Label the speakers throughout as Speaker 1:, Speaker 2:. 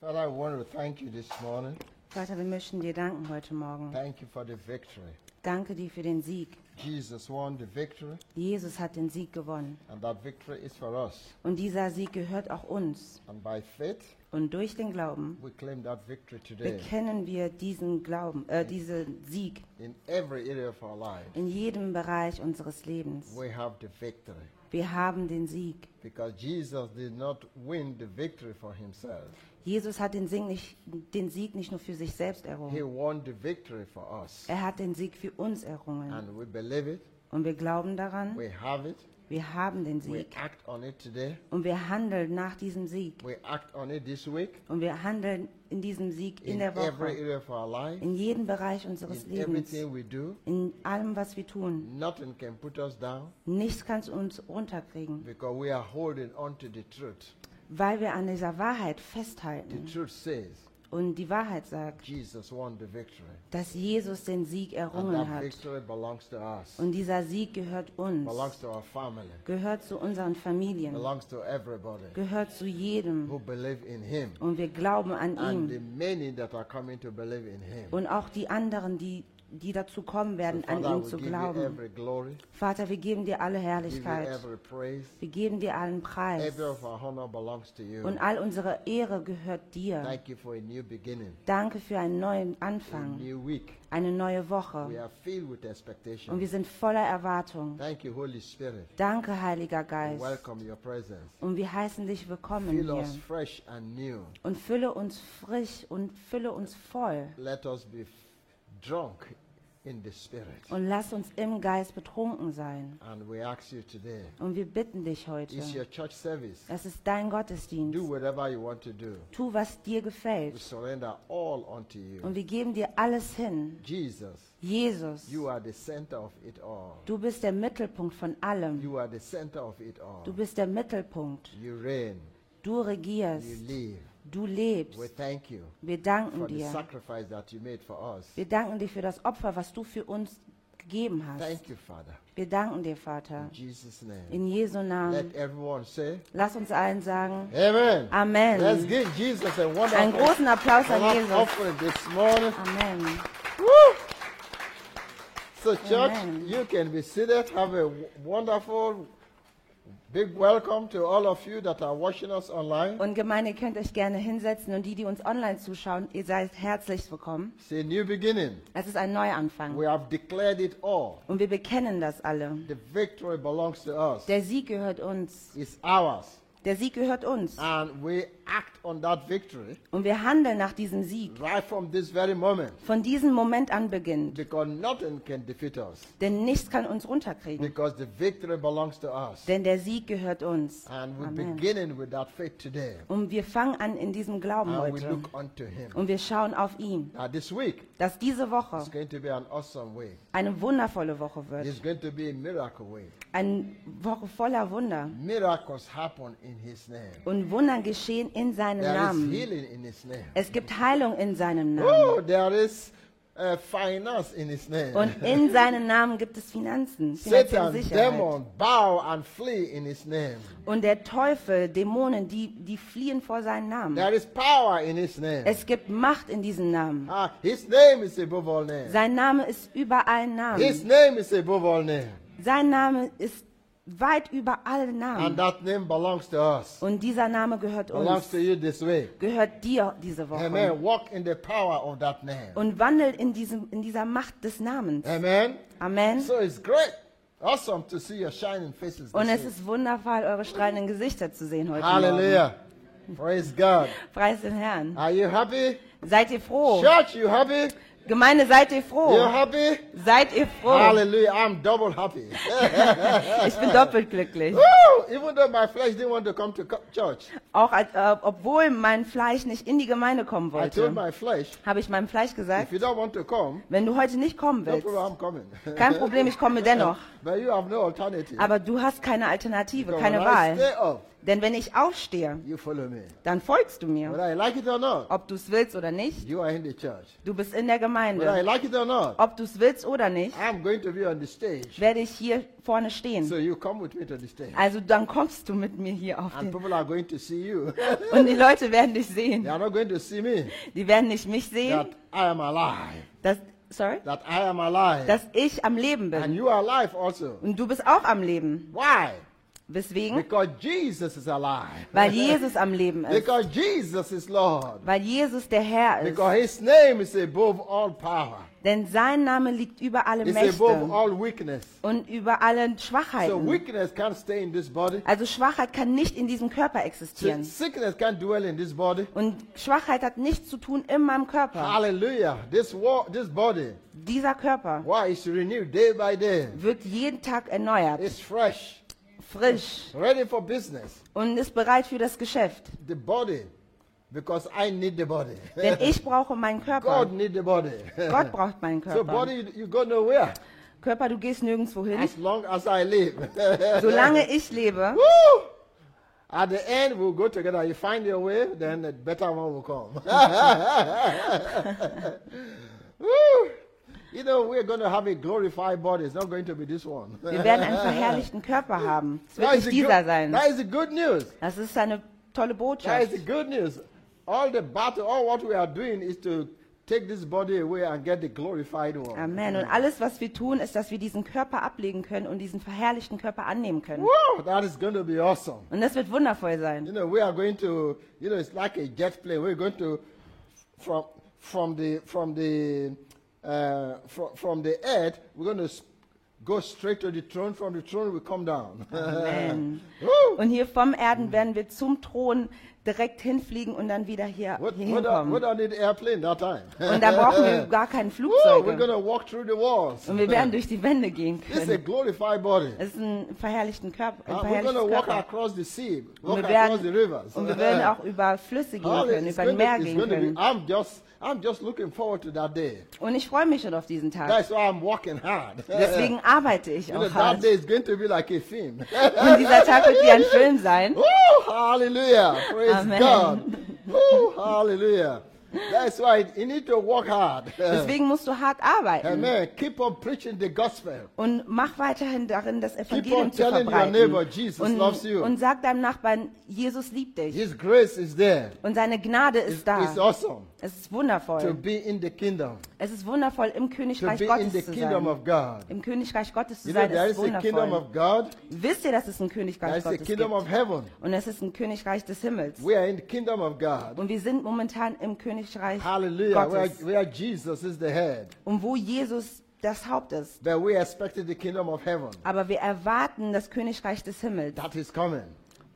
Speaker 1: Father, I want to thank you this morning.
Speaker 2: Vater, wir möchten dir danken heute Morgen.
Speaker 1: Thank you for the victory.
Speaker 2: Danke dir für den Sieg.
Speaker 1: Jesus won the victory,
Speaker 2: Jesus hat den Sieg gewonnen.
Speaker 1: and that victory is for us.
Speaker 2: Und dieser Sieg gehört auch uns.
Speaker 1: And by faith,
Speaker 2: Und durch den Glauben
Speaker 1: we claim that victory today
Speaker 2: bekennen wir diesen Glauben, äh, diesen Sieg
Speaker 1: in every area of our life.
Speaker 2: in jedem Bereich unseres Lebens.
Speaker 1: We have the victory
Speaker 2: Wir haben den Sieg.
Speaker 1: because Jesus did not win the victory for himself,
Speaker 2: Jesus hat den Sieg nicht, den Sieg nicht nur für sich selbst
Speaker 1: he
Speaker 2: errungen.
Speaker 1: won the victory for us.
Speaker 2: Er hat den Sieg für uns errungen.
Speaker 1: And we believe it,
Speaker 2: Und wir glauben daran,
Speaker 1: we have it,
Speaker 2: wir haben den
Speaker 1: we
Speaker 2: Sieg.
Speaker 1: act on it today,
Speaker 2: Und wir handeln nach diesem Sieg.
Speaker 1: we act on it this week,
Speaker 2: Und wir handeln in diesem Sieg in
Speaker 1: in
Speaker 2: der
Speaker 1: every
Speaker 2: Woche.
Speaker 1: area of our life,
Speaker 2: In jedem Bereich unseres
Speaker 1: in
Speaker 2: Lebens.
Speaker 1: everything we do.
Speaker 2: In allem, was wir tun.
Speaker 1: Nothing can put us down
Speaker 2: Nichts kann uns runterkriegen,
Speaker 1: because we are holding on to the truth.
Speaker 2: weil wir an dieser Wahrheit
Speaker 1: The
Speaker 2: festhalten.
Speaker 1: truth says
Speaker 2: Und die Wahrheit sagt,
Speaker 1: Jesus won the victory.
Speaker 2: dass Jesus den Sieg
Speaker 1: And
Speaker 2: errungen
Speaker 1: that
Speaker 2: hat.
Speaker 1: victory belongs to us,
Speaker 2: Und dieser Sieg gehört
Speaker 1: belongs
Speaker 2: uns,
Speaker 1: to our family,
Speaker 2: gehört zu unseren Familien,
Speaker 1: belongs to everybody
Speaker 2: gehört zu jedem.
Speaker 1: who believe in Him
Speaker 2: Und wir glauben an
Speaker 1: and
Speaker 2: ihn.
Speaker 1: the many that are coming to believe in Him.
Speaker 2: Und auch die anderen, die, die dazu kommen
Speaker 1: So
Speaker 2: werden, an
Speaker 1: Father,
Speaker 2: ihn
Speaker 1: we
Speaker 2: zu
Speaker 1: give you
Speaker 2: glauben.
Speaker 1: every glory,
Speaker 2: Vater, wir geben dir alle
Speaker 1: give you
Speaker 2: Herrlichkeit.
Speaker 1: every praise.
Speaker 2: Wir geben dir allen Preis.
Speaker 1: Every of our honor belongs to
Speaker 2: Und
Speaker 1: you.
Speaker 2: all unsere Ehre gehört dir.
Speaker 1: Thank you for a new beginning,
Speaker 2: Danke für einen neuen
Speaker 1: a
Speaker 2: Anfang,
Speaker 1: new week.
Speaker 2: eine neue
Speaker 1: We
Speaker 2: Woche.
Speaker 1: are filled with
Speaker 2: Und wir
Speaker 1: expectation.
Speaker 2: sind voller Erwartung.
Speaker 1: Thank you, Holy Spirit.
Speaker 2: Danke, Heiliger
Speaker 1: We
Speaker 2: Geist.
Speaker 1: welcome your presence.
Speaker 2: Und wir heißen dich willkommen
Speaker 1: Fill us
Speaker 2: hier.
Speaker 1: fresh and new.
Speaker 2: Und fülle uns frisch und fülle uns voll.
Speaker 1: Let us be f- drunk in the Spirit.
Speaker 2: Und lass uns im Geist betrunken sein.
Speaker 1: And we ask you today,
Speaker 2: Und wir bitten dich
Speaker 1: it's your
Speaker 2: heute.
Speaker 1: church service.
Speaker 2: Es ist dein
Speaker 1: Do
Speaker 2: Gottesdienst.
Speaker 1: whatever you want to do.
Speaker 2: Tu, was dir
Speaker 1: We
Speaker 2: gefällt.
Speaker 1: surrender all unto you.
Speaker 2: Und wir geben dir alles hin.
Speaker 1: Jesus,
Speaker 2: Jesus,
Speaker 1: you are the center of it all.
Speaker 2: du bist der Mittelpunkt von allem.
Speaker 1: You are the center of it all.
Speaker 2: Du bist der Mittelpunkt.
Speaker 1: You reign,
Speaker 2: Du
Speaker 1: you
Speaker 2: regierst.
Speaker 1: live.
Speaker 2: Du
Speaker 1: We
Speaker 2: lebst.
Speaker 1: thank you
Speaker 2: Wir danken
Speaker 1: for the
Speaker 2: dir.
Speaker 1: sacrifice that you made for us.
Speaker 2: Wir danken dir für das Opfer, was du für uns gegeben hast.
Speaker 1: Thank you, Father.
Speaker 2: Wir danken dir,
Speaker 1: In
Speaker 2: Vater.
Speaker 1: Jesus' name.
Speaker 2: In Jesu Namen.
Speaker 1: Let everyone say,
Speaker 2: Lass uns allen sagen,
Speaker 1: Amen.
Speaker 2: Amen.
Speaker 1: Let's give Jesus a
Speaker 2: Einen
Speaker 1: wonderful
Speaker 2: großen Applaus an
Speaker 1: clap
Speaker 2: Jesus.
Speaker 1: offering this morning.
Speaker 2: Amen.
Speaker 1: So, church,
Speaker 2: Amen.
Speaker 1: you can be seated. Have a w- wonderful, big welcome to all of you that are watching us online.
Speaker 2: Und Gemeinde, ihr könnt euch gerne hinsetzen und die, die uns online zuschauen, ihr seid herzlich willkommen.
Speaker 1: It's a new beginning.
Speaker 2: Es ist ein Neuanfang
Speaker 1: We have declared it all.
Speaker 2: und wir bekennen das alle.
Speaker 1: The victory belongs to us.
Speaker 2: Der Sieg gehört uns.
Speaker 1: It's ours.
Speaker 2: Der Sieg gehört uns.
Speaker 1: And we act on that victory
Speaker 2: Und wir handeln nach diesem Sieg.
Speaker 1: right from this very moment
Speaker 2: Von diesem Moment an beginnt.
Speaker 1: because nothing can defeat us
Speaker 2: Denn nichts kann uns runterkriegen.
Speaker 1: because the victory belongs to us.
Speaker 2: Denn der Sieg gehört uns.
Speaker 1: And we're
Speaker 2: Amen.
Speaker 1: beginning with that faith today.
Speaker 2: Und wir fangen an in diesem Glauben
Speaker 1: And we
Speaker 2: heute.
Speaker 1: look unto Him.
Speaker 2: Und wir schauen auf ihn.
Speaker 1: Now, this week
Speaker 2: Dass diese
Speaker 1: is
Speaker 2: Woche
Speaker 1: going to be an awesome week.
Speaker 2: eine wundervolle Woche wird.
Speaker 1: It's going to be a miracle week.
Speaker 2: Eine Woche voller Wunder.
Speaker 1: Miracles happen in His name.
Speaker 2: Und Wunder geschehen in seinem
Speaker 1: There is
Speaker 2: Namen.
Speaker 1: healing in His name.
Speaker 2: Es gibt Heilung in seinem Namen.
Speaker 1: Oh, there is uh, finance in His name.
Speaker 2: Und in seinem Namen gibt es Finanzen, finanzielle
Speaker 1: Satan,
Speaker 2: Sicherheit.
Speaker 1: demon, bow and flee in His name.
Speaker 2: Und der Teufel, Dämonen, die, die fliehen vor seinen Namen.
Speaker 1: There is power in His name.
Speaker 2: Es gibt Macht in diesem Namen.
Speaker 1: Ah, his name is above all names.
Speaker 2: Sein Name ist über allen
Speaker 1: His
Speaker 2: Namen.
Speaker 1: name is above all names.
Speaker 2: Sein Name ist weit über alle
Speaker 1: And
Speaker 2: Namen.
Speaker 1: that name belongs to us.
Speaker 2: Und dieser Name gehört
Speaker 1: Belongs
Speaker 2: uns,
Speaker 1: to you this way.
Speaker 2: gehört dir diese Woche.
Speaker 1: Amen. Walk in the power of that name.
Speaker 2: Und wandelt in, diesem, in dieser Macht des Namens.
Speaker 1: Amen.
Speaker 2: Amen.
Speaker 1: So it's great. Awesome to see your shining faces.
Speaker 2: Und
Speaker 1: this
Speaker 2: es
Speaker 1: way.
Speaker 2: ist wundervoll, eure strahlenden Gesichter zu sehen heute Morgen.
Speaker 1: Hallelujah. Praise God.
Speaker 2: Preis den Herrn.
Speaker 1: Are you happy?
Speaker 2: Seid ihr froh?
Speaker 1: Church, you happy?
Speaker 2: Gemeinde, seid ihr
Speaker 1: You
Speaker 2: froh?
Speaker 1: happy?
Speaker 2: Seid ihr froh?
Speaker 1: Hallelujah. I'm double happy.
Speaker 2: Ich bin doppelt glücklich.
Speaker 1: Woo! Even though my flesh didn't want to come to co- church,
Speaker 2: Auch als, äh, obwohl mein Fleisch nicht in die Gemeinde kommen
Speaker 1: I told
Speaker 2: wollte,
Speaker 1: my flesh,
Speaker 2: habe ich meinem Fleisch
Speaker 1: if
Speaker 2: gesagt,
Speaker 1: you don't want to come,
Speaker 2: wenn du heute nicht kommen
Speaker 1: no
Speaker 2: willst,
Speaker 1: problem, I'm coming.
Speaker 2: kein Problem, ich komme dennoch.
Speaker 1: But you have no alternative.
Speaker 2: Aber du hast keine Alternative,
Speaker 1: Because
Speaker 2: keine
Speaker 1: when I
Speaker 2: Wahl.
Speaker 1: stay up,
Speaker 2: Denn wenn ich aufstehe,
Speaker 1: you follow me.
Speaker 2: dann folgst du mir.
Speaker 1: Whether I like it or not,
Speaker 2: Ob du es willst oder nicht,
Speaker 1: you are in the church.
Speaker 2: du bist in der
Speaker 1: Whether I
Speaker 2: Gemeinde.
Speaker 1: like it or not,
Speaker 2: Ob du es willst oder nicht,
Speaker 1: I'm going to be on the stage.
Speaker 2: werde ich hier vorne
Speaker 1: So
Speaker 2: stehen.
Speaker 1: you come with me to the stage.
Speaker 2: Also dann kommst du mit mir hier auf
Speaker 1: And
Speaker 2: den.
Speaker 1: people are going to see you.
Speaker 2: Und die Leute werden dich
Speaker 1: they
Speaker 2: sehen.
Speaker 1: are not going to see me.
Speaker 2: Die werden nicht mich
Speaker 1: That
Speaker 2: sehen,
Speaker 1: I am alive.
Speaker 2: dass, sorry,
Speaker 1: That I am alive.
Speaker 2: dass ich am Leben bin.
Speaker 1: And you are alive also.
Speaker 2: Und du bist auch am Leben.
Speaker 1: Why?
Speaker 2: Weswegen?
Speaker 1: Because Jesus is alive.
Speaker 2: Weil Jesus am Leben ist.
Speaker 1: Because Jesus is Lord.
Speaker 2: Weil Jesus der Herr ist.
Speaker 1: Because his name is above all power.
Speaker 2: Denn sein Name liegt über alle
Speaker 1: It's above
Speaker 2: Mächte
Speaker 1: all weakness.
Speaker 2: und über alle
Speaker 1: So
Speaker 2: Schwachheiten.
Speaker 1: weakness can't stay in this body.
Speaker 2: Also Schwachheit kann nicht in diesem Körper
Speaker 1: Si-
Speaker 2: existieren.
Speaker 1: Sickness can't dwell in this body.
Speaker 2: Und Schwachheit hat nichts zu tun in meinem Körper.
Speaker 1: Hallelujah. This war, this body,
Speaker 2: Dieser Körper
Speaker 1: why it's renewed day by day.
Speaker 2: wird jeden Tag erneuert,
Speaker 1: It's fresh,
Speaker 2: frisch
Speaker 1: ready for business.
Speaker 2: und ist bereit für das Geschäft.
Speaker 1: The body, because I need the body.
Speaker 2: Denn ich brauche meinen
Speaker 1: God
Speaker 2: Körper.
Speaker 1: need the body.
Speaker 2: Gott braucht meinen
Speaker 1: so
Speaker 2: Körper.
Speaker 1: body, you, you go nowhere
Speaker 2: Körper, du gehst nirgendwo hin.
Speaker 1: as long as I live.
Speaker 2: Solange ich lebe,
Speaker 1: Woo! At the end, we'll go together. You find your way, then the better one will come. Woo! You know, we're going to have a glorified body. It's not going to be this one.
Speaker 2: wir werden einen verherrlichten Körper haben. Es wird
Speaker 1: That is
Speaker 2: nicht
Speaker 1: the good-
Speaker 2: dieser sein.
Speaker 1: that is the good news.
Speaker 2: Das ist eine tolle
Speaker 1: That is
Speaker 2: Botschaft.
Speaker 1: the good news. All the battle, all what we are doing is to take this body away and get the glorified one.
Speaker 2: Amen. Und alles, was wir tun, ist, dass wir diesen Körper ablegen können und diesen verherrlichten Körper annehmen können.
Speaker 1: Woo! That is going to be awesome.
Speaker 2: Und das wird wundervoll sein.
Speaker 1: You know, we are going to, you know, it's like a jet plane. We're going to, from from the from the uh, from, from the earth, we're going to s- go straight to the throne. From the throne, we come down.
Speaker 2: Amen.
Speaker 1: Woo!
Speaker 2: Und hier vom Erden werden wir zum Thron direkt hinfliegen und dann wieder hier,
Speaker 1: We,
Speaker 2: hier
Speaker 1: we, don't, we
Speaker 2: hinkommen.
Speaker 1: don't need airplane that time.
Speaker 2: Und da brauchen wir gar keine
Speaker 1: Woo! We're going
Speaker 2: Flugzeuge.
Speaker 1: to walk through the walls.
Speaker 2: Und wir werden durch die Wände gehen
Speaker 1: This is a
Speaker 2: können.
Speaker 1: glorified body.
Speaker 2: Es ist ein verherrlichten Körper, ein
Speaker 1: Uh, we're going to
Speaker 2: verherrlichtes
Speaker 1: walk
Speaker 2: Körper.
Speaker 1: across the sea,
Speaker 2: Und
Speaker 1: walk
Speaker 2: wir,
Speaker 1: across the
Speaker 2: werden,
Speaker 1: rivers.
Speaker 2: und wir werden auch über Flüsse gehen
Speaker 1: Oh,
Speaker 2: können,
Speaker 1: it's
Speaker 2: über
Speaker 1: going
Speaker 2: ein
Speaker 1: to-
Speaker 2: Meer
Speaker 1: it's
Speaker 2: gehen
Speaker 1: going to be-
Speaker 2: können.
Speaker 1: I'm just, I'm just looking forward to that day.
Speaker 2: Und ich freue mich schon auf diesen Tag.
Speaker 1: That's why I'm working hard.
Speaker 2: Deswegen arbeite ich
Speaker 1: You know,
Speaker 2: auch
Speaker 1: that
Speaker 2: hart.
Speaker 1: day is going to be like a film.
Speaker 2: Und dieser Tag wird wie ein Film sein.
Speaker 1: oh, hallelujah. Praise
Speaker 2: Amen.
Speaker 1: God. Oh, hallelujah. That's why you need to work hard.
Speaker 2: Deswegen musst du hart arbeiten.
Speaker 1: Amen. Keep on preaching the gospel.
Speaker 2: Und mach weiterhin darin, das
Speaker 1: on
Speaker 2: Evangelium zu
Speaker 1: telling your
Speaker 2: verbreiten.
Speaker 1: neighbor, Jesus
Speaker 2: und,
Speaker 1: loves you.
Speaker 2: und sag deinem Nachbarn, Jesus liebt dich.
Speaker 1: His grace is there.
Speaker 2: Und seine Gnade ist
Speaker 1: It's
Speaker 2: da.
Speaker 1: awesome
Speaker 2: Es ist
Speaker 1: to
Speaker 2: wundervoll.
Speaker 1: be in the kingdom,
Speaker 2: Es ist wundervoll, im
Speaker 1: to
Speaker 2: Königreich
Speaker 1: be in the
Speaker 2: Gottes zu
Speaker 1: kingdom
Speaker 2: sein.
Speaker 1: of God.
Speaker 2: Im Königreich Gottes zu
Speaker 1: You know,
Speaker 2: sein,
Speaker 1: there
Speaker 2: ist
Speaker 1: is a kingdom
Speaker 2: wundervoll.
Speaker 1: of God,
Speaker 2: Wisst ihr, dass es ein
Speaker 1: there
Speaker 2: Königreich
Speaker 1: is a
Speaker 2: Gottes gibt?
Speaker 1: kingdom of heaven.
Speaker 2: Und es ist ein Königreich des Himmels.
Speaker 1: We are in the kingdom of God.
Speaker 2: Und wir sind momentan im Königreich
Speaker 1: Hallelujah. Where,
Speaker 2: Gottes.
Speaker 1: where Jesus is the head.
Speaker 2: Und wo Jesus das Haupt ist.
Speaker 1: But we expected the kingdom of heaven
Speaker 2: Aber wir erwarten das Königreich des Himmels,
Speaker 1: that is coming.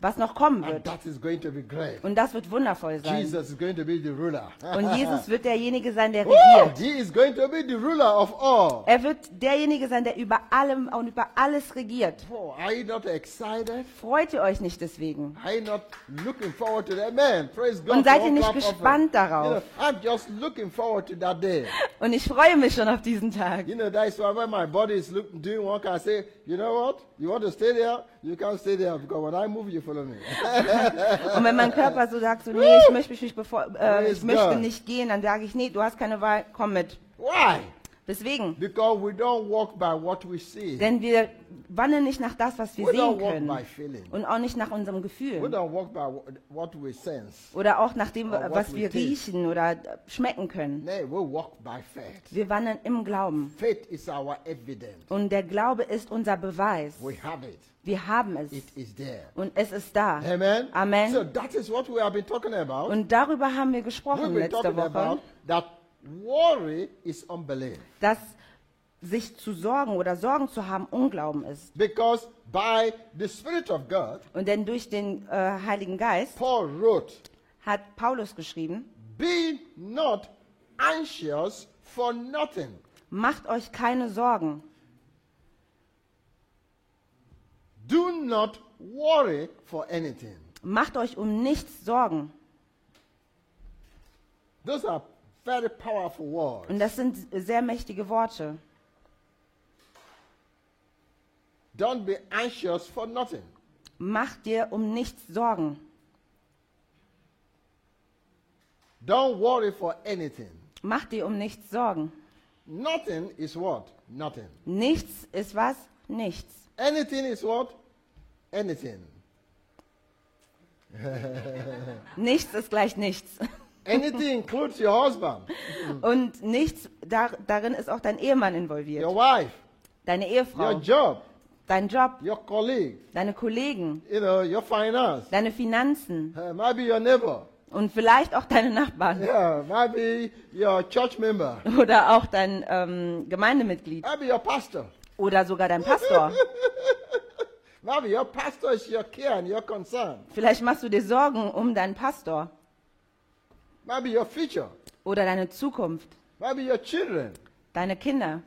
Speaker 2: was noch kommen
Speaker 1: And
Speaker 2: wird.
Speaker 1: that is going to be great.
Speaker 2: Und das wird wundervoll sein.
Speaker 1: Jesus is going to be the ruler.
Speaker 2: Und Jesus wird derjenige sein, der
Speaker 1: Woo!
Speaker 2: regiert.
Speaker 1: He is going to be the ruler of all.
Speaker 2: Er wird derjenige sein, der über allem und über alles regiert.
Speaker 1: Oh, are you not excited?
Speaker 2: Freut ihr euch nicht deswegen?
Speaker 1: Are you not looking forward to that? Man, praise God.
Speaker 2: Und seid
Speaker 1: for
Speaker 2: ihr nicht
Speaker 1: all clap
Speaker 2: gespannt
Speaker 1: offering. You
Speaker 2: darauf?
Speaker 1: know, I'm just looking forward to that day.
Speaker 2: Und ich freue mich schon auf diesen Tag.
Speaker 1: You know, that's why when my body is look, doing work, I say, you know what? You want to stay there? You can't stay there because when I move, you follow me.
Speaker 2: Und wenn mein Körper so sagt, so, nee, ich möchte, mich nicht bevor, äh, ich
Speaker 1: Praise
Speaker 2: möchte
Speaker 1: God.
Speaker 2: nicht gehen, dann sage ich, nee, du hast keine Wahl, komm mit.
Speaker 1: Why?
Speaker 2: Deswegen,
Speaker 1: Because we don't walk by what we see.
Speaker 2: denn wir wandeln nicht nach das, was wir
Speaker 1: we
Speaker 2: sehen
Speaker 1: don't walk by
Speaker 2: können.
Speaker 1: feeling.
Speaker 2: Und auch nicht nach unserem
Speaker 1: We
Speaker 2: Gefühl.
Speaker 1: don't walk by wh- what we sense.
Speaker 2: Oder auch nach dem,
Speaker 1: Or what
Speaker 2: was
Speaker 1: we
Speaker 2: wir
Speaker 1: taste.
Speaker 2: riechen oder äh, schmecken können.
Speaker 1: Nay, we walk by faith.
Speaker 2: Wir wandeln im Glauben.
Speaker 1: Faith is our evidence.
Speaker 2: Und der Glaube ist unser Beweis.
Speaker 1: We have it.
Speaker 2: Wir haben es.
Speaker 1: It is there.
Speaker 2: Und es ist da.
Speaker 1: Amen.
Speaker 2: Amen.
Speaker 1: So that is what we have been talking about.
Speaker 2: Und darüber haben wir
Speaker 1: We've
Speaker 2: gesprochen
Speaker 1: been
Speaker 2: letzte
Speaker 1: talking
Speaker 2: Woche,
Speaker 1: about that worry is unbelief.
Speaker 2: dass sich zu sorgen oder Sorgen zu haben Unglauben ist.
Speaker 1: Because by the Spirit of God,
Speaker 2: Und denn durch den äh, Heiligen Geist
Speaker 1: Paul wrote,
Speaker 2: hat Paulus geschrieben,
Speaker 1: Be not anxious for nothing,
Speaker 2: macht euch keine Sorgen,
Speaker 1: do not worry for anything.
Speaker 2: macht euch um nichts Sorgen.
Speaker 1: Those are very powerful words.
Speaker 2: Und das sind sehr mächtige Worte.
Speaker 1: Don't be anxious for nothing.
Speaker 2: Mach dir um nichts Sorgen.
Speaker 1: Don't worry for anything.
Speaker 2: Mach dir um nichts Sorgen.
Speaker 1: Nothing is what? Nothing.
Speaker 2: Nichts ist was? Nichts.
Speaker 1: Anything is what? Anything.
Speaker 2: Nichts ist gleich nichts.
Speaker 1: Anything includes your husband,
Speaker 2: Und nichts, dar, darin ist auch dein Ehemann involviert.
Speaker 1: your wife,
Speaker 2: Deine
Speaker 1: your
Speaker 2: Ehefrau,
Speaker 1: job,
Speaker 2: dein Job,
Speaker 1: your colleague,
Speaker 2: deine Kollegen,
Speaker 1: you know, your finance,
Speaker 2: deine Finanzen
Speaker 1: uh, maybe your neighbor,
Speaker 2: und vielleicht auch deine Nachbarn
Speaker 1: yeah, maybe your church member,
Speaker 2: oder auch dein ähm, Gemeindemitglied
Speaker 1: maybe your pastor.
Speaker 2: oder sogar dein Pastor.
Speaker 1: Maybe your pastor is your care and your concern.
Speaker 2: Vielleicht machst du dir Sorgen um deinen Pastor
Speaker 1: Maybe your future,
Speaker 2: oder deine Zukunft,
Speaker 1: maybe your children,
Speaker 2: deine Kinder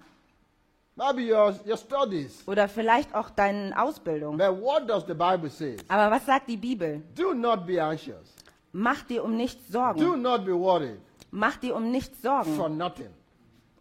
Speaker 1: maybe your, your studies.
Speaker 2: oder vielleicht auch deine Ausbildung.
Speaker 1: But what does the Bible say?
Speaker 2: Aber was sagt die Bibel?
Speaker 1: Do not be anxious.
Speaker 2: Mach dir um nichts
Speaker 1: Do
Speaker 2: Sorgen.
Speaker 1: not be worried
Speaker 2: Mach dir um nichts Sorgen.
Speaker 1: for nothing,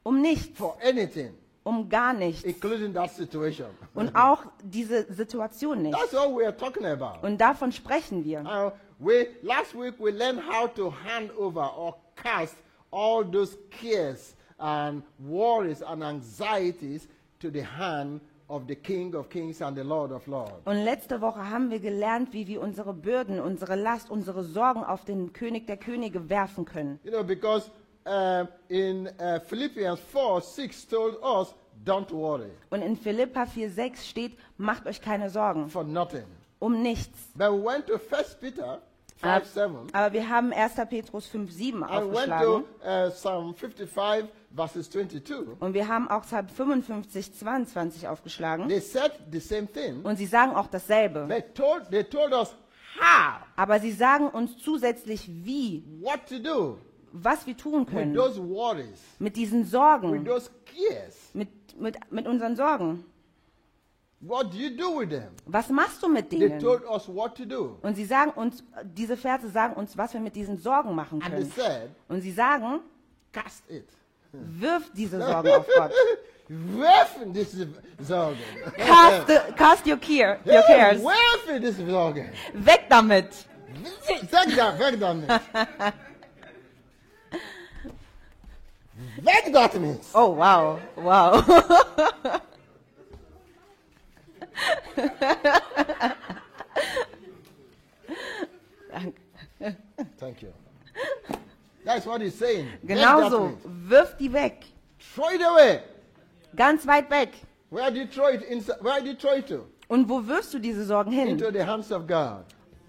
Speaker 2: Um nichts,
Speaker 1: for anything,
Speaker 2: um gar nichts.
Speaker 1: including that situation.
Speaker 2: Und auch diese Situation nicht.
Speaker 1: That's all we are talking about.
Speaker 2: Und davon sprechen wir.
Speaker 1: Uh, we, last week we learned how to hand over or cast all those cares and worries and anxieties to the hand of the King of Kings and the Lord of Lords.
Speaker 2: Und letzte Woche haben wir gelernt, wie wir unsere Bürden, unsere Last, unsere Sorgen auf den König der Könige werfen können.
Speaker 1: You know, because uh, in uh, Philippians 4 6 told us, don't worry
Speaker 2: Und in Philippa 4,6 steht, macht euch keine Sorgen.
Speaker 1: for nothing.
Speaker 2: Um nichts.
Speaker 1: But we went to First Peter
Speaker 2: Ah.
Speaker 1: 5 7.
Speaker 2: Aber wir haben 1. Petrus 5,7
Speaker 1: I went to
Speaker 2: aufgeschlagen.
Speaker 1: uh, Psalm 55, verses 22.
Speaker 2: Und wir haben auch Psalm 55, 22 aufgeschlagen.
Speaker 1: They said the same thing.
Speaker 2: Und sie sagen auch dasselbe.
Speaker 1: They told, they told us how,
Speaker 2: Aber sie sagen uns zusätzlich, wie,
Speaker 1: what to do
Speaker 2: was wir tun
Speaker 1: with
Speaker 2: können.
Speaker 1: those worries,
Speaker 2: Mit diesen
Speaker 1: with
Speaker 2: Sorgen,
Speaker 1: those cares.
Speaker 2: mit, mit, mit unseren Sorgen.
Speaker 1: What do you do with them?
Speaker 2: Was machst du mit
Speaker 1: They
Speaker 2: denen?
Speaker 1: told us what to do.
Speaker 2: Und sie sagen uns, diese Verse sagen uns, was wir mit diesen Sorgen machen
Speaker 1: And they
Speaker 2: können.
Speaker 1: said,
Speaker 2: Und sie sagen,
Speaker 1: cast it.
Speaker 2: wirf diese Sorgen auf Gott.
Speaker 1: Werfen diese Sorgen.
Speaker 2: Cast, the, cast your, care, your cares.
Speaker 1: Werfen diese Sorgen.
Speaker 2: Weg damit.
Speaker 1: Weg da, weg damit. Weg damit.
Speaker 2: Oh, wow, wow. Danke.
Speaker 1: Thank you. That's what he's saying. Weg
Speaker 2: Genauso,
Speaker 1: damit.
Speaker 2: Genau wirf die weg.
Speaker 1: Throw it away.
Speaker 2: Ganz weit weg.
Speaker 1: Where do you throw it? Inside? Where do you throw it to?
Speaker 2: Und wo wirfst du diese Sorgen hin?
Speaker 1: Into the hands of God.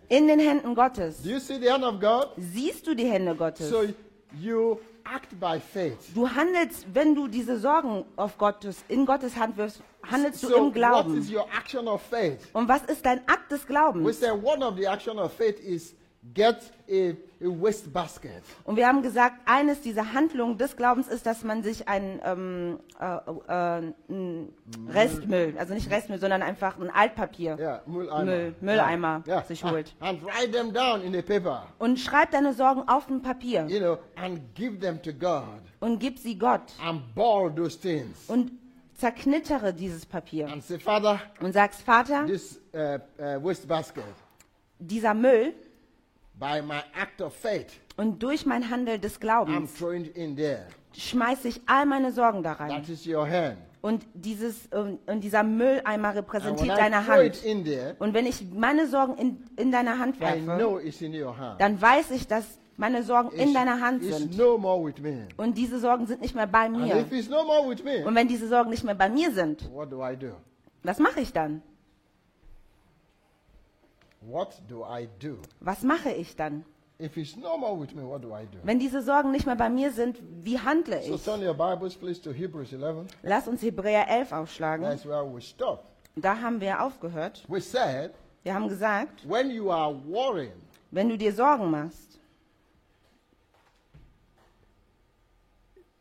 Speaker 2: In den Händen Gottes.
Speaker 1: Do you see the hand of God?
Speaker 2: Siehst du die Hände Gottes?
Speaker 1: So you act by faith.
Speaker 2: Du handelst, wenn du diese Sorgen auf Gottes, in Gottes Hand wirfst, handelst du
Speaker 1: So
Speaker 2: im
Speaker 1: what is
Speaker 2: Glauben.
Speaker 1: your action of faith?
Speaker 2: Und was ist dein Akt des
Speaker 1: We
Speaker 2: Glaubens?
Speaker 1: said one of the action of faith is get a, a waste basket.
Speaker 2: Und wir haben gesagt, eines dieser Handlungen des Glaubens ist, dass man sich einen ähm, äh, äh, n- Restmüll, also nicht Restmüll, sondern einfach ein Altpapier
Speaker 1: Yeah, Mülleimer.
Speaker 2: Müll- Mülleimer
Speaker 1: yeah.
Speaker 2: sich holt.
Speaker 1: And, and write them down in a paper,
Speaker 2: und schreib deine Sorgen auf ein Papier
Speaker 1: you know, and give them to God
Speaker 2: und gib sie Gott
Speaker 1: and ball those things
Speaker 2: und zerknittere dieses Papier
Speaker 1: and say, Father,
Speaker 2: und sagst, Vater,
Speaker 1: this uh, uh, waste basket,
Speaker 2: dieser Müll
Speaker 1: by my act of faith,
Speaker 2: und durch mein Handel des
Speaker 1: I'm
Speaker 2: Glaubens
Speaker 1: throwing it in there.
Speaker 2: schmeiße ich all meine Sorgen da rein.
Speaker 1: That is your hand.
Speaker 2: Und, dieses, ähm, und dieser Mülleimer
Speaker 1: And
Speaker 2: repräsentiert
Speaker 1: when I
Speaker 2: deine
Speaker 1: throw it
Speaker 2: Hand.
Speaker 1: in there,
Speaker 2: Und wenn ich meine Sorgen in, in deine Hand
Speaker 1: I
Speaker 2: werfe,
Speaker 1: know it's in your hand.
Speaker 2: dann weiß ich, dass meine Sorgen in deiner Hand Oh,
Speaker 1: it's
Speaker 2: sind.
Speaker 1: no more with me.
Speaker 2: Und diese Sorgen sind nicht mehr bei
Speaker 1: And
Speaker 2: mir.
Speaker 1: if it's no more with me,
Speaker 2: Und wenn diese Sorgen nicht mehr bei mir sind,
Speaker 1: what do I do?
Speaker 2: was mache ich dann?
Speaker 1: What do I do?
Speaker 2: Was mache ich dann?
Speaker 1: If it's no more with me, what do I do?
Speaker 2: Wenn diese Sorgen nicht mehr bei mir sind, wie handle
Speaker 1: So
Speaker 2: ich?
Speaker 1: turn your Bibles, please, to Hebrews 11.
Speaker 2: Lass uns Hebräer 11 aufschlagen.
Speaker 1: That's where we stop.
Speaker 2: Da haben wir aufgehört.
Speaker 1: We said,
Speaker 2: Wir haben gesagt,
Speaker 1: when you are worrying,
Speaker 2: wenn du dir Sorgen machst,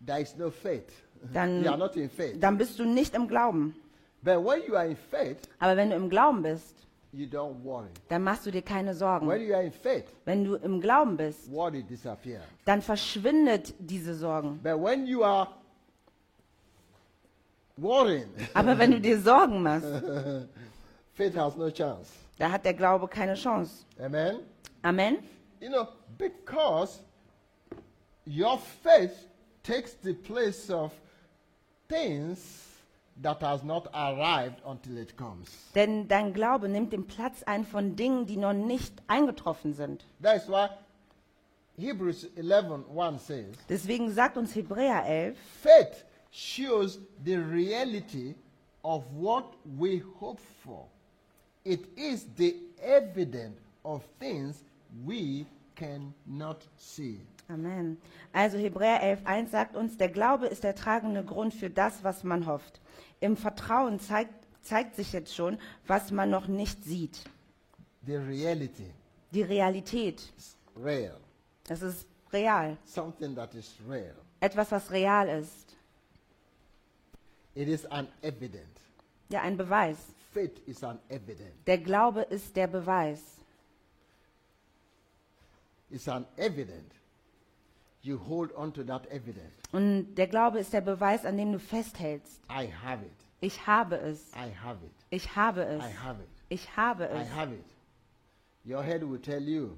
Speaker 1: there is no faith.
Speaker 2: Dann-
Speaker 1: you are not in faith.
Speaker 2: dann bist du nicht im Glauben.
Speaker 1: But when you are in faith,
Speaker 2: Aber wenn du im Glauben bist,
Speaker 1: you don't worry.
Speaker 2: dann machst du dir keine Sorgen.
Speaker 1: When you are in faith,
Speaker 2: Wenn du im Glauben bist,
Speaker 1: worry disappears.
Speaker 2: dann verschwindet diese Sorgen.
Speaker 1: But when you are worrying,
Speaker 2: Aber wenn du dir Sorgen machst,
Speaker 1: faith has no chance.
Speaker 2: Da hat der Glaube keine Chance.
Speaker 1: Amen.
Speaker 2: Amen.
Speaker 1: You know, because your faith takes the place of things that has not arrived until it comes.
Speaker 2: Denn dein Glaube nimmt den Platz ein von Dingen, die noch nicht eingetroffen sind.
Speaker 1: That's why Hebrews 11:1 says,
Speaker 2: Deswegen sagt uns Hebräer 11,
Speaker 1: faith shows the reality of what we hope for. It is the evidence of things we cannot see.
Speaker 2: Amen. Also Hebräer 11.1 sagt uns, der Glaube ist der tragende Grund für das, was man hofft. Im Vertrauen zeigt, zeigt sich jetzt schon, was man noch nicht sieht.
Speaker 1: The reality
Speaker 2: Die Realität.
Speaker 1: is real,
Speaker 2: Das ist real.
Speaker 1: something that is real.
Speaker 2: Etwas, was real ist.
Speaker 1: It is an evidence.
Speaker 2: Ja, ein Beweis.
Speaker 1: Faith is an evidence.
Speaker 2: Der Glaube ist der Beweis.
Speaker 1: It's an evidence. You hold on to that evidence.
Speaker 2: Und der Glaube ist der Beweis, an dem du festhältst.
Speaker 1: I have it.
Speaker 2: Ich habe es.
Speaker 1: I have it.
Speaker 2: Ich habe es.
Speaker 1: I have it.
Speaker 2: Ich habe
Speaker 1: I
Speaker 2: es.
Speaker 1: have it. Your head will tell you,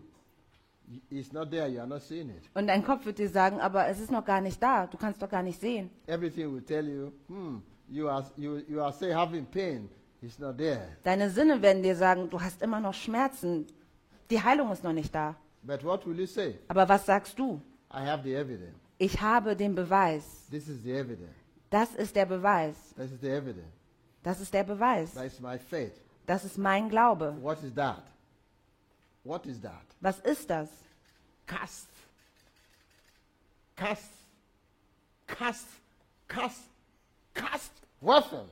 Speaker 1: y- it's not there, you are not seeing it.
Speaker 2: Und dein Kopf wird dir sagen, aber es ist noch gar nicht da. Du kannst doch gar nicht sehen.
Speaker 1: Everything will tell you, hmm, you are, you, you are say having pain, it's not there.
Speaker 2: Deine Sinne werden dir sagen, du hast immer noch Schmerzen. Die Heilung ist noch nicht da.
Speaker 1: But what will you say?
Speaker 2: Aber was sagst du?
Speaker 1: I have the evidence.
Speaker 2: Ich habe den Beweis.
Speaker 1: This is the evidence.
Speaker 2: Das ist der Beweis.
Speaker 1: This is the evidence.
Speaker 2: Das ist der Beweis.
Speaker 1: That is my faith.
Speaker 2: Das ist mein Glaube.
Speaker 1: What is that? What is that?
Speaker 2: Was ist das?
Speaker 1: Cast. Cast. Cast. Cast. Cast. Weapon.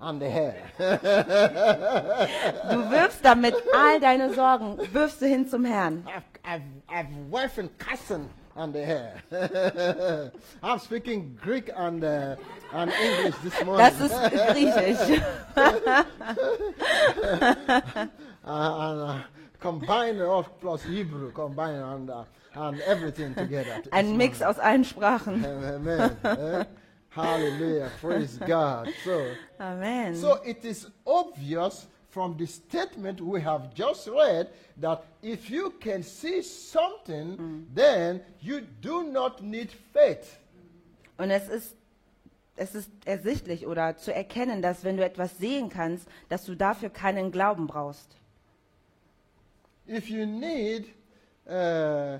Speaker 1: On the head.
Speaker 2: Du wirfst damit all deine Sorgen, wirfst du hin zum Herrn.
Speaker 1: I've, I've, I've wife and cousin on the hair. I'm speaking Greek and, uh, and English this morning.
Speaker 2: Das ist griechisch.
Speaker 1: Uh, and, uh, combine all plus Hebrew, combine and, uh, and everything together. this
Speaker 2: Ein Mix
Speaker 1: morning.
Speaker 2: aus allen Sprachen.
Speaker 1: Amen. eh? Hallelujah. Praise God. So,
Speaker 2: Amen.
Speaker 1: so it is obvious from the statement we have just read that if you can see something, then you do not need faith.
Speaker 2: Und es ist, es ist ersichtlich oder zu erkennen, dass wenn du etwas sehen kannst, dass du dafür keinen Glauben brauchst.
Speaker 1: If you need uh,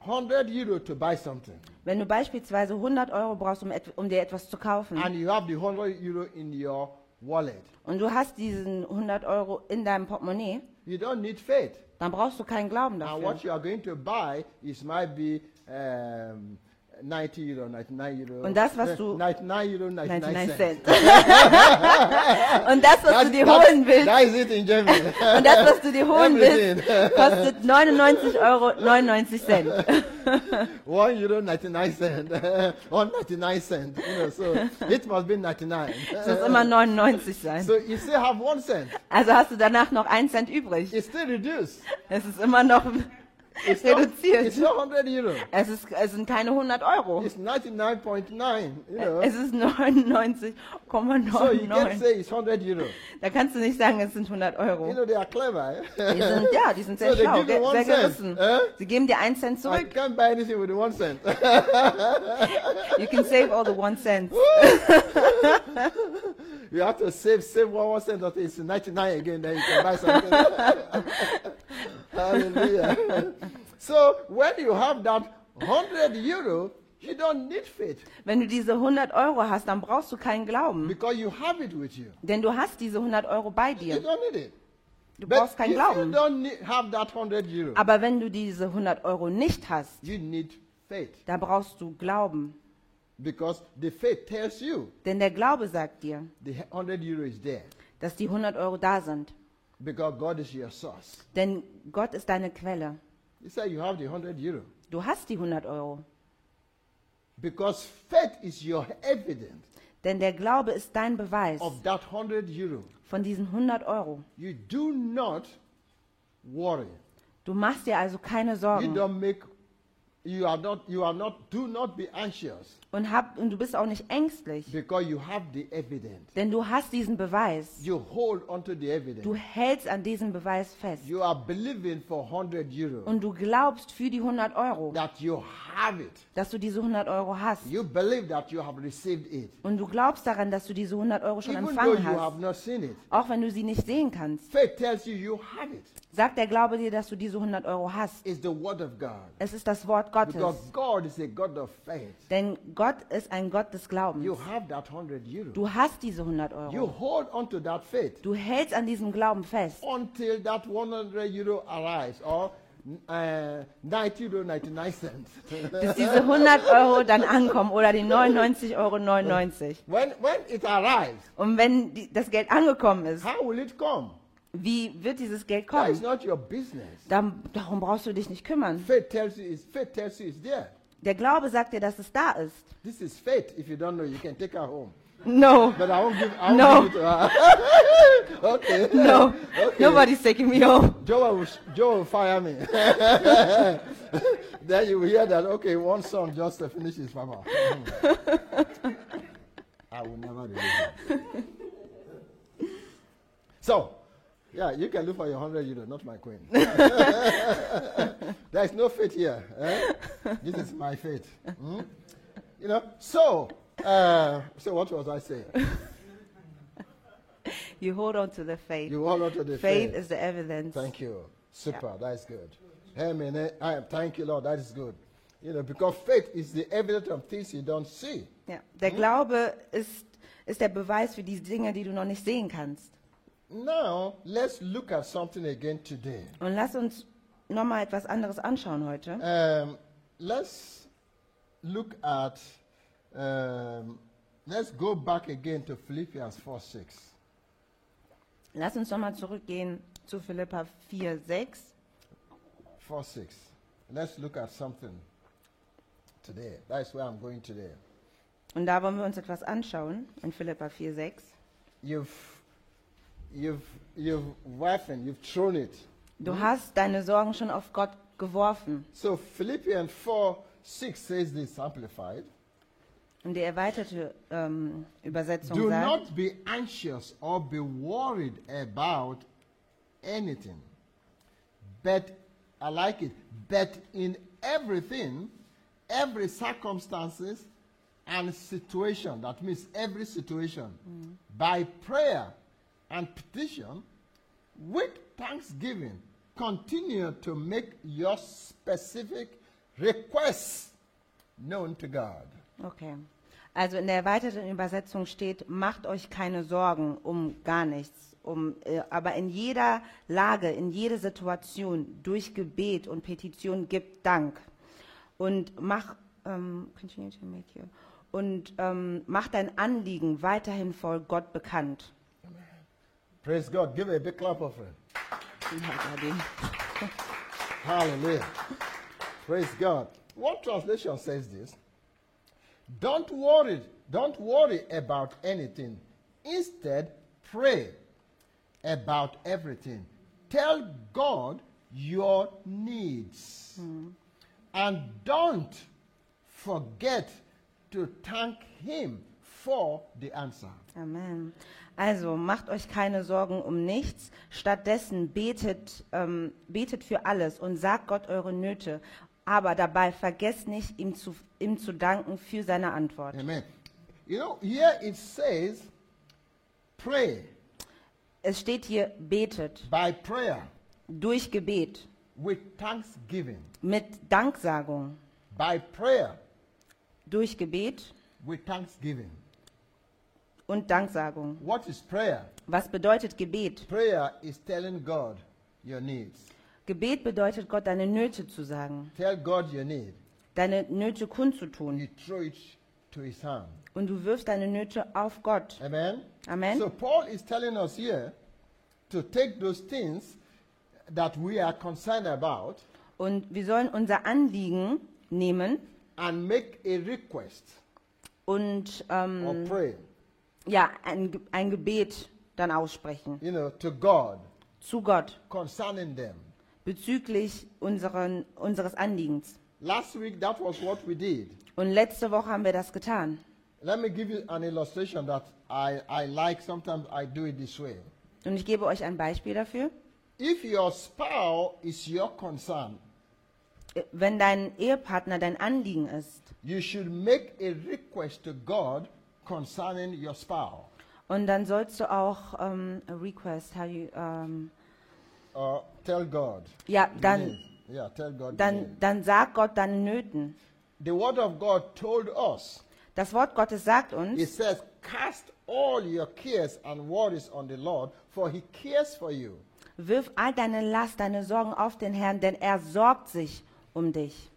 Speaker 1: 100 euro to buy something,
Speaker 2: Wenn du beispielsweise 100 Euro brauchst, um, et- um dir etwas zu kaufen,
Speaker 1: and you have the 100 euro in your wallet,
Speaker 2: und du hast diesen 100 Euro in deinem Portemonnaie,
Speaker 1: you don't need faith.
Speaker 2: dann brauchst du keinen Glauben
Speaker 1: Now,
Speaker 2: dafür.
Speaker 1: what you are going to buy is might be um, 90 euro, 99 euro.
Speaker 2: Und das, was
Speaker 1: eh,
Speaker 2: du-
Speaker 1: 99 euro, 99,
Speaker 2: 99
Speaker 1: cents.
Speaker 2: Cent. und das, was du dir holen willst,
Speaker 1: that is it in Germany.
Speaker 2: und das, was du dir holen willst,
Speaker 1: Everything.
Speaker 2: kostet 99 Euro 99 Cent.
Speaker 1: One euro, 99 cent. One 99 cent. You know, so it must be 99.
Speaker 2: Es muss immer 99 sein.
Speaker 1: so you still have one cent.
Speaker 2: Also hast du danach noch 1 Cent übrig.
Speaker 1: It's still reduced.
Speaker 2: Es ist immer noch
Speaker 1: It's Not, it's
Speaker 2: reduziert.
Speaker 1: not 100 euro.
Speaker 2: Es, ist, es sind keine 100 Euro.
Speaker 1: It's 99.9. You know.
Speaker 2: Es ist 99,99.
Speaker 1: so you can't say it's 100 euro.
Speaker 2: Da kannst du nicht sagen, es sind 100 Euro.
Speaker 1: You know they are clever. Eh?
Speaker 2: Die sind, ja, die sind sehr
Speaker 1: So, they
Speaker 2: schlau,
Speaker 1: give you
Speaker 2: ge-
Speaker 1: one
Speaker 2: sehr
Speaker 1: cent,
Speaker 2: gerissen.
Speaker 1: eh?
Speaker 2: Sie geben dir einen Cent
Speaker 1: I
Speaker 2: zurück.
Speaker 1: can't buy anything with one cent.
Speaker 2: You can save all the one cent.
Speaker 1: you have to save save one, one cent until it's 99 again. Then you can buy something. Hallelujah. so when you have that 100 euro, you don't need faith
Speaker 2: Wenn du diese 100 Euro hast, dann brauchst du keinen Glauben.
Speaker 1: because you have it with you.
Speaker 2: Denn du hast diese 100 Euro bei
Speaker 1: You
Speaker 2: dir.
Speaker 1: don't need it.
Speaker 2: Du
Speaker 1: But
Speaker 2: brauchst
Speaker 1: if
Speaker 2: keinen
Speaker 1: you
Speaker 2: Glauben.
Speaker 1: don't need, have that 100 euro,
Speaker 2: Aber wenn du diese 100 Euro nicht hast,
Speaker 1: you need faith.
Speaker 2: da brauchst du Glauben.
Speaker 1: Because the faith tells you
Speaker 2: Denn der Glaube sagt dir,
Speaker 1: the 100 euro is there.
Speaker 2: dass die 100 Euro da sind.
Speaker 1: Because God is your source.
Speaker 2: Denn Gott ist deine Quelle.
Speaker 1: He said you have the 100 euro.
Speaker 2: Du hast die 100 Euro.
Speaker 1: Because faith is your evidence
Speaker 2: Denn der Glaube ist dein Beweis
Speaker 1: of that 100 euro.
Speaker 2: von diesen 100 Euro.
Speaker 1: You do not worry.
Speaker 2: Du machst dir also keine
Speaker 1: You
Speaker 2: Sorgen.
Speaker 1: don't make You are not, you are not, do not be anxious
Speaker 2: Und, hab, und du bist auch nicht ängstlich,
Speaker 1: because you have the evidence.
Speaker 2: denn du hast diesen Beweis.
Speaker 1: You hold onto the
Speaker 2: Du
Speaker 1: evidence.
Speaker 2: hältst an diesem Beweis fest.
Speaker 1: You are believing for 100 euros
Speaker 2: Und du glaubst für die 100 Euro,
Speaker 1: that you have it.
Speaker 2: dass du diese 100 Euro hast.
Speaker 1: You believe that you have received it.
Speaker 2: Und du glaubst daran, dass du diese 100 Euro schon
Speaker 1: Even though you
Speaker 2: empfangen hast,
Speaker 1: have not seen it,
Speaker 2: auch wenn du sie nicht sehen kannst.
Speaker 1: faith tells you you have it.
Speaker 2: Sagt der Glaube dir, dass du diese 100 Euro hast.
Speaker 1: It's the word of God.
Speaker 2: Es ist das Wort Gottes.
Speaker 1: Because God is a God of faith.
Speaker 2: Denn Gott ist ein Gott des
Speaker 1: You
Speaker 2: Glaubens.
Speaker 1: have that 100 euros.
Speaker 2: Du hast diese 100
Speaker 1: You
Speaker 2: Euro.
Speaker 1: hold onto that faith
Speaker 2: Du hältst an diesem Glauben fest,
Speaker 1: until that 100 euro arrives or uh, 90 euro 99 cents.
Speaker 2: bis diese 100 Euro dann ankommen oder die 99,99 Euro.
Speaker 1: when, when it arrives,
Speaker 2: Und wenn die, das Geld angekommen ist,
Speaker 1: how will it come?
Speaker 2: wie wird dieses Geld
Speaker 1: That is
Speaker 2: kommen?
Speaker 1: not your business.
Speaker 2: Dann, darum brauchst du dich nicht kümmern.
Speaker 1: Faith tells you it's, faith tells you it's there.
Speaker 2: Der Glaube sagt dir, dass es da ist.
Speaker 1: This is faith. If you don't know, you can take her home.
Speaker 2: No,
Speaker 1: But I won't give, I won't
Speaker 2: No.
Speaker 1: give it to her. okay.
Speaker 2: no, nobody's taking me home.
Speaker 1: Joe will, Joe will fire me. then you will hear that, okay, one song just to finish his papa. I will never do that. So, yeah, you can look for your 100 euro, not my queen. there is no faith here. eh? This is my faith. Hmm? You know, so, uh, so what was I saying?
Speaker 2: You hold on to the faith.
Speaker 1: You all out of the
Speaker 2: Faith is the evidence.
Speaker 1: Thank you. Super. That is good. Amen. Eh, I thank you, Lord. That is good. You know, because faith is the evidence of things you don't see.
Speaker 2: Ja. Der Glaube ist, ist der Beweis für die Dinge, die du noch nicht sehen kannst.
Speaker 1: Now, let's look at something again today.
Speaker 2: Und lass uns nochmal etwas anderes anschauen heute.
Speaker 1: Um, let's look at, um, let's go back again to Philippians 4 6.
Speaker 2: Lass uns nochmal zurückgehen zu Philippa 4, 6.
Speaker 1: 4 6. Let's look at something today. That's where I'm going today.
Speaker 2: Und da wollen wir uns etwas anschauen in Philippa 4, 6.
Speaker 1: You've, you've, you've wifen, you've thrown it.
Speaker 2: Du
Speaker 1: Hm?
Speaker 2: hast deine Sorgen schon auf Gott geworfen.
Speaker 1: So Philippians 4 6 says this amplified.
Speaker 2: Und die erweiterte ähm, Übersetzung
Speaker 1: Do
Speaker 2: sagt,
Speaker 1: not be anxious or be worried about anything. But I like it. But in everything, every circumstances and situation, that means every situation, by prayer and petition, with thanksgiving, continue to make your specific requests known to God.
Speaker 2: okay. Also in der erweiterten Übersetzung steht, macht euch keine Sorgen um gar nichts, um, äh, aber in jeder Lage, in jede Situation, durch Gebet und Petition gibt Dank. Und mach, ähm, continue to make your, und ähm, mach dein Anliegen weiterhin voll Gott bekannt.
Speaker 1: Praise God. Give a big clap of it. halt Hallelujah. Praise God. One translation says this. Don't worry, don't worry about anything. Instead, pray about everything. Tell God your needs. And don't forget to thank him for the answer.
Speaker 2: Amen. Also macht euch keine Sorgen um nichts, stattdessen betet, ähm, betet für alles und sagt Gott eure Nöte, aber dabei vergesst nicht, ihm zu, ihm zu danken für seine Antwort.
Speaker 1: Amen. You know, here it says pray
Speaker 2: Es steht hier, betet
Speaker 1: by prayer.
Speaker 2: durch Gebet,
Speaker 1: with thanksgiving,
Speaker 2: mit Danksagung,
Speaker 1: by prayer
Speaker 2: durch Gebet
Speaker 1: with thanksgiving.
Speaker 2: und Danksagung.
Speaker 1: What is prayer?
Speaker 2: Was bedeutet Gebet?
Speaker 1: Prayer is telling God your needs.
Speaker 2: Gebet bedeutet Gott deine Nöte zu sagen,
Speaker 1: Tell God your need.
Speaker 2: deine Nöte kundzutun
Speaker 1: You throw it to his hand.
Speaker 2: und du wirfst deine Nöte auf Gott.
Speaker 1: Amen?
Speaker 2: Amen.
Speaker 1: So Paul is telling us here to take those things that we are concerned about
Speaker 2: Und wir sollen unser Anliegen nehmen
Speaker 1: and make a request
Speaker 2: und
Speaker 1: or
Speaker 2: ähm,
Speaker 1: pray,
Speaker 2: ja, ein, Ge- ein Gebet dann aussprechen
Speaker 1: you know, to God
Speaker 2: zu Gott
Speaker 1: concerning them.
Speaker 2: bezüglich unseren, unseres Anliegens.
Speaker 1: Last week, that was what we did.
Speaker 2: Und letzte Woche haben wir das getan.
Speaker 1: Let me give you an illustration that I, I like. Sometimes I do it this way.
Speaker 2: Und ich gebe euch ein Beispiel dafür.
Speaker 1: If your spouse is your concern,
Speaker 2: Äh, Wenn dein Ehepartner dein Anliegen ist
Speaker 1: you should make a request to God concerning your spouse.
Speaker 2: und dann sollst du auch ähm, a request, how you, ähm,
Speaker 1: Or tell God.
Speaker 2: ja,
Speaker 1: Yes.
Speaker 2: dann,
Speaker 1: Yeah, tell God. yes.
Speaker 2: dann, dann sag Gott deine Nöten.
Speaker 1: The word of God told us.
Speaker 2: Das Wort Gottes sagt uns,
Speaker 1: It says, cast all your cares and worries on the Lord, for he cares for you.
Speaker 2: wirf all deine Last, deine Sorgen auf den Herrn, denn er sorgt sich um dich.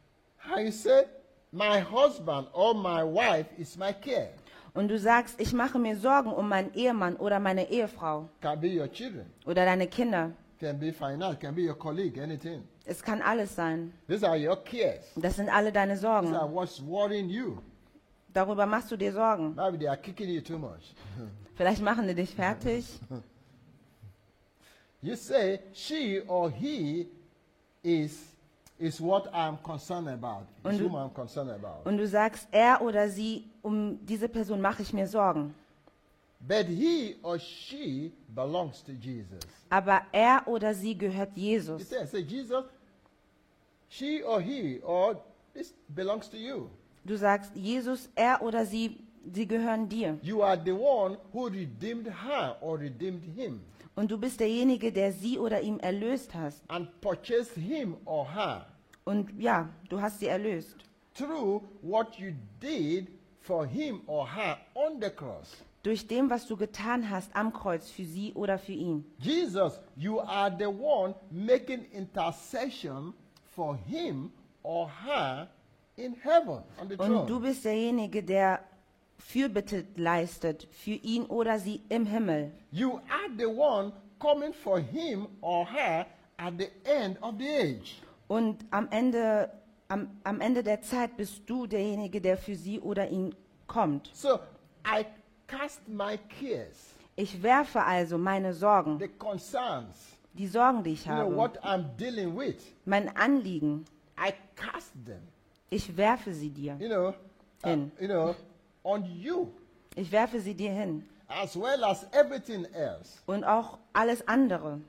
Speaker 1: And he said, my husband or my wife is my care.
Speaker 2: Und du sagst, ich mache mir Sorgen um meinen Ehemann oder meine Ehefrau
Speaker 1: Can be your children,
Speaker 2: oder deine Kinder.
Speaker 1: can be finance, can be your colleague, anything.
Speaker 2: Es kann alles sein.
Speaker 1: These are your cares.
Speaker 2: Das sind alle deine
Speaker 1: These are
Speaker 2: Sorgen.
Speaker 1: what's worrying you.
Speaker 2: Darüber machst du dir Sorgen.
Speaker 1: Maybe they are kicking you too much.
Speaker 2: Vielleicht machen die dich fertig.
Speaker 1: You say she or he is is what I'm concerned about. Is
Speaker 2: Und-
Speaker 1: whom I'm concerned about.
Speaker 2: Und du sagst, er oder sie, um diese Person mache ich mir Sorgen.
Speaker 1: But he or she belongs to Jesus.
Speaker 2: Aber er oder sie gehört
Speaker 1: He
Speaker 2: Jesus.
Speaker 1: says, say Jesus, she or he or this belongs to you.
Speaker 2: Du sagst, Jesus, er oder sie, sie gehören dir.
Speaker 1: You are the one who redeemed her or redeemed him
Speaker 2: Und du bist derjenige, der sie oder ihm erlöst hast.
Speaker 1: and purchased him or her
Speaker 2: Und ja, du hast sie erlöst.
Speaker 1: through what you did for him or her on the cross.
Speaker 2: Durch dem, was du getan hast am Kreuz für sie oder für ihn.
Speaker 1: Jesus, you are the one making intercession for him or her in heaven on the
Speaker 2: Und du
Speaker 1: throne.
Speaker 2: bist derjenige, der Fürbitte leistet für ihn oder sie im Himmel.
Speaker 1: You are the one coming for him or her at the end of the age.
Speaker 2: Und am Ende, am, am Ende der Zeit bist du derjenige, der für sie oder ihn kommt.
Speaker 1: So I cast my cares,
Speaker 2: Ich werfe also meine Sorgen,
Speaker 1: the concerns,
Speaker 2: die Sorgen, die ich
Speaker 1: you know,
Speaker 2: habe,
Speaker 1: what I'm dealing with.
Speaker 2: mein Anliegen,
Speaker 1: I cast them,
Speaker 2: ich werfe sie dir.
Speaker 1: you know, uh,
Speaker 2: In.
Speaker 1: you know, on you
Speaker 2: Ich werfe sie dir hin.
Speaker 1: as well as everything else
Speaker 2: Und auch alles andere.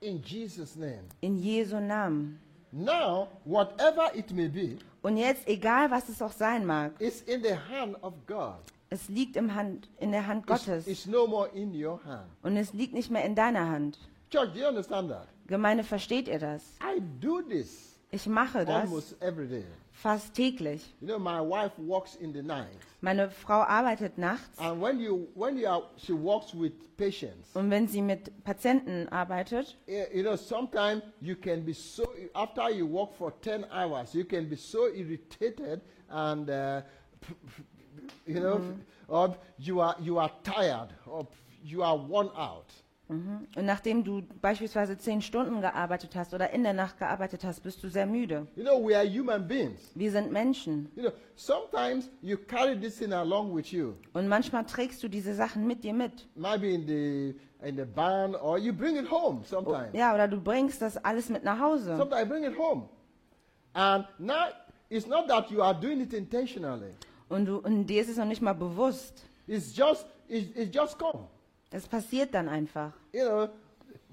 Speaker 1: in Jesus' name.
Speaker 2: In Jesu Namen.
Speaker 1: Now, whatever it may be,
Speaker 2: Und jetzt, egal was es auch sein mag,
Speaker 1: it's in the hand of God.
Speaker 2: es liegt im Hand, in der Hand
Speaker 1: It's-
Speaker 2: Gottes.
Speaker 1: it's no more in your hand.
Speaker 2: Und es liegt nicht mehr in deiner Hand.
Speaker 1: Church, do you understand that?
Speaker 2: Gemeinde, versteht ihr das?
Speaker 1: I do this
Speaker 2: Ich mache das
Speaker 1: almost every day.
Speaker 2: fast täglich.
Speaker 1: You know, my wife walks in the night.
Speaker 2: Meine Frau arbeitet nachts
Speaker 1: And when you when you are she works with patients.
Speaker 2: und wenn sie mit Patienten arbeitet,
Speaker 1: eh, You know, sometimes you can be so after you work for ten hours, you can be so irritated and uh, p- p- you know, or you are you are tired, or you are worn out.
Speaker 2: mhm, und nachdem du beispielsweise zehn Stunden gearbeitet hast oder in der Nacht gearbeitet hast, bist du sehr müde.
Speaker 1: You know, we are human beings.
Speaker 2: Wir sind Menschen
Speaker 1: You know, sometimes you carry this thing along with you,
Speaker 2: und manchmal trägst du diese Sachen mit dir mit.
Speaker 1: maybe in the in the barn, or you bring it home sometimes.
Speaker 2: Ja, oder du bringst das alles mit nach Hause.
Speaker 1: Sometimes I bring it home. And now it's not that you are doing it intentionally.
Speaker 2: Und, du, und dir ist es noch nicht mal bewusst.
Speaker 1: It's just it's, it's just come.
Speaker 2: Es passiert dann einfach.
Speaker 1: You know,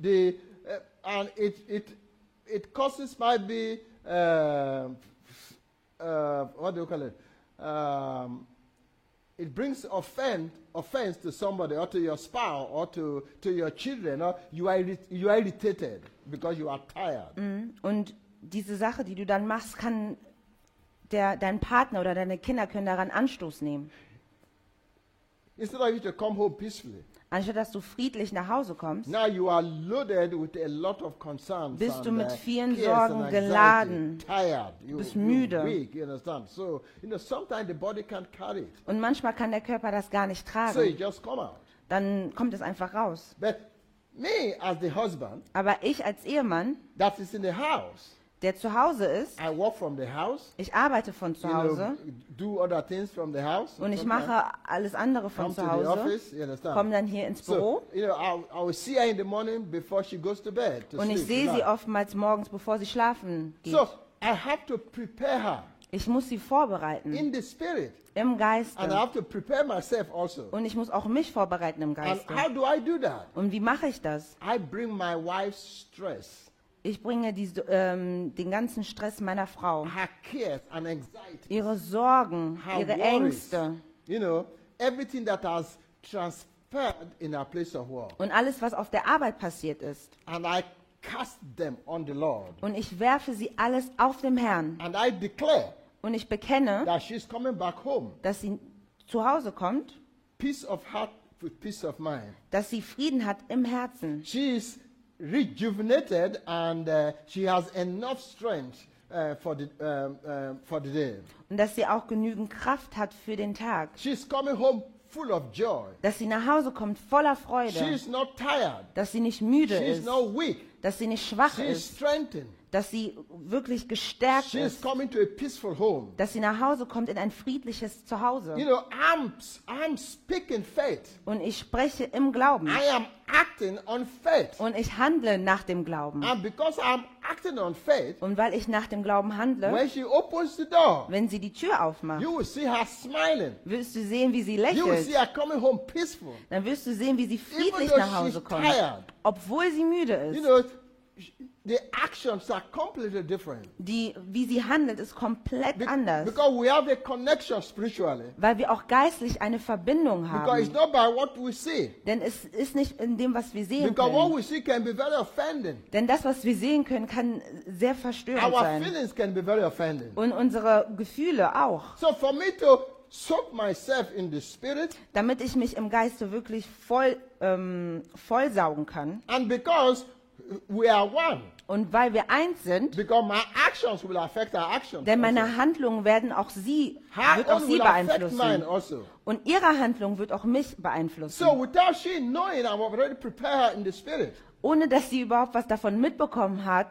Speaker 1: the uh, and it it it causes might be um uh, what do you call it? Um, it brings offense offense to somebody or to your spouse or to, to your children or you are irrit- you are irritated because you are tired.
Speaker 2: Mhm. Und diese Sache, die du dann machst, kann der, dein Partner oder deine Kinder können daran Anstoß nehmen.
Speaker 1: Instead of you to come home peacefully.
Speaker 2: Anstatt dass du friedlich nach Hause kommst,
Speaker 1: Now you are loaded with a lot of concerns.
Speaker 2: Bist
Speaker 1: and,
Speaker 2: du mit
Speaker 1: uh,
Speaker 2: vielen
Speaker 1: cares and
Speaker 2: Sorgen
Speaker 1: anxiety,
Speaker 2: geladen.
Speaker 1: Tired. You,
Speaker 2: Bist
Speaker 1: you
Speaker 2: müde.
Speaker 1: Weak, you understand? So, you know, sometimes the body can't carry it.
Speaker 2: und manchmal kann der Körper das gar nicht
Speaker 1: So it
Speaker 2: tragen,
Speaker 1: just come out.
Speaker 2: dann kommt es einfach raus.
Speaker 1: But me, as the husband
Speaker 2: Aber ich als Ehemann,
Speaker 1: that is in the house,
Speaker 2: der zu Hause ist,
Speaker 1: I work from the house.
Speaker 2: ich arbeite von zu
Speaker 1: you know,
Speaker 2: Hause
Speaker 1: do other things from the house.
Speaker 2: und ich
Speaker 1: sometimes
Speaker 2: mache alles andere
Speaker 1: come
Speaker 2: von
Speaker 1: to
Speaker 2: zu
Speaker 1: the
Speaker 2: Hause,
Speaker 1: office. You understand?
Speaker 2: komme dann hier ins
Speaker 1: so,
Speaker 2: Büro
Speaker 1: you know, I'll, I will see her in the morning before she goes to bed. To
Speaker 2: und ich
Speaker 1: sleep,
Speaker 2: sehe sie
Speaker 1: relax.
Speaker 2: oftmals morgens, bevor sie schlafen geht.
Speaker 1: So I have to prepare her
Speaker 2: Ich muss sie vorbereiten
Speaker 1: in the spirit,
Speaker 2: im
Speaker 1: and I
Speaker 2: Geiste.
Speaker 1: have to prepare myself also.
Speaker 2: Und ich muss auch mich vorbereiten im
Speaker 1: And
Speaker 2: Geiste.
Speaker 1: how do I do that?
Speaker 2: Und wie mache ich das?
Speaker 1: I bring my wife's stress,
Speaker 2: Ich bringe die, ähm, den ganzen Stress meiner Frau,
Speaker 1: her cares, and anxiety,
Speaker 2: ihre Sorgen,
Speaker 1: her
Speaker 2: ihre
Speaker 1: worries,
Speaker 2: Ängste
Speaker 1: you know, everything that has transpired in our place of work,
Speaker 2: und alles, was auf der Arbeit passiert ist.
Speaker 1: and I cast them on the Lord,
Speaker 2: Und ich werfe sie alles auf dem Herrn.
Speaker 1: and I declare
Speaker 2: Und ich bekenne,
Speaker 1: that she's coming back home,
Speaker 2: dass sie zu Hause kommt,
Speaker 1: peace of heart with peace of mind.
Speaker 2: dass sie Frieden hat im Herzen.
Speaker 1: She is rejuvenated and uh, she has enough strength uh, for, the, um, um, for the day.
Speaker 2: Und dass sie auch genügend Kraft hat für den Tag.
Speaker 1: She's coming home full of joy.
Speaker 2: Dass sie nach Hause kommt voller
Speaker 1: She
Speaker 2: Freude.
Speaker 1: is not tired.
Speaker 2: Dass sie nicht müde
Speaker 1: She is
Speaker 2: ist.
Speaker 1: not weak.
Speaker 2: Dass sie nicht schwach
Speaker 1: She is
Speaker 2: ist.
Speaker 1: strengthened.
Speaker 2: Dass sie wirklich gestärkt
Speaker 1: She is
Speaker 2: ist.
Speaker 1: coming to a peaceful home.
Speaker 2: Dass sie nach Hause kommt in ein friedliches
Speaker 1: You
Speaker 2: Zuhause.
Speaker 1: know, I'm, I'm speaking faith.
Speaker 2: Und ich spreche im Glauben.
Speaker 1: I am acting on faith.
Speaker 2: Und ich handle nach dem Glauben.
Speaker 1: And because I'm acting on faith,
Speaker 2: Und weil ich nach dem Glauben handle,
Speaker 1: when she opens the door,
Speaker 2: wenn sie die Tür aufmacht,
Speaker 1: you will see her smiling.
Speaker 2: wirst du sehen, wie sie
Speaker 1: You will see
Speaker 2: lächelt.
Speaker 1: her coming home peaceful.
Speaker 2: Dann wirst du sehen, wie sie friedlich
Speaker 1: though
Speaker 2: nach Hause
Speaker 1: she's
Speaker 2: kommt.
Speaker 1: tired.
Speaker 2: Obwohl sie müde
Speaker 1: You
Speaker 2: ist.
Speaker 1: know, sh- the actions are completely different.
Speaker 2: Die, wie sie handelt, ist komplett
Speaker 1: Be-
Speaker 2: anders.
Speaker 1: Because we have a connection spiritually.
Speaker 2: Weil wir auch geistlich eine Verbindung
Speaker 1: Because it's not
Speaker 2: haben.
Speaker 1: by what we see.
Speaker 2: Denn es ist nicht in dem, was wir sehen
Speaker 1: Because what
Speaker 2: können.
Speaker 1: we see can be very offending.
Speaker 2: Denn das, was wir sehen können, kann sehr verstörend
Speaker 1: Our
Speaker 2: sein.
Speaker 1: feelings can be very offending.
Speaker 2: Und unsere Gefühle auch.
Speaker 1: So for me to soak myself in the spirit,
Speaker 2: Damit ich mich im Geiste wirklich voll, ähm, vollsaugen kann.
Speaker 1: and because we are one,
Speaker 2: Und weil wir eins sind,
Speaker 1: because my actions will affect our actions.
Speaker 2: denn
Speaker 1: also.
Speaker 2: meine Handlungen werden auch sie,
Speaker 1: Her
Speaker 2: wird auch
Speaker 1: own
Speaker 2: sie
Speaker 1: will affect mine
Speaker 2: beeinflussen.
Speaker 1: also.
Speaker 2: Und ihre Handlung wird auch mich
Speaker 1: So
Speaker 2: beeinflussen.
Speaker 1: without she knowing, I'm already prepared in the spirit.
Speaker 2: Ohne dass sie überhaupt was davon mitbekommen hat,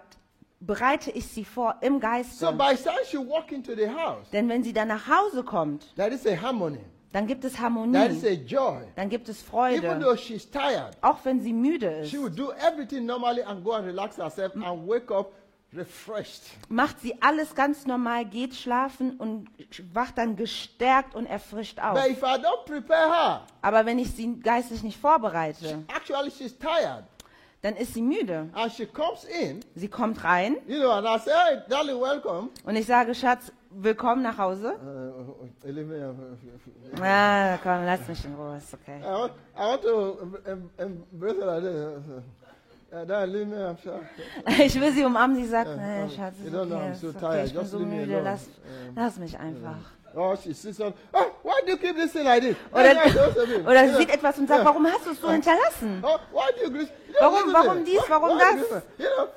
Speaker 2: bereite ich sie vor im
Speaker 1: So
Speaker 2: Geiste.
Speaker 1: by the time she walk into the house,
Speaker 2: Denn wenn sie dann nach Hause kommt,
Speaker 1: there is a harmony.
Speaker 2: dann gibt es
Speaker 1: There is
Speaker 2: Harmonie,
Speaker 1: a joy.
Speaker 2: dann gibt es
Speaker 1: Even
Speaker 2: Freude.
Speaker 1: though she's tired,
Speaker 2: Auch wenn sie müde ist,
Speaker 1: she will do everything normally and go and relax herself
Speaker 2: Mm.
Speaker 1: and wake up refreshed.
Speaker 2: macht sie alles ganz normal, geht schlafen und wacht dann gestärkt und erfrischt auf.
Speaker 1: But if I don't prepare her,
Speaker 2: Aber wenn ich sie geistlich nicht vorbereite,
Speaker 1: actually she's tired.
Speaker 2: dann ist sie müde.
Speaker 1: And she comes in,
Speaker 2: Sie kommt rein
Speaker 1: you know, and I say, hey, darling, welcome.
Speaker 2: und ich sage, Schatz, willkommen nach Hause.
Speaker 1: Uh, uh, leave me, uh, uh,
Speaker 2: Na, komm, lass mich in Ruhe, ist okay.
Speaker 1: I, want, I want to em- em- embrace her like this. Uh, darling, leave me, I'm sorry.
Speaker 2: Ich will sie umarmen, sie sagt, nee,
Speaker 1: sorry.
Speaker 2: Schatz, ist
Speaker 1: You don't know,
Speaker 2: okay,
Speaker 1: I'm
Speaker 2: ist
Speaker 1: so
Speaker 2: okay,
Speaker 1: tired.
Speaker 2: ich bin
Speaker 1: Just
Speaker 2: so
Speaker 1: leave me
Speaker 2: müde,
Speaker 1: alone.
Speaker 2: lass,
Speaker 1: Ähm,
Speaker 2: lass mich einfach.
Speaker 1: Oh, she sees something. Oh, why do you keep this thing like this?
Speaker 2: Oder,
Speaker 1: That's not something. You
Speaker 2: oder sie
Speaker 1: know,
Speaker 2: sieht etwas und sagt,
Speaker 1: yeah.
Speaker 2: warum hast du es so hinterlassen?
Speaker 1: Oh, why do you greet? You
Speaker 2: Warum-
Speaker 1: know,
Speaker 2: warum
Speaker 1: listen,
Speaker 2: dies, warum
Speaker 1: why do
Speaker 2: das?
Speaker 1: You, you know,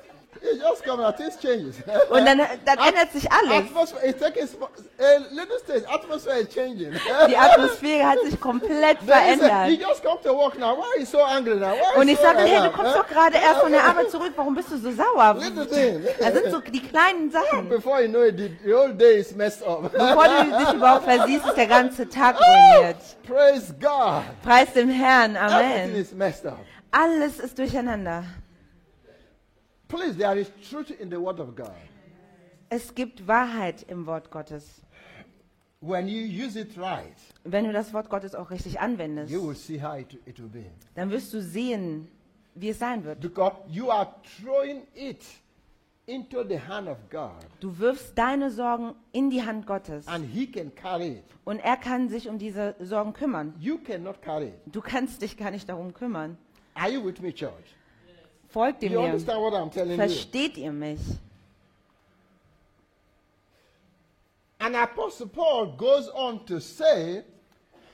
Speaker 1: you just come and things changes.
Speaker 2: Und dann, dann ändert sich alles.
Speaker 1: Atmosphere is taking sm- a little stage. Atmosphere is changing.
Speaker 2: Die Atmosphäre hat sich komplett
Speaker 1: Then he said, you
Speaker 2: verändert.
Speaker 1: just come to work now. Why are you so angry now? Why are
Speaker 2: Und
Speaker 1: you
Speaker 2: ich
Speaker 1: so
Speaker 2: sage,
Speaker 1: like
Speaker 2: hey, du
Speaker 1: that?
Speaker 2: kommst
Speaker 1: Huh?
Speaker 2: doch gerade erst von der Arbeit zurück, warum bist du so sauer?
Speaker 1: Little thing.
Speaker 2: Das sind so die kleinen Sachen.
Speaker 1: Before you know it, the, the whole day is messed up.
Speaker 2: Bevor du dich überhaupt versiehst, ist der ganze Tag ruiniert.
Speaker 1: Praise God.
Speaker 2: Preis dem Herrn,
Speaker 1: Everything
Speaker 2: Amen.
Speaker 1: is messed up.
Speaker 2: Alles ist durcheinander.
Speaker 1: Please, there is truth in the Word of God.
Speaker 2: Es gibt Wahrheit im Wort Gottes.
Speaker 1: When you use it right,
Speaker 2: Wenn du das Wort Gottes auch richtig anwendest,
Speaker 1: you will see how it, it will be.
Speaker 2: dann wirst du sehen, wie es sein wird.
Speaker 1: Because you are throwing it into the hand of God,
Speaker 2: Du wirfst deine Sorgen in die Hand Gottes
Speaker 1: and He can carry it.
Speaker 2: und er kann sich um diese Sorgen kümmern.
Speaker 1: You cannot carry it.
Speaker 2: Du kannst dich gar nicht darum kümmern.
Speaker 1: Are you with me, church?
Speaker 2: Folgt
Speaker 1: Do
Speaker 2: ihr
Speaker 1: you
Speaker 2: mir?
Speaker 1: understand what I'm telling you?
Speaker 2: Versteht ihr mich?
Speaker 1: And Apostle Paul goes on to say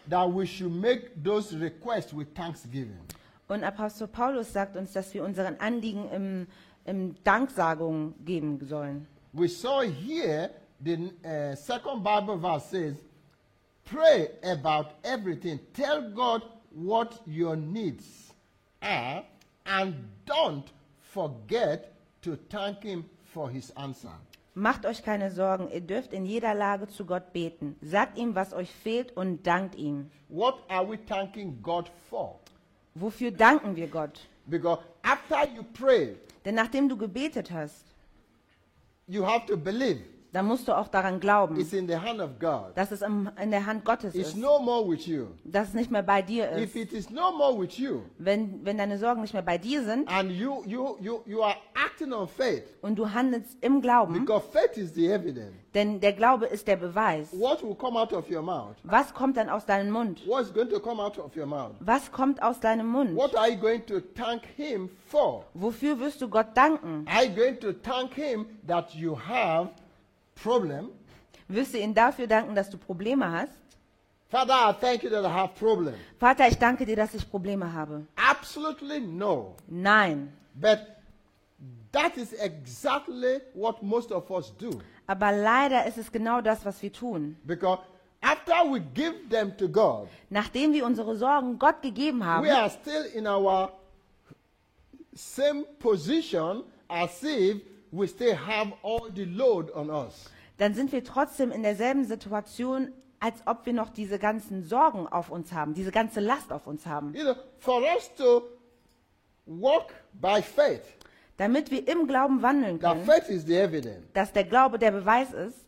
Speaker 1: that we should make those requests with thanksgiving.
Speaker 2: Und Apostel Paulus sagt uns, dass wir unseren Anliegen im, im Danksagung geben sollen.
Speaker 1: We saw here the uh, second Bible verse says, Pray about everything. Tell God what your needs are and don't forget to thank Him for His answer.
Speaker 2: Macht euch keine Sorgen, ihr dürft in jeder Lage zu Gott beten. Sagt ihm, was euch fehlt und dankt ihm.
Speaker 1: What are we thanking God for?
Speaker 2: Wofür danken wir Gott?
Speaker 1: Because after you pray,
Speaker 2: Denn nachdem du gebetet hast,
Speaker 1: you have to believe
Speaker 2: dann musst du auch daran glauben,
Speaker 1: it's in the hand of God.
Speaker 2: dass es im, in der Hand Gottes
Speaker 1: It's
Speaker 2: ist,
Speaker 1: no more with you.
Speaker 2: dass es nicht mehr bei dir
Speaker 1: If
Speaker 2: ist.
Speaker 1: it is no more with you,
Speaker 2: Wenn, wenn deine Sorgen nicht mehr bei dir sind
Speaker 1: and you you you you are acting on faith,
Speaker 2: und du handelst im Glauben,
Speaker 1: because faith is the evidence.
Speaker 2: denn der Glaube ist der Beweis.
Speaker 1: What will come out of your mouth?
Speaker 2: Was kommt dann aus deinem Mund?
Speaker 1: What's going to come out of your mouth?
Speaker 2: Was kommt aus deinem Mund?
Speaker 1: What are you going to thank Him for?
Speaker 2: Wofür wirst du Gott danken?
Speaker 1: Are you going to thank Him that you have problem?
Speaker 2: Wirst du ihm dafür danken, dass du Probleme hast?
Speaker 1: Father, I thank you that I have problem.
Speaker 2: Vater, ich danke dir, dass ich Probleme habe.
Speaker 1: Absolutely no.
Speaker 2: Nein,
Speaker 1: But that is exactly what most of us do.
Speaker 2: aber leider ist es genau das, was wir tun.
Speaker 1: Because after we give them to God,
Speaker 2: Nachdem wir unsere Sorgen Gott gegeben haben,
Speaker 1: we are still in our same position as if we still have all the load on us.
Speaker 2: dann sind wir trotzdem in derselben Situation, als ob wir noch diese ganzen Sorgen auf uns haben, diese ganze Last auf uns haben.
Speaker 1: You know, for us to walk by faith,
Speaker 2: Damit wir im Glauben wandeln
Speaker 1: that
Speaker 2: können,
Speaker 1: faith is the evidence,
Speaker 2: dass der Glaube der Beweis ist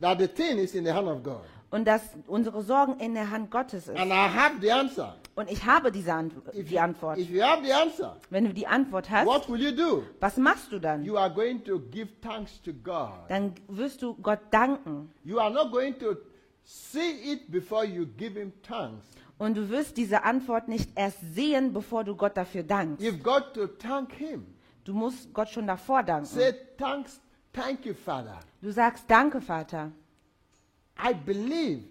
Speaker 1: that the thing is in the hand of God.
Speaker 2: und dass unsere Sorgen in der Hand Gottes ist.
Speaker 1: And I have the answer.
Speaker 2: Und ich habe diese Ant
Speaker 1: If
Speaker 2: die Antwort.
Speaker 1: If you have the answer,
Speaker 2: Wenn du die Antwort hast,
Speaker 1: what will you do?
Speaker 2: was machst du dann?
Speaker 1: You are going to give thanks to God.
Speaker 2: Dann wirst du Gott danken.
Speaker 1: You are not going to see it before you give Him thanks.
Speaker 2: Und du wirst diese Antwort nicht erst sehen, bevor du Gott dafür dankst.
Speaker 1: You've got to thank Him.
Speaker 2: Du musst Gott schon davor danken.
Speaker 1: Say thanks, thank you, Father.
Speaker 2: Du sagst, danke Vater,
Speaker 1: I believe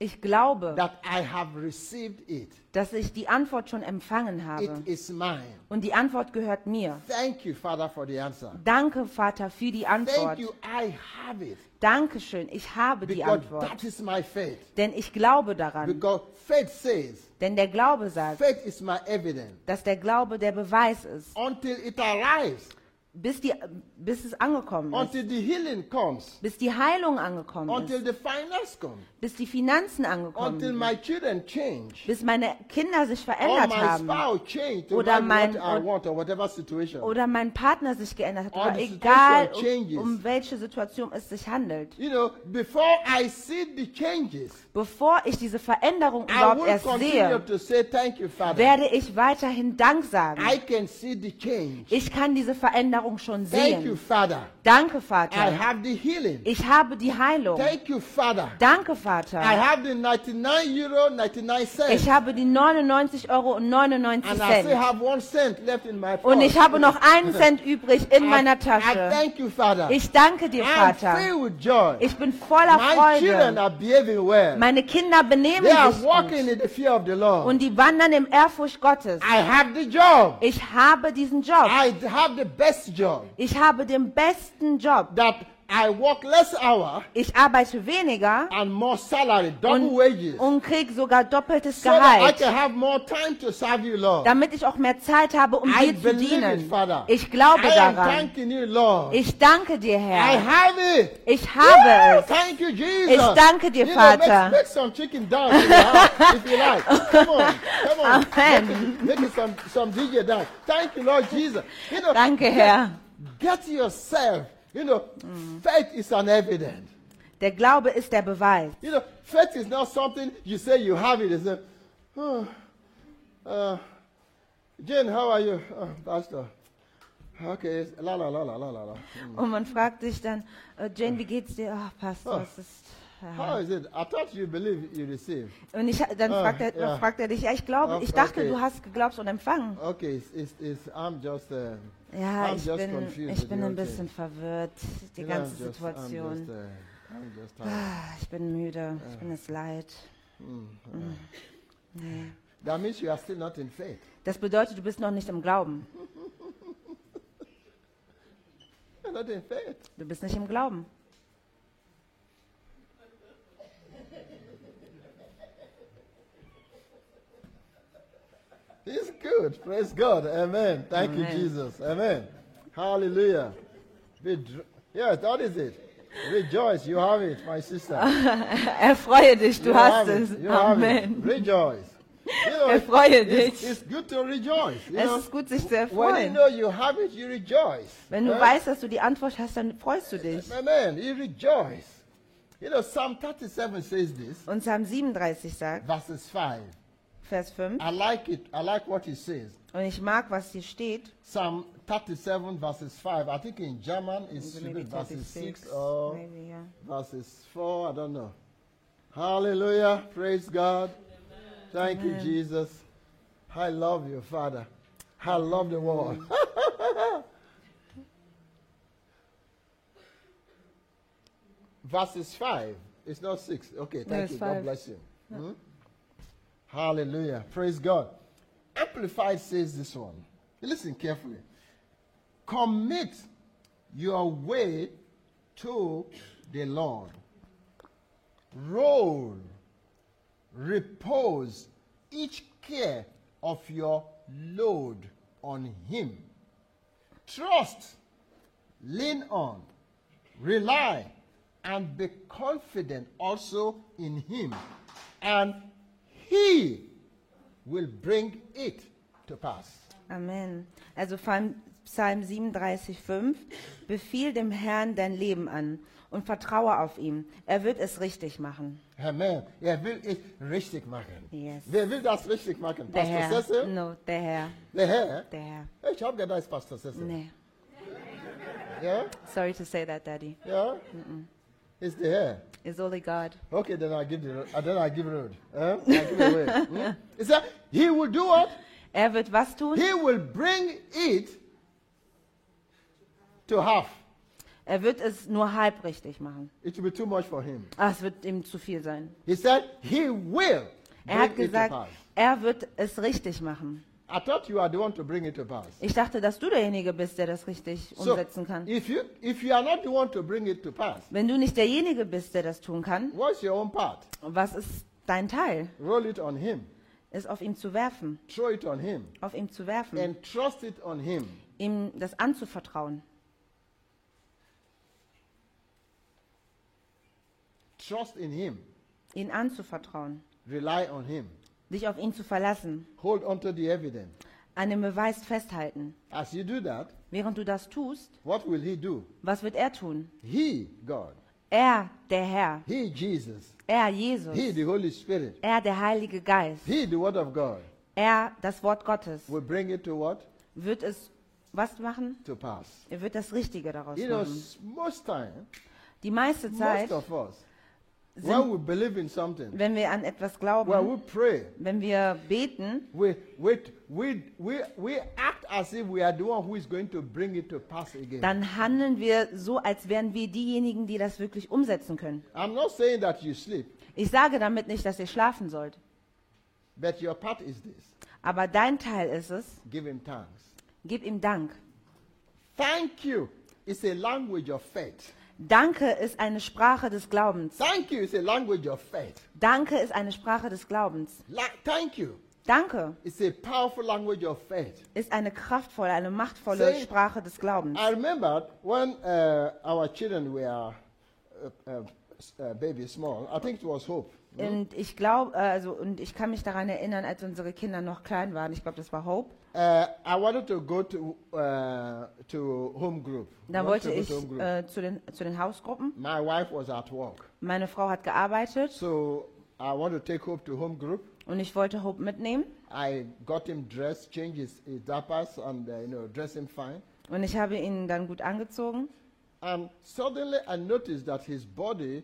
Speaker 2: ich glaube,
Speaker 1: that I have received it.
Speaker 2: dass ich die Antwort schon empfangen habe.
Speaker 1: It is mine.
Speaker 2: Und die Antwort gehört mir.
Speaker 1: Thank you, Father, for the answer.
Speaker 2: Danke, Vater, für die
Speaker 1: Thank
Speaker 2: Antwort.
Speaker 1: you, I have it.
Speaker 2: Dankeschön, ich habe die
Speaker 1: Because
Speaker 2: Antwort.
Speaker 1: that is my faith.
Speaker 2: Denn ich glaube daran.
Speaker 1: Because faith says,
Speaker 2: Denn der Glaube sagt,
Speaker 1: faith is my evidence.
Speaker 2: dass der Glaube der Beweis ist,
Speaker 1: Until it arrives,
Speaker 2: bis, die, bis es angekommen ist,
Speaker 1: until the healing comes,
Speaker 2: bis die Heilung angekommen
Speaker 1: until
Speaker 2: ist,
Speaker 1: the finance comes,
Speaker 2: bis die Finanzen
Speaker 1: until
Speaker 2: angekommen sind,
Speaker 1: my children change,
Speaker 2: bis meine Kinder sich
Speaker 1: or
Speaker 2: verändert
Speaker 1: my
Speaker 2: haben
Speaker 1: spouse change to
Speaker 2: Oder
Speaker 1: what
Speaker 2: mein-
Speaker 1: I want or whatever situation.
Speaker 2: oder mein Partner sich geändert hat,
Speaker 1: All
Speaker 2: oder
Speaker 1: the
Speaker 2: egal
Speaker 1: situation
Speaker 2: um, um
Speaker 1: changes.
Speaker 2: welche Situation es sich handelt.
Speaker 1: You know, before I see the changes,
Speaker 2: Bevor ich diese Veränderung
Speaker 1: I
Speaker 2: überhaupt
Speaker 1: will
Speaker 2: erst
Speaker 1: continue
Speaker 2: sehe,
Speaker 1: to say thank you, Father.
Speaker 2: werde ich weiterhin Dank sagen.
Speaker 1: I can see the change.
Speaker 2: Ich kann diese Veränderung schon
Speaker 1: Thank you,
Speaker 2: sehen.
Speaker 1: Father.
Speaker 2: Danke,
Speaker 1: I
Speaker 2: Vater.
Speaker 1: have the healing.
Speaker 2: Ich habe die Heilung.
Speaker 1: Thank you, Father.
Speaker 2: Danke,
Speaker 1: I
Speaker 2: Vater.
Speaker 1: have the 99 euro 99 cents.
Speaker 2: Ich habe die 99 Euro und 99
Speaker 1: And I still
Speaker 2: Cent. Oh,
Speaker 1: have one cent left in my
Speaker 2: Und ich
Speaker 1: purse.
Speaker 2: habe noch einen Cent übrig in
Speaker 1: I-
Speaker 2: meiner
Speaker 1: I
Speaker 2: Tasche.
Speaker 1: thank you, Father.
Speaker 2: Ich danke dir,
Speaker 1: I'm
Speaker 2: Vater.
Speaker 1: filled with joy.
Speaker 2: Ich bin voller
Speaker 1: My children
Speaker 2: Freude.
Speaker 1: are behaving well.
Speaker 2: Meine Kinder benehmen
Speaker 1: They are
Speaker 2: sich
Speaker 1: walking
Speaker 2: gut.
Speaker 1: in the fear of the Lord.
Speaker 2: Und die wandern im Ehrfurcht Gottes.
Speaker 1: I have the job.
Speaker 2: Ich habe diesen Job.
Speaker 1: I have the best job.
Speaker 2: Ich habe den besten Job.
Speaker 1: That I work less hour
Speaker 2: Ich arbeite weniger
Speaker 1: and more salary, double
Speaker 2: und,
Speaker 1: wages.
Speaker 2: und krieg sogar doppeltes
Speaker 1: So that I
Speaker 2: Gehalt.
Speaker 1: can have more time to serve you, Lord.
Speaker 2: damit ich auch mehr Zeit habe, um
Speaker 1: I
Speaker 2: dir zu
Speaker 1: believe it,
Speaker 2: dienen.
Speaker 1: Father.
Speaker 2: Ich glaube
Speaker 1: I am
Speaker 2: daran.
Speaker 1: thanking you, Lord.
Speaker 2: Ich danke dir,
Speaker 1: I
Speaker 2: Herr.
Speaker 1: have it.
Speaker 2: Ich habe es.
Speaker 1: Thank you, Jesus.
Speaker 2: Ich danke dir,
Speaker 1: you know,
Speaker 2: Vater.
Speaker 1: Make, make some chicken dance in your house if you like. Come on, come on.
Speaker 2: Amen.
Speaker 1: Make, it, make it some, some DJ dance. Thank you, Lord Jesus. You know,
Speaker 2: Danke,
Speaker 1: get-
Speaker 2: Herr.
Speaker 1: Get yourself. You know, faith is an evidence.
Speaker 2: Der Glaube ist der Beweis.
Speaker 1: You know, faith is not something you say you have it. It's a, oh, uh, Jane, how are you, oh, Pastor? Okay, it's- la la la la la la la.
Speaker 2: Und man fragt dich dann, äh, Jane, wie geht's dir? Ach,
Speaker 1: Oh.
Speaker 2: Pastor, es ist...
Speaker 1: How
Speaker 2: ja.
Speaker 1: is it? I thought you believe you receive.
Speaker 2: Und ich, dann
Speaker 1: Ah,
Speaker 2: fragt er,
Speaker 1: ja.
Speaker 2: fragt er dich, ja, ich glaube,
Speaker 1: Ah,
Speaker 2: ich dachte,
Speaker 1: okay.
Speaker 2: du hast geglaubt und empfangen.
Speaker 1: Okay, it's, it's, it's I'm just uh,
Speaker 2: Ja,
Speaker 1: I'm
Speaker 2: ich
Speaker 1: just
Speaker 2: bin,
Speaker 1: confused
Speaker 2: ich
Speaker 1: with
Speaker 2: bin
Speaker 1: the
Speaker 2: ein
Speaker 1: whole
Speaker 2: bisschen verwirrt, die
Speaker 1: You know,
Speaker 2: ganze
Speaker 1: I'm just, I'm just,
Speaker 2: Situation.
Speaker 1: uh, I'm just tired.
Speaker 2: Ah, Ich bin müde, ich bin es leid. Nee.
Speaker 1: That means you are still not in faith.
Speaker 2: Das bedeutet, du bist noch nicht im Glauben.
Speaker 1: You're not in faith.
Speaker 2: Du bist nicht im Glauben.
Speaker 1: It's good. Praise God. Amen. Thank
Speaker 2: Amen.
Speaker 1: you, Jesus. Amen. Hallelujah. Be dr- yes, that is it. Rejoice. You have it, my sister.
Speaker 2: Erfreue dich, du
Speaker 1: you have
Speaker 2: hast es.
Speaker 1: It. You have it.
Speaker 2: Amen.
Speaker 1: Rejoice. You know,
Speaker 2: Wir freuen
Speaker 1: it's,
Speaker 2: dich.
Speaker 1: it's good to rejoice. You
Speaker 2: Es
Speaker 1: know.
Speaker 2: ist gut, sich zu
Speaker 1: When you
Speaker 2: erfreuen.
Speaker 1: know you have it, you rejoice.
Speaker 2: Wenn du
Speaker 1: Huh?
Speaker 2: weißt, dass du die Antwort hast, dann freust du dich.
Speaker 1: Amen. You rejoice. You know, Psalm 37 says this,
Speaker 2: Und Psalm 37 sagt,
Speaker 1: verses 5.
Speaker 2: Vers 5,
Speaker 1: I like it. I like what it says.
Speaker 2: und ich mag, was hier steht,
Speaker 1: Psalm 37, verses 5. I think in German it's should be
Speaker 2: maybe
Speaker 1: verses
Speaker 2: 36,
Speaker 1: 6 or
Speaker 2: maybe, yeah.
Speaker 1: verses 4. I don't know. Hallelujah. Praise God. Thank you, Jesus. I love you, Father. I love the world. verses 5. It's not 6. Okay, thank
Speaker 2: Verse
Speaker 1: you. God
Speaker 2: five.
Speaker 1: bless you. Hmm? Hallelujah. Praise God. Amplified says this one. Listen carefully. Commit your way to the Lord. Roll, repose each care of your load on Him. Trust, lean on, rely, and be confident also in Him. And He will bring it to pass.
Speaker 2: Amen. Also Psalm Psalm 37, 5, befiehl dem Herrn dein Leben an und vertraue auf ihn. Er wird es richtig machen.
Speaker 1: Amen. Er will es richtig machen.
Speaker 2: Yes.
Speaker 1: Wer will das richtig machen?
Speaker 2: Der
Speaker 1: Pastor
Speaker 2: Herr.
Speaker 1: Cecil?
Speaker 2: No, der Herr.
Speaker 1: Der Herr?
Speaker 2: Der Herr.
Speaker 1: Ich habe gedacht, es ist Pastor Cecil.
Speaker 2: Nee.
Speaker 1: Ja?
Speaker 2: Sorry to say that, Daddy.
Speaker 1: Ja? Ist der Herr.
Speaker 2: It's only God.
Speaker 1: Okay, then I give the uh, then I give road. Eh? I give away. Hmm? He said, He will do what?
Speaker 2: Er wird was tun?
Speaker 1: He will bring it to half.
Speaker 2: Er wird es nur halb richtig machen.
Speaker 1: It will be too much for him.
Speaker 2: Ah, es wird ihm zu viel sein.
Speaker 1: He said, He will
Speaker 2: Er hat
Speaker 1: bring it to
Speaker 2: gesagt,
Speaker 1: pass.
Speaker 2: er wird es richtig machen.
Speaker 1: I thought you are the one to bring it to pass.
Speaker 2: Ich dachte, dass du derjenige bist, der das richtig
Speaker 1: So,
Speaker 2: umsetzen kann.
Speaker 1: if you if you are not the one to bring it to pass,
Speaker 2: Wenn du nicht derjenige bist, der das tun kann,
Speaker 1: what's your own part?
Speaker 2: was ist dein Teil?
Speaker 1: Roll it on him,
Speaker 2: Es auf ihn zu werfen,
Speaker 1: throw it on him,
Speaker 2: auf ihn zu werfen,
Speaker 1: and trust it on him.
Speaker 2: ihm das anzuvertrauen.
Speaker 1: Trust in him,
Speaker 2: ihn anzuvertrauen,
Speaker 1: rely on him,
Speaker 2: dich auf ihn zu verlassen,
Speaker 1: hold on to the evidence.
Speaker 2: an dem Beweis festhalten.
Speaker 1: As you do that,
Speaker 2: Während du das tust,
Speaker 1: what will he do?
Speaker 2: was wird er tun?
Speaker 1: He, God,
Speaker 2: Er, der Herr,
Speaker 1: he, Jesus,
Speaker 2: er, Jesus,
Speaker 1: he, the Holy Spirit,
Speaker 2: er, der Heilige Geist,
Speaker 1: he, the Word of God,
Speaker 2: er, das Wort Gottes,
Speaker 1: will bring it to what?
Speaker 2: wird es was machen?
Speaker 1: To pass.
Speaker 2: Er wird das Richtige daraus
Speaker 1: You know,
Speaker 2: machen.
Speaker 1: s- most time,
Speaker 2: Die meiste Zeit,
Speaker 1: most of us, when
Speaker 2: sind,
Speaker 1: we believe in something,
Speaker 2: wenn wir an etwas
Speaker 1: when
Speaker 2: glauben,
Speaker 1: we pray,
Speaker 2: wenn wir beten,
Speaker 1: We, we, we, we, we act as if we are the one who is going to bring it to pass again.
Speaker 2: dann handeln wir so, als wären wir diejenigen, die das wirklich umsetzen können.
Speaker 1: I'm not saying that you sleep,
Speaker 2: Ich sage damit nicht, dass ihr schlafen sollt,
Speaker 1: but your part is this
Speaker 2: aber dein Teil ist es,
Speaker 1: give him thanks.
Speaker 2: gib ihm Dank.
Speaker 1: Thank you is a language of faith.
Speaker 2: Danke ist eine Sprache des Glaubens.
Speaker 1: Thank you is a language of faith.
Speaker 2: Danke ist eine Sprache des Glaubens.
Speaker 1: La- thank you
Speaker 2: Danke
Speaker 1: is a powerful language of faith.
Speaker 2: ist eine kraftvolle, eine machtvolle
Speaker 1: Say-
Speaker 2: Sprache des Glaubens.
Speaker 1: I remember when uh, our children were uh, uh, s- uh, baby small, I think it was Hope.
Speaker 2: Und ich glaube, also und ich kann mich daran erinnern, als unsere Kinder noch klein waren. Ich glaube, das war Hope.
Speaker 1: Uh, I wanted to go to, uh, to home group.
Speaker 2: Da
Speaker 1: Wanted
Speaker 2: wollte
Speaker 1: to go
Speaker 2: ich
Speaker 1: to home group.
Speaker 2: äh, zu, den, zu den Hausgruppen.
Speaker 1: My wife was at work,
Speaker 2: Meine Frau hat gearbeitet
Speaker 1: so I want to take Hope to home group.
Speaker 2: und ich wollte Hope mitnehmen.
Speaker 1: I got him dressed, changed his, his diapers, and uh, you know, dressed him fine.
Speaker 2: Und ich habe ihn dann gut angezogen.
Speaker 1: And suddenly, I noticed that his body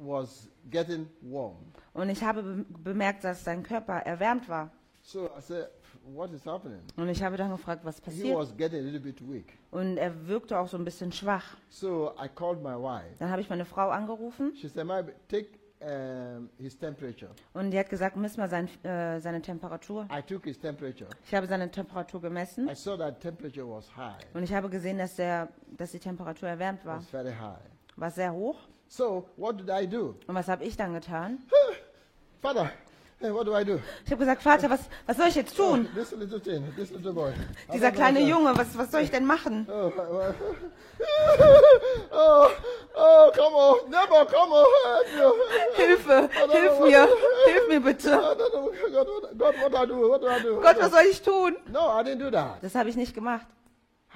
Speaker 1: was getting warm.
Speaker 2: Und ich habe be bemerkt, dass sein Körper erwärmt war.
Speaker 1: So I said, "What is happening?"
Speaker 2: Und ich habe dann gefragt, was
Speaker 1: He
Speaker 2: passiert.
Speaker 1: was getting a little bit weak.
Speaker 2: Und er wirkte auch so ein bisschen schwach.
Speaker 1: So I called my wife.
Speaker 2: Dann habe ich meine Frau angerufen
Speaker 1: She said, "Maybe take um, his temperature."
Speaker 2: und die hat gesagt, miss mal sein, äh, seine Temperatur.
Speaker 1: I took his temperature.
Speaker 2: Ich habe seine Temperatur gemessen
Speaker 1: I saw that temperature was high.
Speaker 2: und ich habe gesehen, dass, der, dass die Temperatur erwärmt
Speaker 1: It
Speaker 2: war.
Speaker 1: was very high.
Speaker 2: War sehr hoch.
Speaker 1: So what did I do?
Speaker 2: Und was habe ich dann getan?
Speaker 1: Father, hey, what do I do?
Speaker 2: Ich habe gesagt, Vater, was, was soll ich jetzt tun?
Speaker 1: Oh, this little thing, this little boy. I
Speaker 2: Dieser
Speaker 1: don't
Speaker 2: kleine
Speaker 1: know.
Speaker 2: Junge, was, was soll ich denn machen?
Speaker 1: Oh, oh, oh, oh, come on, never come on. help you.
Speaker 2: Hilfe,
Speaker 1: I don't
Speaker 2: hilf
Speaker 1: know
Speaker 2: mir,
Speaker 1: what-
Speaker 2: hilf mir bitte.
Speaker 1: No, no, no, God, what, God, what do I do? What do I do?
Speaker 2: Gott, was soll ich tun?
Speaker 1: No, I didn't do that.
Speaker 2: Das habe ich nicht gemacht.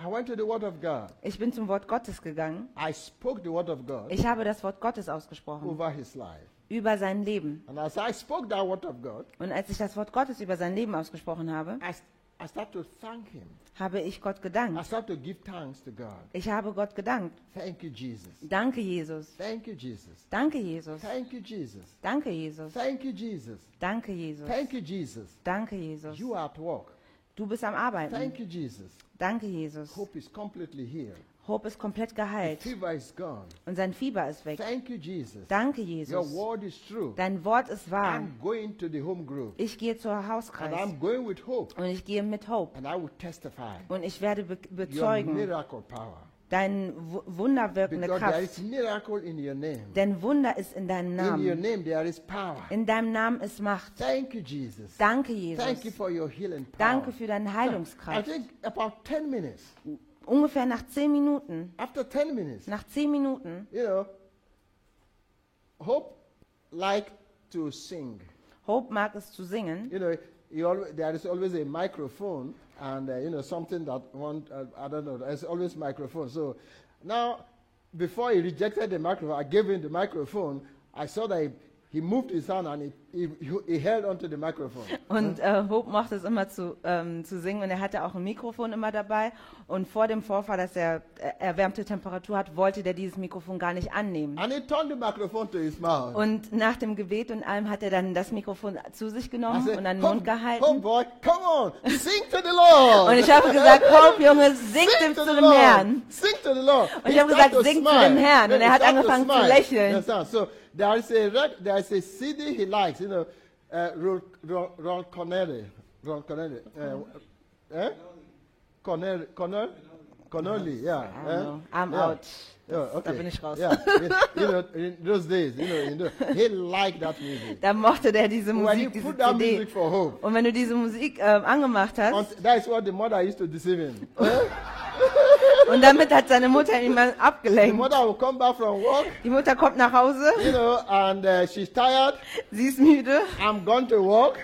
Speaker 1: I went to the Word of God.
Speaker 2: Ich bin zum Wort Gottes gegangen.
Speaker 1: I spoke the Word of God
Speaker 2: Ich habe das Wort Gottes ausgesprochen
Speaker 1: over his life.
Speaker 2: über sein Leben.
Speaker 1: And as I spoke that Word of God,
Speaker 2: Und als ich das Wort Gottes über sein Leben ausgesprochen habe,
Speaker 1: I, s- I start to thank him.
Speaker 2: habe ich Gott
Speaker 1: I
Speaker 2: gedankt.
Speaker 1: start to give thanks to God.
Speaker 2: Ich habe Gott gedankt.
Speaker 1: Thank you, Jesus.
Speaker 2: Danke, Jesus.
Speaker 1: Thank you, Jesus.
Speaker 2: Danke, Jesus.
Speaker 1: Thank you, Jesus.
Speaker 2: Danke, Jesus.
Speaker 1: Thank you, Jesus.
Speaker 2: Danke, Jesus.
Speaker 1: Thank you, Jesus.
Speaker 2: Danke, Jesus.
Speaker 1: You are at work.
Speaker 2: Du bist am Arbeiten.
Speaker 1: Thank you, Jesus.
Speaker 2: Danke, Jesus.
Speaker 1: Hope is completely here.
Speaker 2: Hope ist komplett geheilt.
Speaker 1: Fever is gone.
Speaker 2: Und sein Fieber ist weg.
Speaker 1: Thank you, Jesus.
Speaker 2: Danke,
Speaker 1: Your
Speaker 2: Jesus.
Speaker 1: word is true.
Speaker 2: Dein Wort ist wahr.
Speaker 1: I'm going to the home group.
Speaker 2: Ich gehe zur
Speaker 1: And
Speaker 2: Hauskreis.
Speaker 1: I'm going with hope.
Speaker 2: Und ich gehe mit Hope.
Speaker 1: And I will testify
Speaker 2: Und ich werde be
Speaker 1: your
Speaker 2: bezeugen,
Speaker 1: miracle power.
Speaker 2: deine wu- wunderwirkende
Speaker 1: Because there is
Speaker 2: Kraft.
Speaker 1: miracle in your name.
Speaker 2: Denn Wunder ist in deinem
Speaker 1: In your
Speaker 2: Namen.
Speaker 1: name there is power.
Speaker 2: um, In deinem Namen ist Macht.
Speaker 1: Thank you, Jesus. Thank
Speaker 2: Danke,
Speaker 1: you
Speaker 2: Jesus.
Speaker 1: for your healing power.
Speaker 2: Danke für deine
Speaker 1: I
Speaker 2: Heilungskraft.
Speaker 1: think about 10 minutes,
Speaker 2: Ungefähr nach zehn Minuten,
Speaker 1: after 10 minutes,
Speaker 2: nach zehn Minuten,
Speaker 1: you know, hope like to sing.
Speaker 2: Hope mag es zu singen.
Speaker 1: You know, you always, there is always a microphone and, uh, you know, something that one, uh, I don't know, there's always microphone. So now, before he rejected the microphone, I gave him the microphone. I saw that he, he moved his hand and he, he, he held onto the microphone.
Speaker 2: Und äh, Hope mochte es immer zu, ähm, zu singen und er hatte auch ein Mikrofon immer dabei. Und vor dem Vorfall, dass er äh, erwärmte Temperatur hat, wollte der dieses Mikrofon gar nicht annehmen.
Speaker 1: And he turned the microphone to his mouth.
Speaker 2: Und nach dem Gebet und allem hat er dann das Mikrofon zu sich
Speaker 1: I
Speaker 2: genommen
Speaker 1: said,
Speaker 2: und an den
Speaker 1: "Come-
Speaker 2: Mund
Speaker 1: come,
Speaker 2: gehalten.
Speaker 1: boy, come on, sing to the Lord.
Speaker 2: Und ich habe gesagt, Hope, Junge, sing dem zu dem Herrn.
Speaker 1: Sing to the Lord.
Speaker 2: Und ich
Speaker 1: He
Speaker 2: habe
Speaker 1: start
Speaker 2: gesagt,
Speaker 1: to
Speaker 2: sing zu
Speaker 1: smile.
Speaker 2: dem Herrn. Und
Speaker 1: Then
Speaker 2: er
Speaker 1: he
Speaker 2: hat
Speaker 1: start to
Speaker 2: angelächelt.
Speaker 1: smile. You understand? So there is a rec- there is a CD he likes, you know, uh, Ron, Ron, Ron Connery, Ron Connery, uh, eh? Connery, Connery, Connolly, yeah.
Speaker 2: I
Speaker 1: eh?
Speaker 2: don't know. I'm
Speaker 1: Yeah.
Speaker 2: out.
Speaker 1: Yeah,
Speaker 2: Das- Da
Speaker 1: okay.
Speaker 2: bin ich raus.
Speaker 1: Yeah, you know, in those days, you know, in those, he liked that music.
Speaker 2: Da mochte der diese
Speaker 1: When he
Speaker 2: Musik, diese
Speaker 1: put that
Speaker 2: CD.
Speaker 1: music for hope,
Speaker 2: Und wenn du diese Musik ähm, angemacht hast,
Speaker 1: Until- That is what the mother used to deceive him.
Speaker 2: und damit hat seine Mutter ihn mal
Speaker 1: the
Speaker 2: abgelenkt.
Speaker 1: mother will come back from work,
Speaker 2: Die Mutter kommt nach Hause,
Speaker 1: you know, and uh, she's tired.
Speaker 2: sie ist müde
Speaker 1: I'm going to work.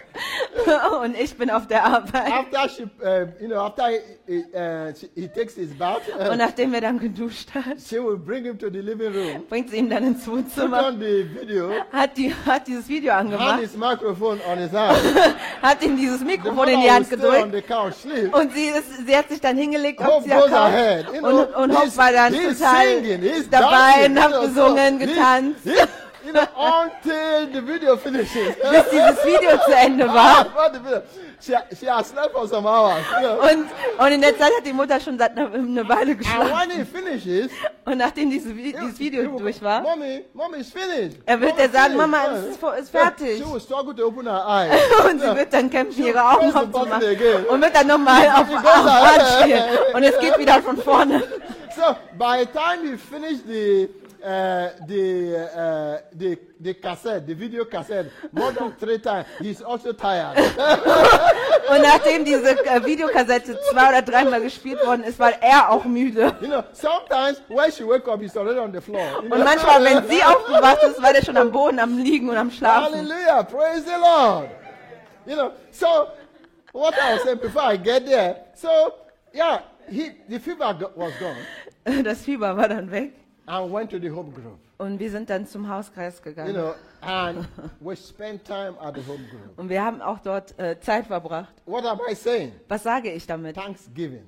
Speaker 2: und ich bin auf der Arbeit.
Speaker 1: After she, uh, you know, after he, he, uh, she, he takes his bath, uh,
Speaker 2: Und nachdem er dann geduscht hat,
Speaker 1: she will bring him to the living room,
Speaker 2: bringt sie ihn dann ins
Speaker 1: put
Speaker 2: Wohnzimmer,
Speaker 1: on the video,
Speaker 2: hat, die, hat dieses Video
Speaker 1: hand
Speaker 2: angemacht,
Speaker 1: his microphone on his hand.
Speaker 2: hat ihm dieses
Speaker 1: The
Speaker 2: Mikrofon
Speaker 1: mother
Speaker 2: in die
Speaker 1: will
Speaker 2: Hand Oh,
Speaker 1: stay on
Speaker 2: gedrückt
Speaker 1: the couch, sleep.
Speaker 2: und sie, ist, sie hat sich dann hingelegt auf
Speaker 1: Hope
Speaker 2: die
Speaker 1: goes
Speaker 2: Couch
Speaker 1: ahead. You know,
Speaker 2: und, und Hope
Speaker 1: he's-
Speaker 2: war dann
Speaker 1: he's
Speaker 2: total
Speaker 1: singing, he's
Speaker 2: dabei
Speaker 1: dancing,
Speaker 2: und hat
Speaker 1: you know, so
Speaker 2: gesungen,
Speaker 1: he's-
Speaker 2: getanzt,
Speaker 1: he's- You know, until the video finishes.
Speaker 2: bis dieses Video zu Ende war.
Speaker 1: Ah, what the video? She, she has slept for some hours. You know.
Speaker 2: Und, und in der Zeit hat die Mutter schon seit einer eine Weile
Speaker 1: And
Speaker 2: geschlafen.
Speaker 1: when he finishes,
Speaker 2: Und nachdem dieses, Vi-
Speaker 1: he-
Speaker 2: dieses
Speaker 1: he
Speaker 2: Video
Speaker 1: will-
Speaker 2: durch war,
Speaker 1: Mommy, mommy is finished.
Speaker 2: Er wird
Speaker 1: Mommy
Speaker 2: ja sagen,
Speaker 1: finished."
Speaker 2: Mama,
Speaker 1: Yeah.
Speaker 2: es ist vor- ist
Speaker 1: Yeah.
Speaker 2: fertig.
Speaker 1: She will struggle to open her eyes.
Speaker 2: und sie wird dann kämpfen,
Speaker 1: She
Speaker 2: ihre
Speaker 1: press the
Speaker 2: Augen
Speaker 1: button again.
Speaker 2: aufzumachen und wird dann nochmal auf,
Speaker 1: goes
Speaker 2: auf
Speaker 1: like-
Speaker 2: Hand spielen. Und es geht wieder von vorne.
Speaker 1: So by the time he finished the uh, the uh, the the cassette, the video cassette, more than three times, he's also tired.
Speaker 2: Und nachdem diese äh, Videokassette zwei oder dreimal gespielt worden ist, war er auch müde.
Speaker 1: You know, sometimes when she wake up, he's already on the floor. You know?
Speaker 2: Und manchmal, wenn sie aufgewacht ist, war der schon am Boden, am Liegen und am Schlafen.
Speaker 1: Hallelujah, praise the Lord. You know, so what I was saying before I get there, so yeah, he the fever go- was gone
Speaker 2: Das Fieber war dann weg.
Speaker 1: and went to the home group.
Speaker 2: Und wir sind dann zum Hauskreis
Speaker 1: You
Speaker 2: gegangen.
Speaker 1: know, and we spent time at the home group.
Speaker 2: Und wir haben auch dort äh, Zeit verbracht.
Speaker 1: What am I saying?
Speaker 2: Was sage ich damit?
Speaker 1: Thanksgiving,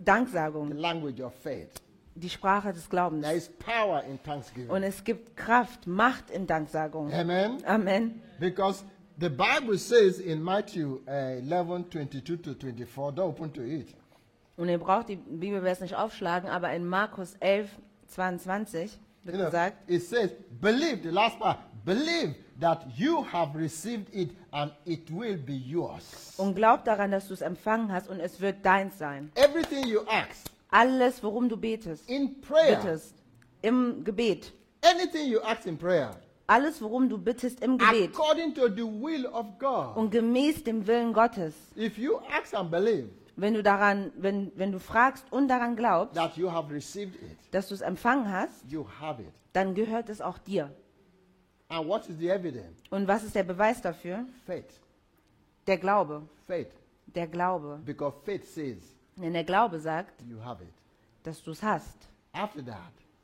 Speaker 1: the
Speaker 2: Danksagung,
Speaker 1: language of faith.
Speaker 2: die Sprache des Glaubens.
Speaker 1: There is power in
Speaker 2: Und
Speaker 1: thanksgiving.
Speaker 2: es gibt Kraft, Macht in Danksagung.
Speaker 1: Amen.
Speaker 2: Amen.
Speaker 1: Because the Bible says in Matthew uh, 11 22 to 24, don't open to it.
Speaker 2: Und ihr braucht die Bibelvers nicht aufschlagen, aber in Markus 11, 22 wird
Speaker 1: You know,
Speaker 2: gesagt,
Speaker 1: it says, believe, the last part, believe that you have received it and it will be yours.
Speaker 2: und glaub daran, dass du es empfangen hast und es wird deins sein.
Speaker 1: Everything you ask
Speaker 2: Alles, worum du betest,
Speaker 1: in prayer,
Speaker 2: bittest, im Gebet.
Speaker 1: anything you ask in prayer,
Speaker 2: Alles, worum du bittest, im Gebet
Speaker 1: according to the will of God.
Speaker 2: und gemäß dem Willen Gottes.
Speaker 1: If you ask and believe
Speaker 2: Wenn du daran, wenn, wenn du fragst und daran glaubst,
Speaker 1: that you have received it,
Speaker 2: dass du es empfangen hast,
Speaker 1: you have it.
Speaker 2: dann gehört es auch dir.
Speaker 1: And what is the evidence?
Speaker 2: Und was ist der Beweis dafür?
Speaker 1: Faith.
Speaker 2: Der Glaube.
Speaker 1: Faith.
Speaker 2: Der Glaube.
Speaker 1: Because faith says
Speaker 2: Denn der Glaube sagt,
Speaker 1: you have it.
Speaker 2: dass du es hast.
Speaker 1: After that,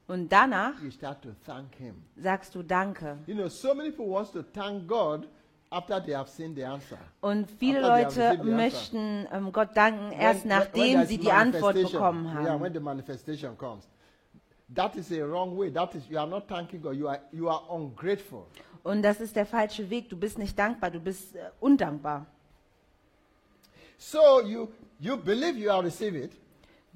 Speaker 2: Und danach
Speaker 1: you start to thank Him.
Speaker 2: sagst du Danke.
Speaker 1: You know, so many people wants to thank God after they have seen the answer.
Speaker 2: Und viele
Speaker 1: After they have
Speaker 2: Leute
Speaker 1: received the answer.
Speaker 2: möchten ähm, Gott danken,
Speaker 1: When-
Speaker 2: erst
Speaker 1: when- when
Speaker 2: nachdem
Speaker 1: there's
Speaker 2: sie die Antwort
Speaker 1: manifestation,
Speaker 2: bekommen
Speaker 1: Yeah,
Speaker 2: haben.
Speaker 1: when the manifestation comes. That is a wrong way. That is, you are not thanking God. You are, you are ungrateful.
Speaker 2: Und das ist der falsche Weg. Du bist nicht dankbar, du bist äh, undankbar.
Speaker 1: So you, you believe you have received it,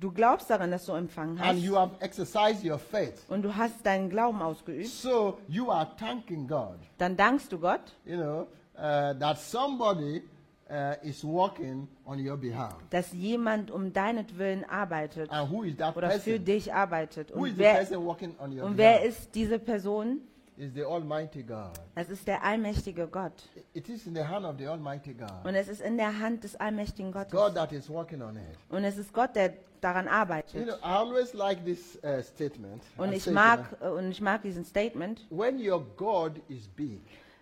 Speaker 2: Du glaubst daran, dass du empfangen
Speaker 1: and
Speaker 2: hast.
Speaker 1: you have exercised your faith.
Speaker 2: Und du hast deinen Glauben ausgeübt.
Speaker 1: So you are thanking God.
Speaker 2: Dann dankst du Gott,
Speaker 1: you know, uh, that somebody uh, is working on your behalf.
Speaker 2: dass jemand um deinetwillen arbeitet
Speaker 1: And who is that
Speaker 2: oder für
Speaker 1: person?
Speaker 2: dich arbeitet.
Speaker 1: Who
Speaker 2: Und
Speaker 1: is the
Speaker 2: wer,
Speaker 1: person working on your
Speaker 2: und wer
Speaker 1: behalf?
Speaker 2: ist diese Person?
Speaker 1: Is the Almighty God.
Speaker 2: Das ist der allmächtige Gott.
Speaker 1: I- It is in the hand of the Almighty God.
Speaker 2: Und es ist in der Hand des allmächtigen
Speaker 1: God
Speaker 2: Gottes.
Speaker 1: that is working on it.
Speaker 2: Und es ist Gott, der daran
Speaker 1: You know,
Speaker 2: arbeitet.
Speaker 1: I always like this uh, statement.
Speaker 2: Und
Speaker 1: I
Speaker 2: ich
Speaker 1: say to
Speaker 2: mag, äh, und ich mag diesen Statement,
Speaker 1: my- When your God is big,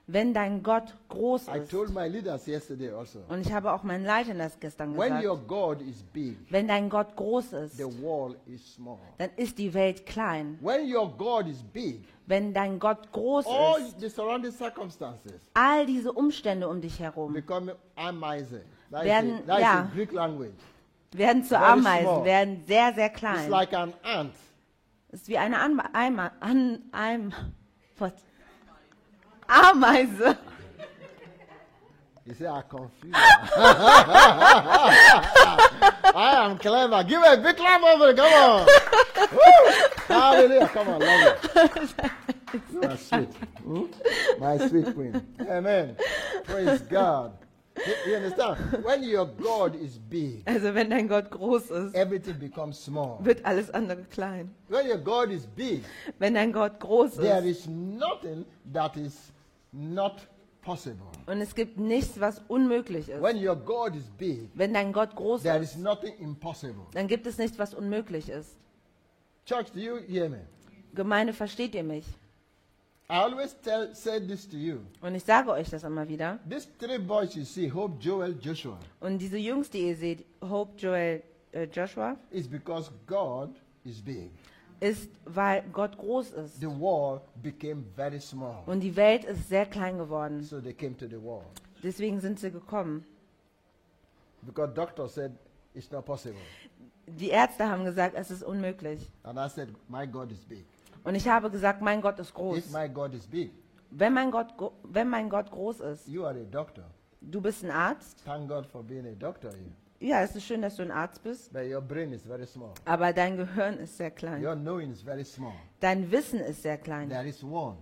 Speaker 2: wenn dein Gott groß
Speaker 1: I
Speaker 2: ist.
Speaker 1: told my leaders yesterday also.
Speaker 2: Und ich habe auch meinen Leitern das gestern
Speaker 1: When your
Speaker 2: gesagt.
Speaker 1: God is big,
Speaker 2: Wenn dein Gott groß ist,
Speaker 1: the world is small.
Speaker 2: dann ist die Welt klein.
Speaker 1: When your God is big,
Speaker 2: Wenn dein Gott groß
Speaker 1: all
Speaker 2: ist,
Speaker 1: the surrounding circumstances
Speaker 2: all diese Umstände um dich herum
Speaker 1: become amazing. That, is, a,
Speaker 2: Werden-
Speaker 1: that is
Speaker 2: ja.
Speaker 1: a Greek language.
Speaker 2: werden zu
Speaker 1: Very
Speaker 2: Ameisen,
Speaker 1: small.
Speaker 2: werden sehr, sehr
Speaker 1: It's
Speaker 2: klein.
Speaker 1: like an ant.
Speaker 2: Ist wie eine Anma Eimer An Eim was? Ameise.
Speaker 1: You say, I'm confused. I am clever. Give a big clap over it. Come on. Woo. Hallelujah. Come on, love it. You are sweet. Hmm? My sweet queen. Amen. Praise God. You- You understand? When your God is big,
Speaker 2: Also wenn dein Gott groß ist,
Speaker 1: everything becomes small.
Speaker 2: wird alles andere klein.
Speaker 1: When your God is big,
Speaker 2: Wenn dein Gott groß
Speaker 1: there
Speaker 2: ist
Speaker 1: is nothing that is not possible.
Speaker 2: und es gibt nichts, was unmöglich ist.
Speaker 1: When your God is big,
Speaker 2: Wenn dein Gott groß
Speaker 1: there
Speaker 2: ist,
Speaker 1: is nothing impossible.
Speaker 2: dann gibt es nichts, was unmöglich ist.
Speaker 1: Church, do you hear me?
Speaker 2: Gemeinde, versteht ihr mich?
Speaker 1: I always tell said this to you.
Speaker 2: Und ich sage euch das immer wieder.
Speaker 1: These three boys you see, Hope, Joel, Joshua,
Speaker 2: Und diese Jungs, die ihr seht, Hope, Joel, äh, Joshua,
Speaker 1: is because God is big.
Speaker 2: ist, weil Gott groß ist.
Speaker 1: The wall became very small.
Speaker 2: Und die Welt ist sehr klein geworden.
Speaker 1: So they came to the wall.
Speaker 2: Deswegen sind sie gekommen.
Speaker 1: Because doctor said it's not possible.
Speaker 2: Die Ärzte haben gesagt, es ist unmöglich.
Speaker 1: And I said, My God is big.
Speaker 2: Und ich habe gesagt, mein Gott ist
Speaker 1: If
Speaker 2: groß.
Speaker 1: my God is big,
Speaker 2: Wenn mein Gott, gro- wenn mein Gott groß ist,
Speaker 1: you are a doctor.
Speaker 2: du bist ein Arzt.
Speaker 1: Thank God for being a doctor here.
Speaker 2: Ja, es ist schön, dass du ein Arzt bist.
Speaker 1: But your brain is very small.
Speaker 2: Aber dein Gehirn ist sehr klein.
Speaker 1: Your knowing is very small.
Speaker 2: Dein Wissen ist sehr klein.
Speaker 1: There is one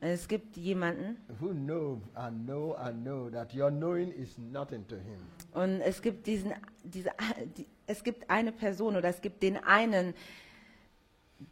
Speaker 2: Es gibt jemanden,
Speaker 1: who know and know and know that your knowing is nothing to him.
Speaker 2: Und es gibt diesen, diese, die, es gibt eine Person oder es gibt den einen,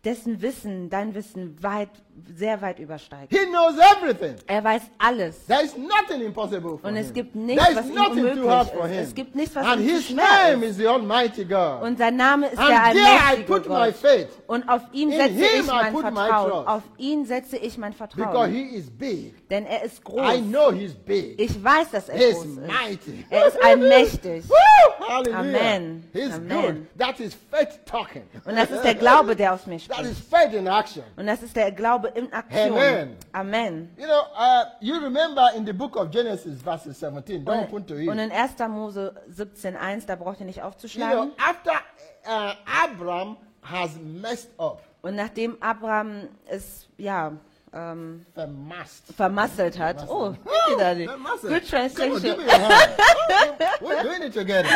Speaker 2: dessen Wissen, dein Wissen weit, sehr weit übersteigt.
Speaker 1: He knows everything.
Speaker 2: Er weiß alles.
Speaker 1: There is nothing impossible for
Speaker 2: Und
Speaker 1: him.
Speaker 2: es gibt nichts,
Speaker 1: there
Speaker 2: was
Speaker 1: is
Speaker 2: ihm
Speaker 1: nothing too
Speaker 2: unmöglich
Speaker 1: hard for
Speaker 2: ist.
Speaker 1: him.
Speaker 2: Es gibt nichts, was
Speaker 1: and
Speaker 2: ihm zu
Speaker 1: his
Speaker 2: schwer
Speaker 1: name
Speaker 2: ist.
Speaker 1: is the Almighty God.
Speaker 2: Und sein Name ist
Speaker 1: And
Speaker 2: der
Speaker 1: there I
Speaker 2: allmächtige
Speaker 1: put my
Speaker 2: Gott.
Speaker 1: faith
Speaker 2: Und auf ihn
Speaker 1: In
Speaker 2: setze
Speaker 1: him I
Speaker 2: ich mein
Speaker 1: put my
Speaker 2: Vertrauen.
Speaker 1: trust.
Speaker 2: Auf ihn setze ich mein
Speaker 1: because
Speaker 2: Vertrauen.
Speaker 1: he is big.
Speaker 2: Denn er ist
Speaker 1: I
Speaker 2: groß.
Speaker 1: know he's big.
Speaker 2: Ich weiß, dass er
Speaker 1: He
Speaker 2: groß
Speaker 1: is
Speaker 2: ist.
Speaker 1: mighty.
Speaker 2: Er ist allmächtig.
Speaker 1: Woo! Hallelujah.
Speaker 2: Amen.
Speaker 1: He's
Speaker 2: Amen.
Speaker 1: good. That is faith talking.
Speaker 2: Und das ist der Glaube, der aus mir
Speaker 1: That
Speaker 2: spricht.
Speaker 1: is faith in action.
Speaker 2: Und das ist der Glaube in Aktion.
Speaker 1: Amen.
Speaker 2: Amen.
Speaker 1: You know, uh, you remember in the book of Genesis, verses 17. Don't open
Speaker 2: Und,
Speaker 1: to it.
Speaker 2: und in 1. Mose 17,1, da braucht ihr nicht
Speaker 1: You know,
Speaker 2: aufzuschlagen.
Speaker 1: after uh, Abram has messed up,
Speaker 2: Und nachdem Abraham es ja ähm,
Speaker 1: famassed.
Speaker 2: vermasselt hat. Oh, thank you, Daddy.
Speaker 1: Famassed.
Speaker 2: Good
Speaker 1: Come on, give me
Speaker 2: translation.
Speaker 1: your hand. Oh, We're doing it together.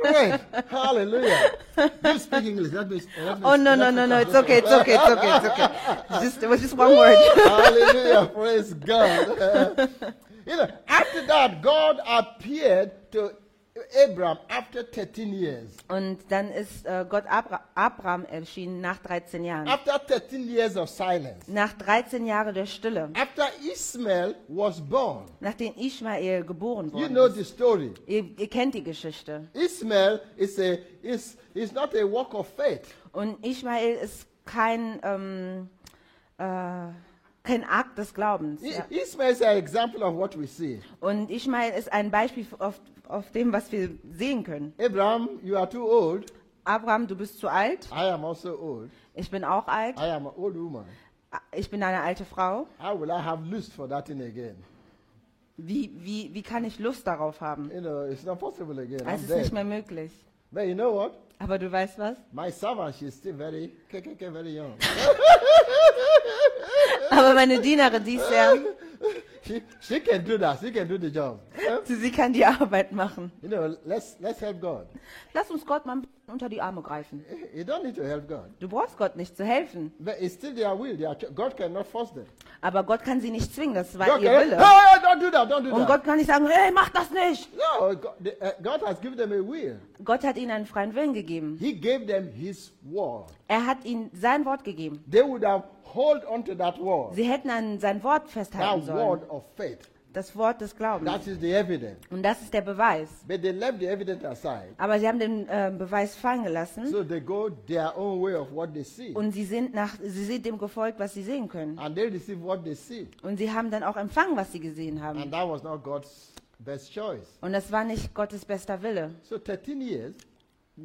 Speaker 1: Great. Hallelujah. You speak English. Let me, let me
Speaker 2: Oh no no
Speaker 1: let me
Speaker 2: no no, it's
Speaker 1: translate.
Speaker 2: okay, it's okay, it's okay, it's okay. Just it was just one word.
Speaker 1: Hallelujah. Praise God. you know, after that, God appeared to Abram after 13 years.
Speaker 2: Und dann ist äh, Gott Abra Abraham erschienen nach 13 Jahren.
Speaker 1: After 13 years of silence.
Speaker 2: Nach 13 Jahren der Stille,
Speaker 1: After Ishmael was born.
Speaker 2: nachdem Ishmael geboren
Speaker 1: You
Speaker 2: wurde.
Speaker 1: know the story.
Speaker 2: ihr, ihr kennt die Geschichte.
Speaker 1: Ishmael is a is is not a work of faith.
Speaker 2: Und Ishmael ist kein ähm, äh, kein Akt des Glaubens.
Speaker 1: I-
Speaker 2: Ja.
Speaker 1: Ishmael is an example of what we see.
Speaker 2: Und Ishmael ist ein Beispiel auf, auf dem, was wir sehen können.
Speaker 1: Abraham, you are too old.
Speaker 2: Abraham, du bist zu alt.
Speaker 1: I am also old.
Speaker 2: Ich bin auch alt.
Speaker 1: I am an old woman.
Speaker 2: Ich bin eine alte Frau.
Speaker 1: How will I have lust for that thing again?
Speaker 2: Wie, wie, wie kann ich Lust darauf haben?
Speaker 1: You know, it's not possible again.
Speaker 2: Es
Speaker 1: I'm
Speaker 2: ist nicht
Speaker 1: dead.
Speaker 2: mehr möglich.
Speaker 1: But you know what?
Speaker 2: Aber du weißt was?
Speaker 1: My servant, she's still very, KKK, very young.
Speaker 2: Aber meine Dienerin, die ist ja,
Speaker 1: she, she can do that. She can do the job.
Speaker 2: sie, sie kann die Arbeit machen.
Speaker 1: You know, let's, let's help God.
Speaker 2: Lass uns Gott mal ein bisschen unter die Arme greifen.
Speaker 1: You don't need to help God.
Speaker 2: Du brauchst Gott nicht zu helfen.
Speaker 1: But it's still their will. Their, cho- God cannot force them.
Speaker 2: Aber Gott kann sie nicht zwingen. Das war
Speaker 1: God
Speaker 2: ihr
Speaker 1: cannot-
Speaker 2: Wille.
Speaker 1: no, no, don't do that. Don't do
Speaker 2: Und
Speaker 1: that.
Speaker 2: Gott kann nicht sagen, hey, mach das nicht.
Speaker 1: No, God, the- uh, God has given them a will.
Speaker 2: Gott hat ihnen einen freien Willen gegeben.
Speaker 1: He gave them His word.
Speaker 2: Er hat ihnen sein Wort gegeben.
Speaker 1: They would have hold on to that word,
Speaker 2: Sie hätten an sein Wort
Speaker 1: that
Speaker 2: festhalten
Speaker 1: word
Speaker 2: sollen.
Speaker 1: of faith.
Speaker 2: Das Wort des Glaubens.
Speaker 1: That is the evidence.
Speaker 2: Und das ist der Beweis.
Speaker 1: But they left the evidence aside.
Speaker 2: Aber sie haben den äh, Beweis fallen gelassen.
Speaker 1: So they go their own way of what they see.
Speaker 2: Und sie sind, nach, sie sind dem gefolgt, was sie sehen können.
Speaker 1: And they receive what they see.
Speaker 2: Und sie haben dann auch empfangen, was sie gesehen haben.
Speaker 1: And that was not God's best choice.
Speaker 2: Und das war nicht Gottes bester Wille.
Speaker 1: So 13 years,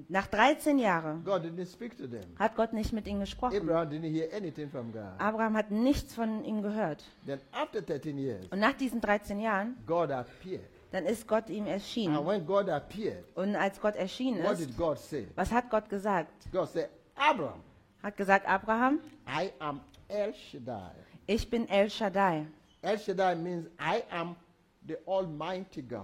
Speaker 2: Nach 13 Jahren
Speaker 1: God didn't speak to them.
Speaker 2: hat Gott nicht mit ihnen gesprochen.
Speaker 1: Abraham didn't hear anything from God.
Speaker 2: Abraham hat nichts von ihm gehört.
Speaker 1: Then after 13 years,
Speaker 2: Und nach diesen 13 Jahren,
Speaker 1: God appeared.
Speaker 2: dann ist Gott ihm erschienen.
Speaker 1: And when God appeared,
Speaker 2: Und als Gott erschienen
Speaker 1: what
Speaker 2: ist,
Speaker 1: did God say?
Speaker 2: was hat Gott gesagt?
Speaker 1: God said, Abraham,
Speaker 2: Hat gesagt, Abraham,
Speaker 1: I am El Shaddai.
Speaker 2: ich bin El Shaddai.
Speaker 1: El Shaddai means I am the Almighty God.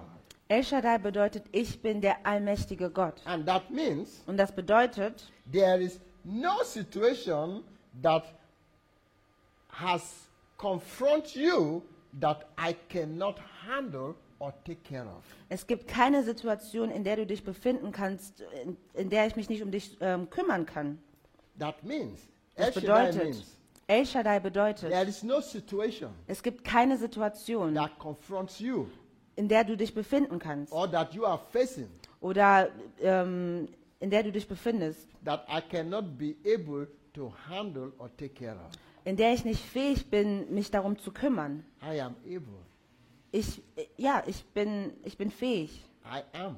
Speaker 2: El Shaddai bedeutet, ich bin der allmächtige Gott.
Speaker 1: And that means
Speaker 2: Und das bedeutet,
Speaker 1: there is no situation that has confront you that I cannot handle or take care of.
Speaker 2: es gibt keine Situation, in der du dich befinden kannst, in, in der ich mich nicht um dich ähm, kümmern kann.
Speaker 1: That means, El
Speaker 2: Das
Speaker 1: Shaddai
Speaker 2: bedeutet,
Speaker 1: means,
Speaker 2: El Shaddai bedeutet,
Speaker 1: there is no situation
Speaker 2: es gibt keine Situation,
Speaker 1: that confronts you
Speaker 2: in der du dich befinden kannst
Speaker 1: or that you are facing
Speaker 2: oder ähm, in der du dich befindest,
Speaker 1: that I cannot be able to handle or take care of.
Speaker 2: in der ich nicht fähig bin, mich darum zu kümmern.
Speaker 1: I am able.
Speaker 2: Ich, äh, ja, ich bin, ich bin fähig.
Speaker 1: I am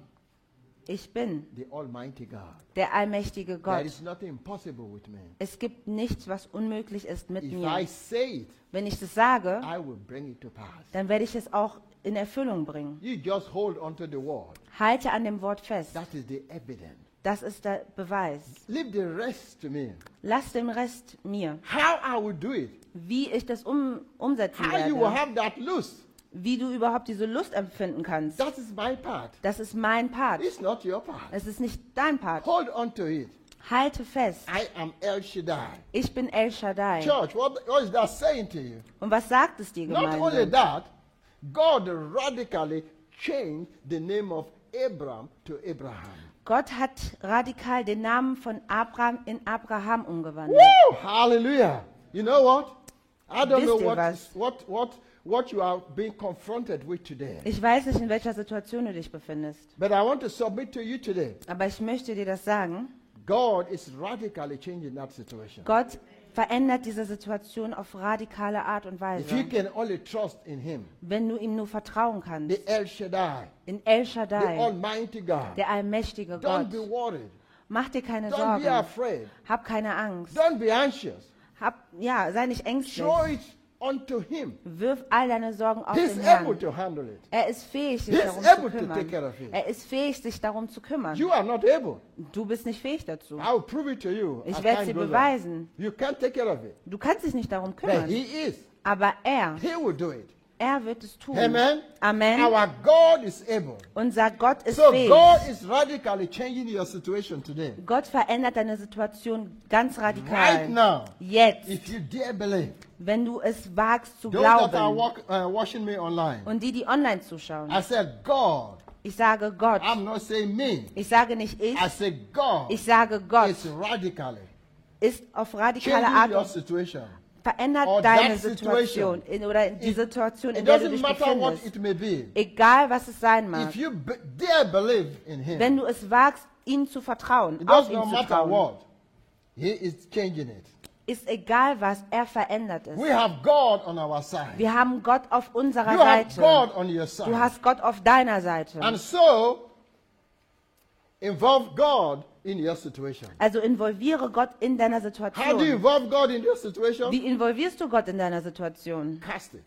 Speaker 2: Ich bin
Speaker 1: the Almighty God.
Speaker 2: der allmächtige
Speaker 1: There
Speaker 2: Gott.
Speaker 1: is nothing impossible with me.
Speaker 2: Es gibt nichts, was unmöglich ist mit
Speaker 1: If I
Speaker 2: mir.
Speaker 1: say it,
Speaker 2: Wenn ich das sage,
Speaker 1: I will bring it to pass.
Speaker 2: dann werde ich es auch in Erfüllung bringen.
Speaker 1: You just hold onto the word.
Speaker 2: Halte an dem Wort fest.
Speaker 1: That is the evidence.
Speaker 2: Das ist der Beweis.
Speaker 1: Leave the rest to me.
Speaker 2: Lass den Rest mir.
Speaker 1: How I will do it.
Speaker 2: Wie ich das um, umsetzen
Speaker 1: How you will
Speaker 2: werde.
Speaker 1: have that loose.
Speaker 2: Wie du überhaupt diese Lust empfinden kannst.
Speaker 1: That is my part.
Speaker 2: Das ist mein Part.
Speaker 1: It's not your part.
Speaker 2: Es ist nicht dein Part.
Speaker 1: Hold on to it.
Speaker 2: Halte fest.
Speaker 1: I am El Shaddai.
Speaker 2: Ich bin El Shaddai.
Speaker 1: Church, what, what is that saying to you?
Speaker 2: Und was sagt es dir,
Speaker 1: Not only
Speaker 2: Gemeinde?
Speaker 1: that, God radically changed the name of Abram to Abraham.
Speaker 2: Gott hat radikal den Namen von Abraham in Abraham umgewandelt.
Speaker 1: Woo! Hallelujah. You know what? I don't
Speaker 2: This
Speaker 1: know what,
Speaker 2: device.
Speaker 1: what, what, what you are being confronted with today.
Speaker 2: Ich weiß nicht, in welcher Situation du dich befindest,
Speaker 1: But I want to submit to you today.
Speaker 2: aber ich möchte dir das sagen.
Speaker 1: God is radically changing that situation.
Speaker 2: Gott verändert diese Situation auf radikale Art und
Speaker 1: If you
Speaker 2: Weise,
Speaker 1: can only trust in Him,
Speaker 2: wenn du ihm nur vertrauen
Speaker 1: the
Speaker 2: kannst.
Speaker 1: El Shaddai,
Speaker 2: In El
Speaker 1: the
Speaker 2: Shaddai,
Speaker 1: Almighty God,
Speaker 2: der allmächtige
Speaker 1: don't be
Speaker 2: Gott.
Speaker 1: worried.
Speaker 2: Mach dir keine
Speaker 1: Don't be
Speaker 2: Sorgen.
Speaker 1: afraid.
Speaker 2: Hab keine Angst.
Speaker 1: Don't be anxious.
Speaker 2: Hab, ja, sei nicht ängstlich.
Speaker 1: Show it unto Him.
Speaker 2: Wirf all deine Sorgen auf
Speaker 1: He's
Speaker 2: den
Speaker 1: able
Speaker 2: Herrn.
Speaker 1: to handle it.
Speaker 2: Er ist fähig, sich
Speaker 1: He's
Speaker 2: darum
Speaker 1: able
Speaker 2: zu
Speaker 1: to take care
Speaker 2: kümmern.
Speaker 1: of it.
Speaker 2: Er ist fähig, sich darum zu kümmern.
Speaker 1: You are not able.
Speaker 2: Du bist nicht fähig dazu.
Speaker 1: I will prove it to you.
Speaker 2: Ich
Speaker 1: as
Speaker 2: werd's
Speaker 1: time
Speaker 2: dir
Speaker 1: goes on.
Speaker 2: beweisen.
Speaker 1: You can't take care of it.
Speaker 2: Du kannst dich nicht darum
Speaker 1: But He
Speaker 2: kümmern.
Speaker 1: is.
Speaker 2: Aber er,
Speaker 1: He will do it.
Speaker 2: er wird es tun.
Speaker 1: Amen.
Speaker 2: Amen.
Speaker 1: Our God is able.
Speaker 2: Unser Gott ist
Speaker 1: So God
Speaker 2: fähig.
Speaker 1: is radically changing your situation today.
Speaker 2: Gott verändert deine Situation ganz
Speaker 1: Right
Speaker 2: radikal.
Speaker 1: now,
Speaker 2: Jetzt,
Speaker 1: if you dare believe,
Speaker 2: wenn du es wagst zu
Speaker 1: those that are
Speaker 2: glauben
Speaker 1: walk, uh, watching me online,
Speaker 2: und die, die online zuschauen.
Speaker 1: I said, God,
Speaker 2: Ich sage Gott.
Speaker 1: I'm not saying me.
Speaker 2: Ich sage nicht ich.
Speaker 1: I said, God
Speaker 2: Ich sage Gott
Speaker 1: is radically
Speaker 2: ist auf radikale
Speaker 1: changing
Speaker 2: Art
Speaker 1: your
Speaker 2: und
Speaker 1: situation. Or
Speaker 2: verändert
Speaker 1: that
Speaker 2: deine
Speaker 1: situation.
Speaker 2: Situation in, oder die
Speaker 1: It-
Speaker 2: Situation,
Speaker 1: It
Speaker 2: in der du
Speaker 1: doesn't
Speaker 2: dich
Speaker 1: matter what
Speaker 2: befindest.
Speaker 1: it may be.
Speaker 2: Egal was es sein mag,
Speaker 1: If you be, dare believe in
Speaker 2: wenn
Speaker 1: Him,
Speaker 2: du es wagst, ihm zu vertrauen,
Speaker 1: it
Speaker 2: auf
Speaker 1: does
Speaker 2: ihn
Speaker 1: not
Speaker 2: zu
Speaker 1: matter
Speaker 2: trauen,
Speaker 1: what. He is changing it.
Speaker 2: Ist egal was, er verändert es.
Speaker 1: We have God on our side.
Speaker 2: Wir haben Gott auf unserer
Speaker 1: You have God
Speaker 2: Seite.
Speaker 1: on your
Speaker 2: Du
Speaker 1: side.
Speaker 2: hast Gott auf deiner Seite.
Speaker 1: And so, involve God in your situation.
Speaker 2: Also involviere Gott in deiner
Speaker 1: How do you
Speaker 2: Situation.
Speaker 1: involve God in your situation?
Speaker 2: Wie involvierst du Gott in deiner Situation?
Speaker 1: Cast it.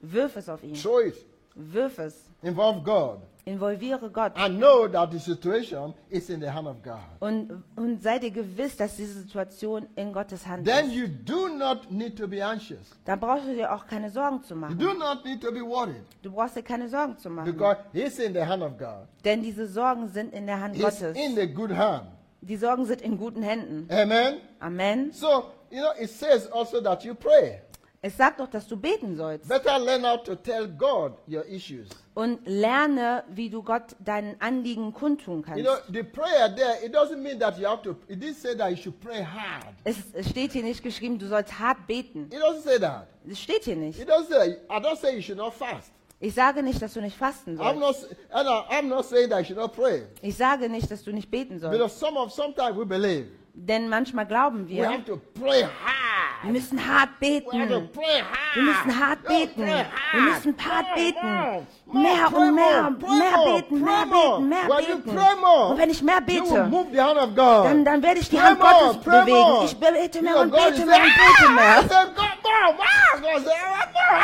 Speaker 2: Wirf es auf ihn.
Speaker 1: Throw it.
Speaker 2: Wirf es.
Speaker 1: Involve God.
Speaker 2: Involviere Gott.
Speaker 1: And know that the situation is in the hand of God.
Speaker 2: Und, und sei dir gewiss, dass diese Situation in Gottes Hand
Speaker 1: Then
Speaker 2: ist.
Speaker 1: you do not need to be anxious.
Speaker 2: Dann brauchst du dir auch keine Sorgen zu
Speaker 1: You
Speaker 2: machen.
Speaker 1: do not need to be worried
Speaker 2: Du brauchst dir keine Sorgen zu machen.
Speaker 1: because it's in the hand of God.
Speaker 2: Denn diese Sorgen sind in der Hand
Speaker 1: It's
Speaker 2: Gottes.
Speaker 1: in the good hand.
Speaker 2: Die Sorgen sind in guten Händen.
Speaker 1: Amen.
Speaker 2: Amen.
Speaker 1: So, you know, it says also that you pray.
Speaker 2: Es sagt doch, dass du beten sollst.
Speaker 1: Better learn how to tell God your issues.
Speaker 2: Und lerne, wie du Gott deinen Anliegen kundtun
Speaker 1: You
Speaker 2: kannst.
Speaker 1: know, the prayer there, it doesn't mean that you have to, it didn't say that you should pray hard.
Speaker 2: Es es steht hier nicht geschrieben, du sollst hart beten.
Speaker 1: It doesn't say that.
Speaker 2: Es steht hier nicht.
Speaker 1: It doesn't say, I don't say you should not fast.
Speaker 2: Ich sage nicht, dass du nicht fasten
Speaker 1: I'm
Speaker 2: sollst.
Speaker 1: not, and I, I'm not saying that you should not pray.
Speaker 2: Ich sage nicht, dass du nicht beten sollst.
Speaker 1: Because some of, sometimes we believe
Speaker 2: Denn manchmal glauben
Speaker 1: we have
Speaker 2: wir,
Speaker 1: to pray
Speaker 2: wir
Speaker 1: hard.
Speaker 2: müssen hart
Speaker 1: We have to
Speaker 2: beten.
Speaker 1: pray hard.
Speaker 2: Wir müssen hart
Speaker 1: Yeah,
Speaker 2: beten.
Speaker 1: pray
Speaker 2: Wir müssen hart
Speaker 1: Pray
Speaker 2: beten.
Speaker 1: more, more,
Speaker 2: Mehr
Speaker 1: pray
Speaker 2: und mehr,
Speaker 1: more, pray
Speaker 2: mehr
Speaker 1: more, pray
Speaker 2: beten, mehr
Speaker 1: more.
Speaker 2: beten, mehr
Speaker 1: When you
Speaker 2: beten.
Speaker 1: pray more,
Speaker 2: Und wenn ich mehr
Speaker 1: you will
Speaker 2: bete,
Speaker 1: move the hand of God.
Speaker 2: dann, dann werde ich die
Speaker 1: Pray
Speaker 2: Hand
Speaker 1: more,
Speaker 2: Gottes
Speaker 1: pray
Speaker 2: bewegen.
Speaker 1: more.
Speaker 2: Ich be- bete mehr
Speaker 1: You
Speaker 2: und
Speaker 1: know, God
Speaker 2: bete
Speaker 1: is
Speaker 2: mehr und
Speaker 1: saying,
Speaker 2: bete
Speaker 1: "Ah!"
Speaker 2: mehr.
Speaker 1: I said, "God, more, more." God said, "I want more."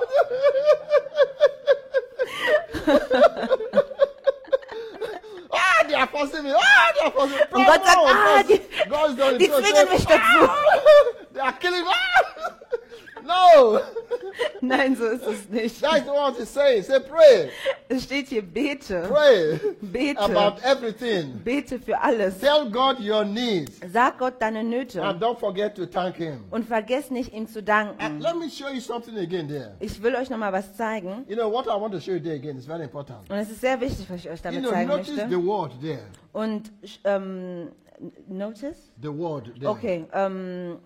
Speaker 1: Ah! So- Ah, they are forcing me. Ah, they are forcing me. Pray
Speaker 2: Und Gott sagt,
Speaker 1: more.
Speaker 2: ah, die,
Speaker 1: God is doing it.
Speaker 2: die
Speaker 1: So I
Speaker 2: zwingen
Speaker 1: said,
Speaker 2: mich dazu.
Speaker 1: They are killing me. Ah! No,
Speaker 2: Nein, so ist es nicht.
Speaker 1: that's what he's saying. Say pray,
Speaker 2: Es steht hier, bete,
Speaker 1: pray
Speaker 2: Bete.
Speaker 1: about everything.
Speaker 2: bete für alles.
Speaker 1: Tell God your needs
Speaker 2: Sag Gott deine Nöte
Speaker 1: and don't forget to thank Him.
Speaker 2: und vergiss nicht, ihm zu
Speaker 1: And
Speaker 2: danken.
Speaker 1: let me show you something again there.
Speaker 2: Ich will euch nochmal was zeigen.
Speaker 1: You know what I want to show you there again is very important.
Speaker 2: Und es ist sehr wichtig, was ich euch
Speaker 1: You
Speaker 2: damit
Speaker 1: know,
Speaker 2: zeigen
Speaker 1: notice the
Speaker 2: möchte.
Speaker 1: word there.
Speaker 2: Und, ähm, notice?
Speaker 1: The word there.
Speaker 2: Okay, ähm,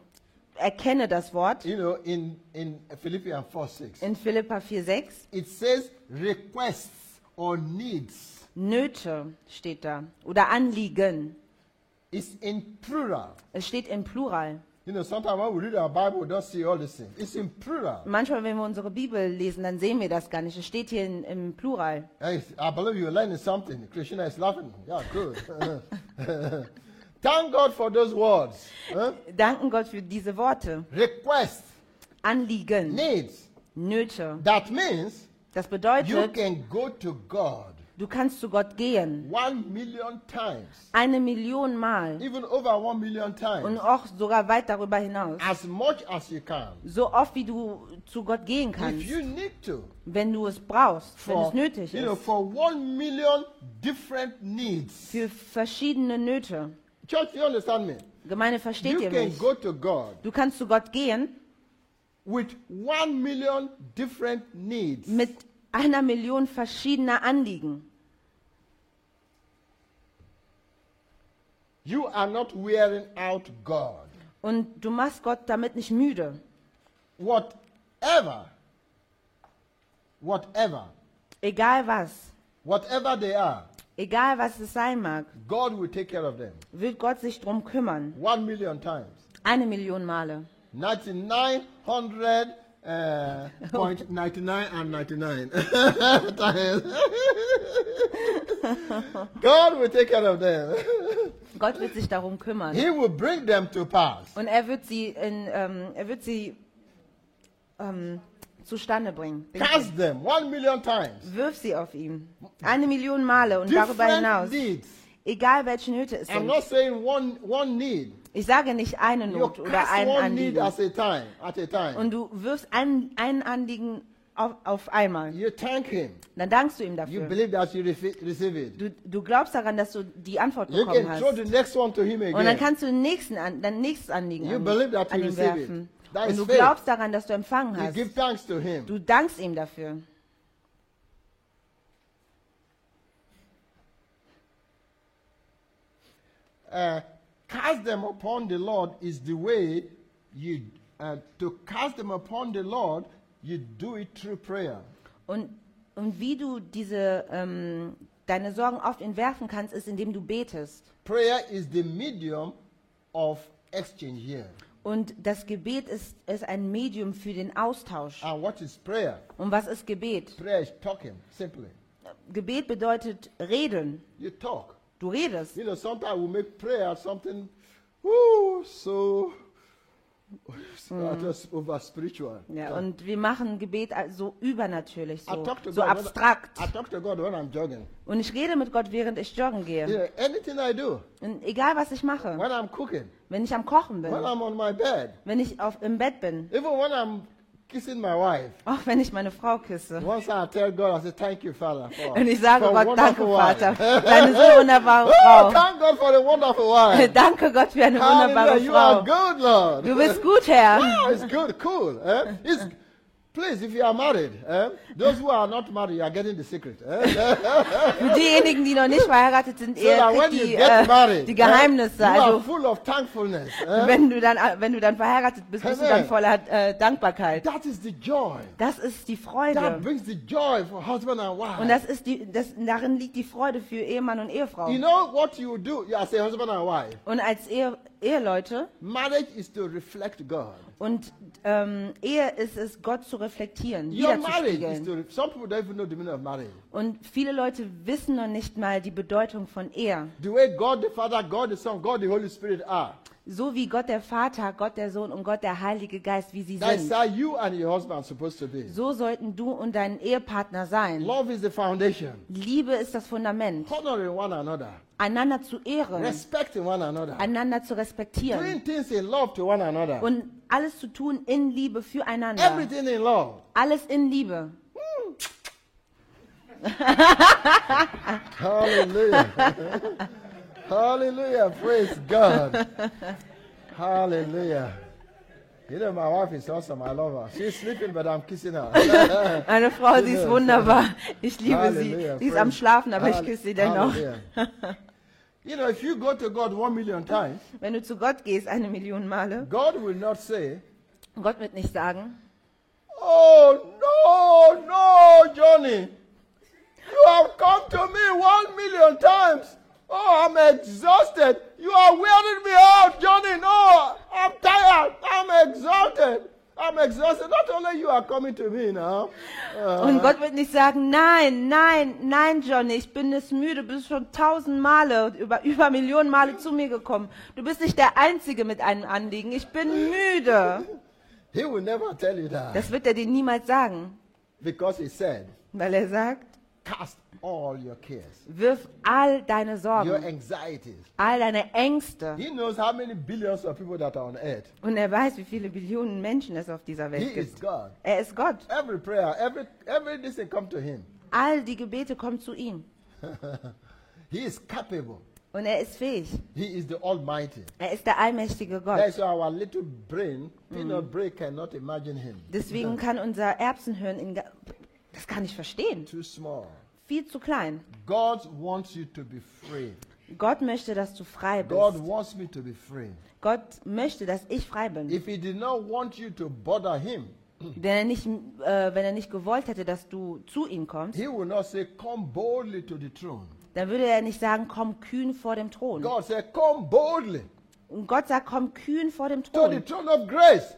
Speaker 2: erkenne das Wort
Speaker 1: You know, in in Philippians 4 6,
Speaker 2: in Philippa 4,6.
Speaker 1: it says requests or needs.
Speaker 2: Nöte steht da. Oder Anliegen.
Speaker 1: It's in plural.
Speaker 2: Es steht im Plural.
Speaker 1: You know, sometimes when we read our Bible, we don't see all these things. It's in plural.
Speaker 2: Manchmal, wenn wir unsere Bibel lesen, dann sehen wir das gar nicht. Es steht hier in, im Plural.
Speaker 1: Hey, I believe you're learning something. Krishna is laughing. Yeah, good. Thank God for those words. Huh?
Speaker 2: Danken Gott für diese Worte.
Speaker 1: Requests,
Speaker 2: Anliegen,
Speaker 1: needs.
Speaker 2: Nöte.
Speaker 1: That means
Speaker 2: Das
Speaker 1: you
Speaker 2: bedeutet,
Speaker 1: can go to God
Speaker 2: du kannst zu Gott gehen.
Speaker 1: one million times,
Speaker 2: Eine Million Mal.
Speaker 1: even over one million
Speaker 2: Und
Speaker 1: times,
Speaker 2: auch sogar weit darüber hinaus.
Speaker 1: as much as you can.
Speaker 2: So oft, wie du zu Gott gehen
Speaker 1: If
Speaker 2: kannst.
Speaker 1: you need to,
Speaker 2: Wenn du es brauchst, wenn
Speaker 1: for
Speaker 2: es nötig
Speaker 1: you know,
Speaker 2: ist.
Speaker 1: for one million different needs.
Speaker 2: Für verschiedene Nöte.
Speaker 1: Church, you understand me?
Speaker 2: Gemeinde, versteht
Speaker 1: You
Speaker 2: ihr
Speaker 1: can
Speaker 2: mich?
Speaker 1: go to God
Speaker 2: Du kannst zu Gott gehen
Speaker 1: with one million different needs.
Speaker 2: mit einer Million verschiedener Anliegen.
Speaker 1: You are not wearing out God.
Speaker 2: Und du machst Gott damit nicht müde.
Speaker 1: Whatever, whatever,
Speaker 2: Egal was.
Speaker 1: whatever they are,
Speaker 2: Egal was es sein mag,
Speaker 1: God will take care of them.
Speaker 2: wird Gott sich drum kümmern.
Speaker 1: One million times.
Speaker 2: Eine Million Male.
Speaker 1: 9900 uh, point 99 and 99 times. God will take care of them.
Speaker 2: Gott wird sich darum kümmern.
Speaker 1: He will bring them to pass.
Speaker 2: Und er wird sie, in, ähm, er wird sie ähm, zustande bringen.
Speaker 1: Cast them one million times.
Speaker 2: Wirf sie auf ihn. Eine Million Male und darüber
Speaker 1: Different
Speaker 2: hinaus.
Speaker 1: needs.
Speaker 2: Egal welche Nöte es
Speaker 1: I'm
Speaker 2: sind.
Speaker 1: not saying one one need.
Speaker 2: Ich sage nicht eine
Speaker 1: You
Speaker 2: Not oder
Speaker 1: cast
Speaker 2: ein
Speaker 1: one need
Speaker 2: Anliegen.
Speaker 1: at a time. At a time.
Speaker 2: Und du wirfst ein, ein Anliegen auf, auf einmal.
Speaker 1: You thank him.
Speaker 2: Dann dankst du ihm
Speaker 1: You
Speaker 2: dafür.
Speaker 1: believe that you refi- receive it.
Speaker 2: Du, du glaubst daran, dass du die Antwort
Speaker 1: You
Speaker 2: bekommen
Speaker 1: can throw
Speaker 2: hast.
Speaker 1: the next one to him
Speaker 2: Und dann
Speaker 1: again.
Speaker 2: kannst du den nächsten an, dein nächstes Anliegen
Speaker 1: You
Speaker 2: an,
Speaker 1: believe that
Speaker 2: an
Speaker 1: you
Speaker 2: ihn
Speaker 1: receive it.
Speaker 2: werfen.
Speaker 1: That
Speaker 2: Und
Speaker 1: is
Speaker 2: du
Speaker 1: faith.
Speaker 2: glaubst daran, dass du empfangen
Speaker 1: You
Speaker 2: hast.
Speaker 1: give thanks to him.
Speaker 2: Du dankst ihm dafür.
Speaker 1: uh, cast them upon the Lord is the way you uh, to cast them upon the Lord. You do it through prayer.
Speaker 2: Und, und wie du diese, ähm, deine Sorgen auf ihn werfen kannst, ist, indem du betest.
Speaker 1: Prayer is the medium of exchange here.
Speaker 2: Und das Gebet ist, ist ein Medium für den Austausch.
Speaker 1: And what is prayer?
Speaker 2: Und Um was ist Gebet?
Speaker 1: Prayer is talking, simply.
Speaker 2: Gebet bedeutet reden.
Speaker 1: You talk.
Speaker 2: Du redest.
Speaker 1: You know, sometimes we make prayer something, ooh, so, so just over spiritual.
Speaker 2: Ja, und wir machen Gebet so übernatürlich,
Speaker 1: I
Speaker 2: so,
Speaker 1: talk to
Speaker 2: so
Speaker 1: God when
Speaker 2: abstrakt.
Speaker 1: I, I talk to God when I'm jogging.
Speaker 2: Und ich rede mit Gott, während ich joggen
Speaker 1: You
Speaker 2: gehe.
Speaker 1: know, anything I do,
Speaker 2: Und egal, was ich mache.
Speaker 1: when I'm cooking,
Speaker 2: Wenn ich am Kochen
Speaker 1: when
Speaker 2: bin.
Speaker 1: I'm on my bed,
Speaker 2: Wenn ich auf, im Bett bin.
Speaker 1: even when I'm kissing my wife.
Speaker 2: Auch wenn ich meine Frau küsse.
Speaker 1: Once I tell God, I say, thank you, Father, for,
Speaker 2: Und ich sage
Speaker 1: for a
Speaker 2: Gott, danke
Speaker 1: wonderful wife.
Speaker 2: Vater, für eine so wunderbare
Speaker 1: Oh,
Speaker 2: Frau.
Speaker 1: thank God for the wonderful wife.
Speaker 2: Danke Gott für eine
Speaker 1: Hallelujah,
Speaker 2: wunderbare
Speaker 1: you are
Speaker 2: Frau.
Speaker 1: good, Lord.
Speaker 2: Du bist gut, Herr.
Speaker 1: Ah, it's good, cool. Eh? It's, please, if you are married, eh? those who are not married, you are getting the secret. Eh?
Speaker 2: Für diejenigen, die noch nicht verheiratet sind,
Speaker 1: So
Speaker 2: ihr
Speaker 1: that when
Speaker 2: kriegt
Speaker 1: you
Speaker 2: die,
Speaker 1: get
Speaker 2: äh,
Speaker 1: married,
Speaker 2: die
Speaker 1: eh,
Speaker 2: Geheimnisse.
Speaker 1: you are
Speaker 2: Also
Speaker 1: full of thankfulness. eh?
Speaker 2: wenn du dann, wenn du dann verheiratet bist, bist du
Speaker 1: Amen.
Speaker 2: dann voller äh, Dankbarkeit.
Speaker 1: That is the joy.
Speaker 2: Das ist die
Speaker 1: That
Speaker 2: Freude.
Speaker 1: brings the joy for husband and
Speaker 2: Und
Speaker 1: wife.
Speaker 2: das ist die, das, darin liegt die Freude für Ehemann und Ehefrau.
Speaker 1: You know what you do as a husband and wife?
Speaker 2: Und als Ehe, Eheleute
Speaker 1: Marriage is to reflect God.
Speaker 2: und ähm, Ehe ist es, Gott zu reflektieren,
Speaker 1: Your marriage is
Speaker 2: wiederzuspiegeln.
Speaker 1: to. Re- some people don't even know the meaning of marriage.
Speaker 2: Und viele Leute wissen noch nicht mal die Bedeutung von Ehe.
Speaker 1: The way God the Father, God the Son, God the Holy Spirit are.
Speaker 2: So wie Gott der Vater, Gott der Sohn und Gott der Heilige Geist, wie sie
Speaker 1: That's
Speaker 2: sind.
Speaker 1: how you and your husband are supposed to be.
Speaker 2: So sollten du und dein Ehepartner sein.
Speaker 1: Love is the foundation.
Speaker 2: Liebe ist das Fundament.
Speaker 1: Honoring one another,
Speaker 2: Einander zu ehren,
Speaker 1: respecting one another,
Speaker 2: einander zu respektieren
Speaker 1: doing things in love to one another.
Speaker 2: und alles zu tun in Liebe füreinander.
Speaker 1: Everything in love.
Speaker 2: Alles in Liebe.
Speaker 1: Hallelujah. Hallelujah. Praise God. Hallelujah. You know, my wife is awesome. I love her. She's sleeping, but I'm kissing her.
Speaker 2: Meine Frau, sie ist wunderbar. Ich liebe sie.
Speaker 1: Hallelujah.
Speaker 2: Sie ist
Speaker 1: Praise-
Speaker 2: am Schlafen, aber ich
Speaker 1: Hall-
Speaker 2: küsse sie dennoch.
Speaker 1: Hallelujah. You know, if you go to God one million times,
Speaker 2: Wenn du zu Gott gehst, eine Million Male,
Speaker 1: God will not say,
Speaker 2: Gott wird nicht sagen,
Speaker 1: Oh, no, no, Johnny. You have come to me one million times. Oh, I'm exhausted. You are wearing me out, Johnny. No, I'm tired. I'm exhausted. I'm exhausted. Not only you are coming to me now. Uh,
Speaker 2: Und Gott wird nicht sagen, nein, nein, nein, Johnny, ich bin es müde, du bist schon tausend Male, über, über Millionen Male zu mir gekommen. Du bist nicht der Einzige mit einem Anliegen, ich bin müde.
Speaker 1: he will never tell you that
Speaker 2: Das wird er dir niemals sagen,
Speaker 1: because he said,
Speaker 2: weil er sagt,
Speaker 1: cast all your cares,
Speaker 2: wirf all deine
Speaker 1: your
Speaker 2: Sorgen,
Speaker 1: anxieties.
Speaker 2: all deine Ängste.
Speaker 1: He knows how many billions of people that are on earth.
Speaker 2: Und er weiß, wie viele Billionen Menschen es auf dieser
Speaker 1: He
Speaker 2: Welt
Speaker 1: is
Speaker 2: gibt.
Speaker 1: God.
Speaker 2: Er ist Gott.
Speaker 1: Every prayer, every every listen come to him.
Speaker 2: All die Gebete kommen zu ihm.
Speaker 1: He is capable.
Speaker 2: Und er ist fähig.
Speaker 1: He is the Almighty.
Speaker 2: Er ist der allmächtige Gott.
Speaker 1: That's why our little brain, peanut brain, cannot imagine Him.
Speaker 2: Deswegen kann unser Erbsenhirn ihn ga- das gar nicht verstehen.
Speaker 1: Too small.
Speaker 2: Viel zu klein.
Speaker 1: God wants you to be free.
Speaker 2: Gott möchte, dass du frei bist.
Speaker 1: God wants me to be free.
Speaker 2: Gott möchte, dass ich frei bin.
Speaker 1: If He did not want you to bother Him,
Speaker 2: Wenn er, nicht, äh, wenn er nicht gewollt hätte, dass du zu ihm kommst,
Speaker 1: He will not say, Come boldly to the throne.
Speaker 2: dann würde er nicht sagen, komm kühn vor dem Thron.
Speaker 1: God said, Come boldly
Speaker 2: Und Gott sagt, komm kühn vor dem
Speaker 1: to the
Speaker 2: Thron,
Speaker 1: throne of grace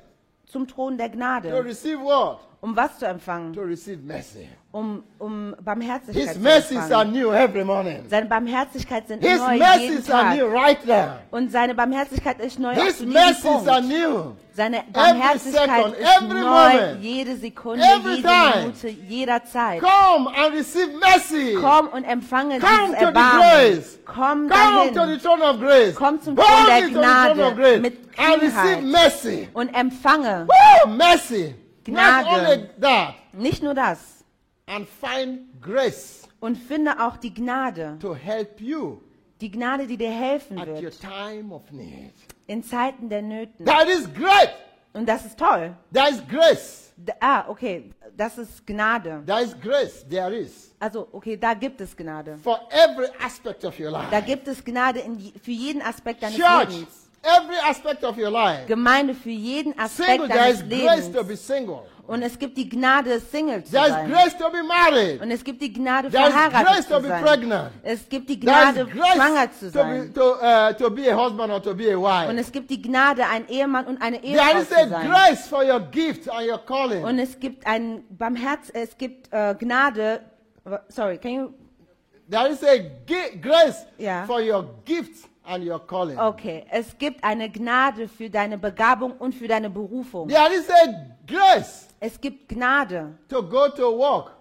Speaker 2: zum Thron der
Speaker 1: to
Speaker 2: Gnade,
Speaker 1: receive what?
Speaker 2: um was zu empfangen,
Speaker 1: To receive mercy.
Speaker 2: um, um
Speaker 1: His
Speaker 2: Barmherzigkeit zu
Speaker 1: mercies are
Speaker 2: empfangen.
Speaker 1: new every morning.
Speaker 2: Seine Barmherzigkeit sind
Speaker 1: His
Speaker 2: neu jeden
Speaker 1: mercies are new
Speaker 2: Tag.
Speaker 1: right now.
Speaker 2: Und seine Barmherzigkeit ist neu auch
Speaker 1: His
Speaker 2: zu diesem
Speaker 1: mercies
Speaker 2: Punkt.
Speaker 1: are new.
Speaker 2: Seine Barmherzigkeit
Speaker 1: second,
Speaker 2: ist
Speaker 1: every
Speaker 2: neu,
Speaker 1: moment,
Speaker 2: jede Sekunde,
Speaker 1: every
Speaker 2: jede
Speaker 1: time.
Speaker 2: Minute, jederzeit.
Speaker 1: Come and receive mercy.
Speaker 2: Komm und empfange
Speaker 1: Come
Speaker 2: dieses
Speaker 1: to the
Speaker 2: Erbarmen.
Speaker 1: grace. Come
Speaker 2: Komm
Speaker 1: to the
Speaker 2: dahin
Speaker 1: throne of grace.
Speaker 2: Komm zum
Speaker 1: Boldly
Speaker 2: Thron der
Speaker 1: to the throne
Speaker 2: Gnade
Speaker 1: of grace.
Speaker 2: mit
Speaker 1: and receive
Speaker 2: Kühnheit.
Speaker 1: mercy.
Speaker 2: und empfange
Speaker 1: Woo! Mercy. Not
Speaker 2: Gnade.
Speaker 1: only that,
Speaker 2: nicht nur das
Speaker 1: and find grace
Speaker 2: und finde auch die Gnade,
Speaker 1: to help you
Speaker 2: die Gnade, die dir helfen
Speaker 1: at your
Speaker 2: wird
Speaker 1: time of need.
Speaker 2: in Zeiten der Nöten.
Speaker 1: That is great.
Speaker 2: Und das ist toll.
Speaker 1: There is grace.
Speaker 2: D- Ah, okay, das ist Gnade.
Speaker 1: There is grace. There is.
Speaker 2: Also, okay, da gibt es Gnade.
Speaker 1: For every aspect of your
Speaker 2: Da
Speaker 1: life.
Speaker 2: gibt es Gnade in, je- für jeden Aspekt deines
Speaker 1: Church.
Speaker 2: Lebens.
Speaker 1: Every aspect of your life.
Speaker 2: Gemeinde für jeden Aspekt
Speaker 1: Single, there
Speaker 2: deines
Speaker 1: is grace to
Speaker 2: Lebens.
Speaker 1: be single.
Speaker 2: Und es gibt die Gnade, Single zu
Speaker 1: There is
Speaker 2: sein.
Speaker 1: grace to be married.
Speaker 2: Und es gibt die Gnade,
Speaker 1: There is grace
Speaker 2: verheiratet
Speaker 1: to
Speaker 2: zu
Speaker 1: be
Speaker 2: sein.
Speaker 1: pregnant.
Speaker 2: Es gibt die
Speaker 1: There
Speaker 2: Gnade,
Speaker 1: is grace
Speaker 2: schwanger
Speaker 1: to be,
Speaker 2: zu sein.
Speaker 1: to, uh, to be a husband or to be a
Speaker 2: Und
Speaker 1: wife.
Speaker 2: es gibt die Gnade, ein Ehemann und eine
Speaker 1: There
Speaker 2: Ehefrau
Speaker 1: is
Speaker 2: zu
Speaker 1: a
Speaker 2: sein.
Speaker 1: grace for your gift and your calling.
Speaker 2: Und es gibt ein Barmherz, es gibt äh, Gnade. Sorry, can you?
Speaker 1: There is a gi- grace
Speaker 2: Yeah.
Speaker 1: for your gift and your calling.
Speaker 2: Okay, es gibt eine Gnade für deine Begabung und für deine Berufung.
Speaker 1: There is a grace
Speaker 2: Es gibt Gnade,
Speaker 1: to go to work,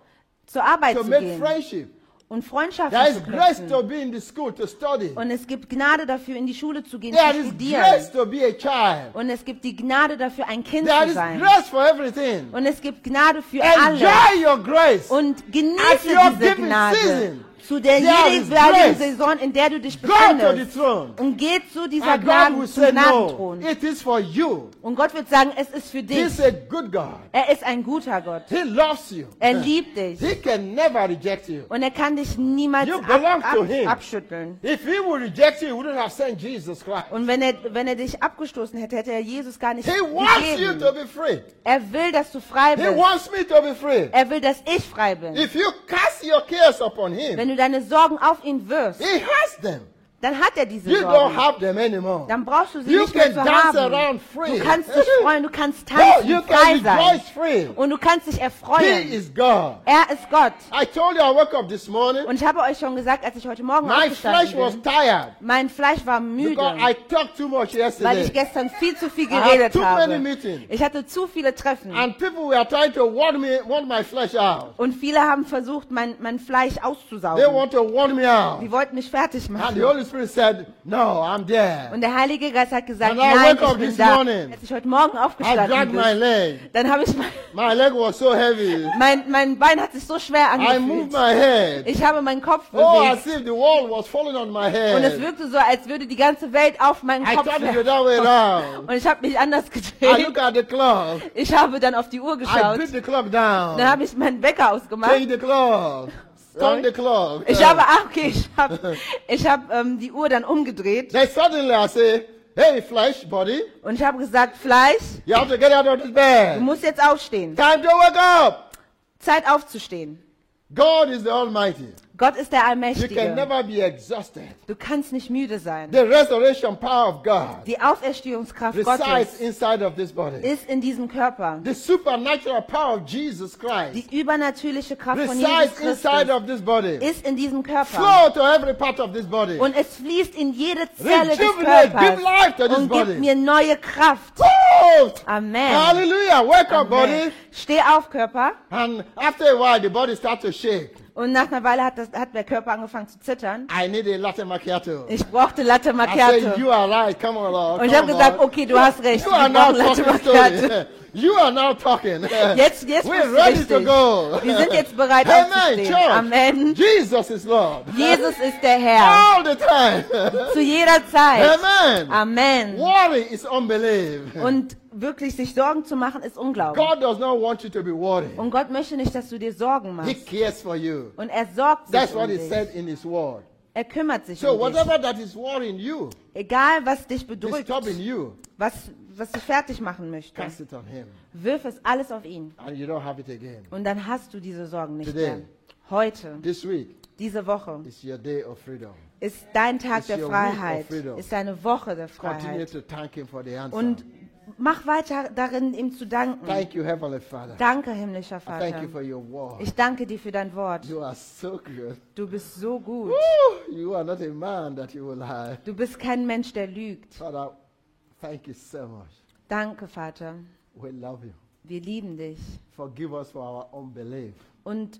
Speaker 2: zur Arbeit
Speaker 1: to
Speaker 2: zu
Speaker 1: make
Speaker 2: gehen
Speaker 1: friendship.
Speaker 2: und Freundschaften
Speaker 1: There is
Speaker 2: zu
Speaker 1: grace
Speaker 2: knüpfen.
Speaker 1: to be in the school, to study.
Speaker 2: Und es gibt Gnade dafür, in die Schule zu gehen,
Speaker 1: There
Speaker 2: zu
Speaker 1: is grace
Speaker 2: studieren.
Speaker 1: to be a child.
Speaker 2: Und es gibt die Gnade dafür, ein Kind
Speaker 1: There
Speaker 2: zu
Speaker 1: is
Speaker 2: sein.
Speaker 1: grace for everything.
Speaker 2: Und es gibt Gnade für alle.
Speaker 1: Enjoy your grace.
Speaker 2: Und
Speaker 1: At
Speaker 2: genieße
Speaker 1: your
Speaker 2: diese
Speaker 1: given
Speaker 2: Gnade
Speaker 1: season,
Speaker 2: zu
Speaker 1: there
Speaker 2: der
Speaker 1: is
Speaker 2: jeweiligen
Speaker 1: grace.
Speaker 2: Saison, in der du dich
Speaker 1: Go to the
Speaker 2: befindest.
Speaker 1: throne.
Speaker 2: Und geh zu dieser
Speaker 1: And God
Speaker 2: Gnaden,
Speaker 1: will
Speaker 2: zum
Speaker 1: say no.
Speaker 2: Gnadenthron.
Speaker 1: It is for you.
Speaker 2: Und Gott wird sagen, es ist für dich.
Speaker 1: He's a good God.
Speaker 2: Er ist ein guter Gott.
Speaker 1: He loves you.
Speaker 2: Er liebt dich.
Speaker 1: He can never reject you.
Speaker 2: Und er kann dich niemals
Speaker 1: You
Speaker 2: ab,
Speaker 1: belong to
Speaker 2: ab,
Speaker 1: him.
Speaker 2: abschütteln.
Speaker 1: If he would reject you, he wouldn't have sent Jesus Christ.
Speaker 2: Und wenn er, wenn er dich abgestoßen hätte, hätte er Jesus gar nicht
Speaker 1: He wants you to
Speaker 2: gegeben.
Speaker 1: be free.
Speaker 2: Er will, dass du frei
Speaker 1: He
Speaker 2: bist.
Speaker 1: wants me to be free.
Speaker 2: Er will, dass ich frei bin.
Speaker 1: If you cast your cares upon him,
Speaker 2: Wenn du deine Sorgen auf ihn wirfst,
Speaker 1: he has them.
Speaker 2: dann hat er diese
Speaker 1: You don't
Speaker 2: Sorgen.
Speaker 1: have them anymore.
Speaker 2: Dann brauchst du sie
Speaker 1: You
Speaker 2: nicht mehr
Speaker 1: can
Speaker 2: zu
Speaker 1: dance around
Speaker 2: haben.
Speaker 1: free.
Speaker 2: Du kannst dich freuen, du kannst
Speaker 1: No,
Speaker 2: tanzen,
Speaker 1: you
Speaker 2: frei
Speaker 1: can
Speaker 2: sein.
Speaker 1: rejoice free.
Speaker 2: Und du kannst dich
Speaker 1: He
Speaker 2: erfreuen.
Speaker 1: is God.
Speaker 2: Er ist Gott.
Speaker 1: I told you I woke up this morning.
Speaker 2: Und ich habe euch schon gesagt, als ich heute Morgen
Speaker 1: My flesh
Speaker 2: aufgestanden
Speaker 1: was
Speaker 2: bin,
Speaker 1: tired
Speaker 2: mein Fleisch war
Speaker 1: because
Speaker 2: müde,
Speaker 1: I talked too much
Speaker 2: weil ich
Speaker 1: yesterday.
Speaker 2: gestern viel zu viel
Speaker 1: I had
Speaker 2: geredet
Speaker 1: too many
Speaker 2: habe.
Speaker 1: meetings.
Speaker 2: Ich hatte zu viele Treffen.
Speaker 1: Hmm. And people were trying to warn me, warn my flesh out.
Speaker 2: Und viele haben versucht, mein, mein Fleisch
Speaker 1: They
Speaker 2: auszusaugen.
Speaker 1: want to warn me out.
Speaker 2: Die wollten mich fertig
Speaker 1: And
Speaker 2: machen.
Speaker 1: the Holy Spirit said, No, I'm there.
Speaker 2: Und der Heilige Geist hat gesagt,
Speaker 1: And I
Speaker 2: nein,
Speaker 1: woke up
Speaker 2: ich bin
Speaker 1: this
Speaker 2: da.
Speaker 1: morning.
Speaker 2: Als ich heute Morgen
Speaker 1: I dragged
Speaker 2: aufgestanden
Speaker 1: my
Speaker 2: bin,
Speaker 1: leg.
Speaker 2: dann habe ich mein,
Speaker 1: My leg was so heavy.
Speaker 2: mein, mein Bein hat sich so schwer
Speaker 1: I moved
Speaker 2: angefühlt.
Speaker 1: my head.
Speaker 2: Ich habe meinen Kopf
Speaker 1: Oh, as
Speaker 2: bewegt
Speaker 1: if the world was falling on my
Speaker 2: und es
Speaker 1: head.
Speaker 2: wirkte so, als würde die ganze Welt auf meinen
Speaker 1: I
Speaker 2: Kopf
Speaker 1: thought it was
Speaker 2: fallen.
Speaker 1: that way around.
Speaker 2: Und ich habe mich anders
Speaker 1: I
Speaker 2: gedreht.
Speaker 1: look at the clock.
Speaker 2: Ich habe dann auf die Uhr
Speaker 1: I
Speaker 2: geschaut.
Speaker 1: beat the clock
Speaker 2: Dann
Speaker 1: down.
Speaker 2: habe ich meinen Wecker ausgemacht.
Speaker 1: Change the clock. Turn
Speaker 2: Sorry?
Speaker 1: the clock.
Speaker 2: Ich habe, ah, okay, ich habe ich habe ähm, die Uhr dann umgedreht
Speaker 1: Then suddenly I say, Hey, flesh body,
Speaker 2: und ich habe gesagt, Fleisch,
Speaker 1: you have to get out of this
Speaker 2: du
Speaker 1: bed.
Speaker 2: musst jetzt aufstehen.
Speaker 1: Time to wake up.
Speaker 2: Zeit aufzustehen.
Speaker 1: God is the Almighty.
Speaker 2: Gott ist der
Speaker 1: You can
Speaker 2: Allmächtige.
Speaker 1: never be exhausted.
Speaker 2: Du kannst nicht müde sein.
Speaker 1: The resurrection power of God
Speaker 2: Die Auferstehungskraft
Speaker 1: resides
Speaker 2: Gottes
Speaker 1: inside of this body.
Speaker 2: ist in diesem Körper.
Speaker 1: The supernatural power of Jesus Christ
Speaker 2: Die übernatürliche Kraft von Jesus
Speaker 1: resides inside
Speaker 2: Christus
Speaker 1: of this body.
Speaker 2: ist in diesem Körper.
Speaker 1: Flow to every part of this body.
Speaker 2: Und es fließt in jede Zelle des
Speaker 1: Rejuvenate, give life to
Speaker 2: Körpers
Speaker 1: this
Speaker 2: und
Speaker 1: body.
Speaker 2: gibt mir neue Kraft.
Speaker 1: Woo!
Speaker 2: Amen.
Speaker 1: Hallelujah. Wake up,
Speaker 2: Amen.
Speaker 1: body.
Speaker 2: Steh auf, Körper.
Speaker 1: And after a while, the body starts to shake.
Speaker 2: Und nach einer Weile hat, das, hat der Körper angefangen zu zittern.
Speaker 1: I need a latte macchiato.
Speaker 2: Ich brauchte Latte
Speaker 1: I said,
Speaker 2: Macchiato.
Speaker 1: you are right. Come on, Lord.
Speaker 2: Und ich
Speaker 1: Come
Speaker 2: habe gesagt,
Speaker 1: on.
Speaker 2: okay, du hast recht.
Speaker 1: You
Speaker 2: Ich
Speaker 1: are now
Speaker 2: brauche Latte
Speaker 1: talking,
Speaker 2: Macchiato.
Speaker 1: Tony. You are now talking.
Speaker 2: Jetzt, jetzt bist
Speaker 1: We're
Speaker 2: du
Speaker 1: ready to
Speaker 2: richtig.
Speaker 1: go.
Speaker 2: Wir sind jetzt bereit
Speaker 1: Amen,
Speaker 2: aufzustehen.
Speaker 1: church.
Speaker 2: Amen.
Speaker 1: Jesus is Lord.
Speaker 2: Jesus ist der Herr.
Speaker 1: All the time.
Speaker 2: Zu jeder Zeit.
Speaker 1: Amen.
Speaker 2: Amen.
Speaker 1: Worry is unbelief.
Speaker 2: Und wirklich sich Sorgen zu machen, ist Unglaube.
Speaker 1: God does not want you to be worried.
Speaker 2: Und Gott möchte nicht, dass du dir Sorgen
Speaker 1: He
Speaker 2: machst.
Speaker 1: cares for you.
Speaker 2: Und er sorgt
Speaker 1: That's
Speaker 2: sich
Speaker 1: what
Speaker 2: um
Speaker 1: he
Speaker 2: dich.
Speaker 1: said in his word.
Speaker 2: Er kümmert sich
Speaker 1: So
Speaker 2: um dich.
Speaker 1: whatever that is worrying you,
Speaker 2: Egal, was dich bedrückt,
Speaker 1: disturbing you,
Speaker 2: was, was dich fertig machen möchte,
Speaker 1: cast it on him.
Speaker 2: wirf es alles auf ihn.
Speaker 1: And you don't have it again.
Speaker 2: Und dann hast du diese Sorgen nicht
Speaker 1: Today.
Speaker 2: mehr. Heute,
Speaker 1: This week
Speaker 2: diese Woche,
Speaker 1: is your day of freedom.
Speaker 2: ist dein Tag
Speaker 1: It's
Speaker 2: der
Speaker 1: your week of
Speaker 2: Freiheit,
Speaker 1: freedom.
Speaker 2: ist deine Woche der
Speaker 1: Continue
Speaker 2: Freiheit.
Speaker 1: to thank him for the answer.
Speaker 2: Und mach weiter darin, ihm zu danken.
Speaker 1: thank you, Heavenly Father.
Speaker 2: Danke, himmlischer
Speaker 1: I thank
Speaker 2: Vater.
Speaker 1: you for your word.
Speaker 2: Ich danke dir für dein Wort.
Speaker 1: You are so good.
Speaker 2: Du bist so gut.
Speaker 1: Woo! You are not a man that you will lie.
Speaker 2: Du bist kein Mensch, der lügt.
Speaker 1: Father, thank you so much.
Speaker 2: Danke, Vater.
Speaker 1: We love you.
Speaker 2: Wir lieben dich.
Speaker 1: Forgive us for our unbelief.
Speaker 2: und,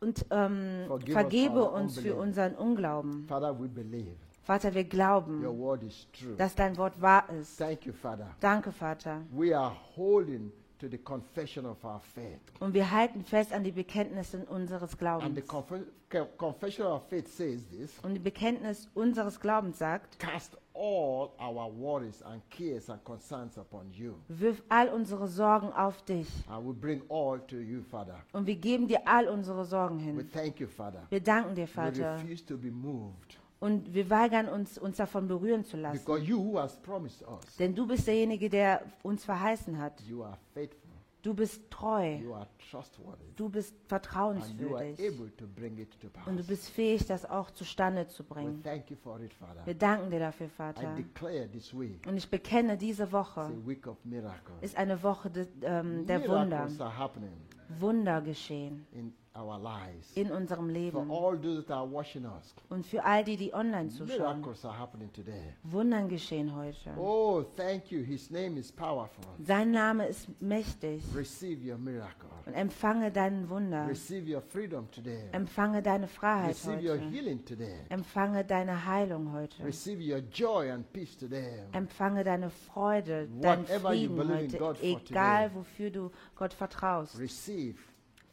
Speaker 2: und ähm,
Speaker 1: Forgive us
Speaker 2: vergebe
Speaker 1: our
Speaker 2: uns für
Speaker 1: unbelief.
Speaker 2: unseren Unglauben.
Speaker 1: Father, we believe.
Speaker 2: Vater, wir
Speaker 1: Your
Speaker 2: glauben,
Speaker 1: word is true.
Speaker 2: dass dein Wort wahr ist.
Speaker 1: Thank you, Father.
Speaker 2: Danke, Vater.
Speaker 1: We are holding to the confession of our faith.
Speaker 2: Und wir halten fest an die Bekenntnisse unseres
Speaker 1: And the
Speaker 2: Glaubens.
Speaker 1: conf- co- confession of faith says this
Speaker 2: Und die Bekenntnis unseres Glaubens sagt,
Speaker 1: cast all our worries and cares and concerns upon you.
Speaker 2: wirf all unsere Sorgen auf dich.
Speaker 1: I will bring all to you, Father.
Speaker 2: Und wir geben dir all unsere Sorgen
Speaker 1: We
Speaker 2: hin.
Speaker 1: thank you, Father.
Speaker 2: Wir danken dir,
Speaker 1: We
Speaker 2: Vater.
Speaker 1: refuse to be moved
Speaker 2: Und wir weigern uns, uns davon berühren zu lassen.
Speaker 1: because you who has promised us,
Speaker 2: Denn du bist derjenige, der uns verheißen hat.
Speaker 1: you are faithful.
Speaker 2: Du bist treu.
Speaker 1: You are trustworthy.
Speaker 2: Du bist
Speaker 1: And you are
Speaker 2: vertrauenswürdig.
Speaker 1: able to bring it to pass.
Speaker 2: Und du bist fähig, das auch zustande zu
Speaker 1: We
Speaker 2: bringen.
Speaker 1: thank you for it,
Speaker 2: Wir
Speaker 1: Father.
Speaker 2: danken dir dafür,
Speaker 1: I
Speaker 2: Vater.
Speaker 1: declare this week
Speaker 2: Und ich bekenne, diese
Speaker 1: is a
Speaker 2: Woche
Speaker 1: week of miracles.
Speaker 2: ist eine Woche des, ähm, der Wunder.
Speaker 1: Miracles are happening
Speaker 2: Wunder geschehen
Speaker 1: in our lives.
Speaker 2: in unserem
Speaker 1: For
Speaker 2: Leben.
Speaker 1: all those that are watching us,
Speaker 2: Und für all die, die online zuschauen,
Speaker 1: miracles are happening today.
Speaker 2: Wundern geschehen heute.
Speaker 1: Oh, thank you. His name is powerful.
Speaker 2: Sein Name ist mächtig.
Speaker 1: Receive your miracle.
Speaker 2: Und empfange dein Wunder.
Speaker 1: Receive your freedom today.
Speaker 2: Empfange deine Freiheit
Speaker 1: Receive your
Speaker 2: heute.
Speaker 1: healing today.
Speaker 2: Empfange deine Heilung heute.
Speaker 1: Receive your joy and peace today.
Speaker 2: Empfange deine Freude, deinen
Speaker 1: Whatever you
Speaker 2: Frieden
Speaker 1: believe in God
Speaker 2: heute,
Speaker 1: for
Speaker 2: egal
Speaker 1: today.
Speaker 2: wofür du Gott vertraust.
Speaker 1: Receive.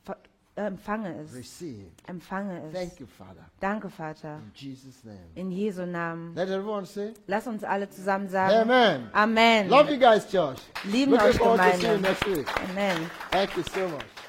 Speaker 2: Ver äh, empfange es.
Speaker 1: Receive.
Speaker 2: Empfange es.
Speaker 1: Thank you, Father.
Speaker 2: Danke, Vater.
Speaker 1: In Jesus' name.
Speaker 2: In Jesu Namen.
Speaker 1: Let everyone say,
Speaker 2: Lass uns alle zusammen sagen.
Speaker 1: Amen.
Speaker 2: Amen.
Speaker 1: Love you guys, church.
Speaker 2: Lieben
Speaker 1: Looking
Speaker 2: euch
Speaker 1: forward to see you
Speaker 2: Gemeinde.
Speaker 1: next week.
Speaker 2: Amen.
Speaker 1: Thank you so much.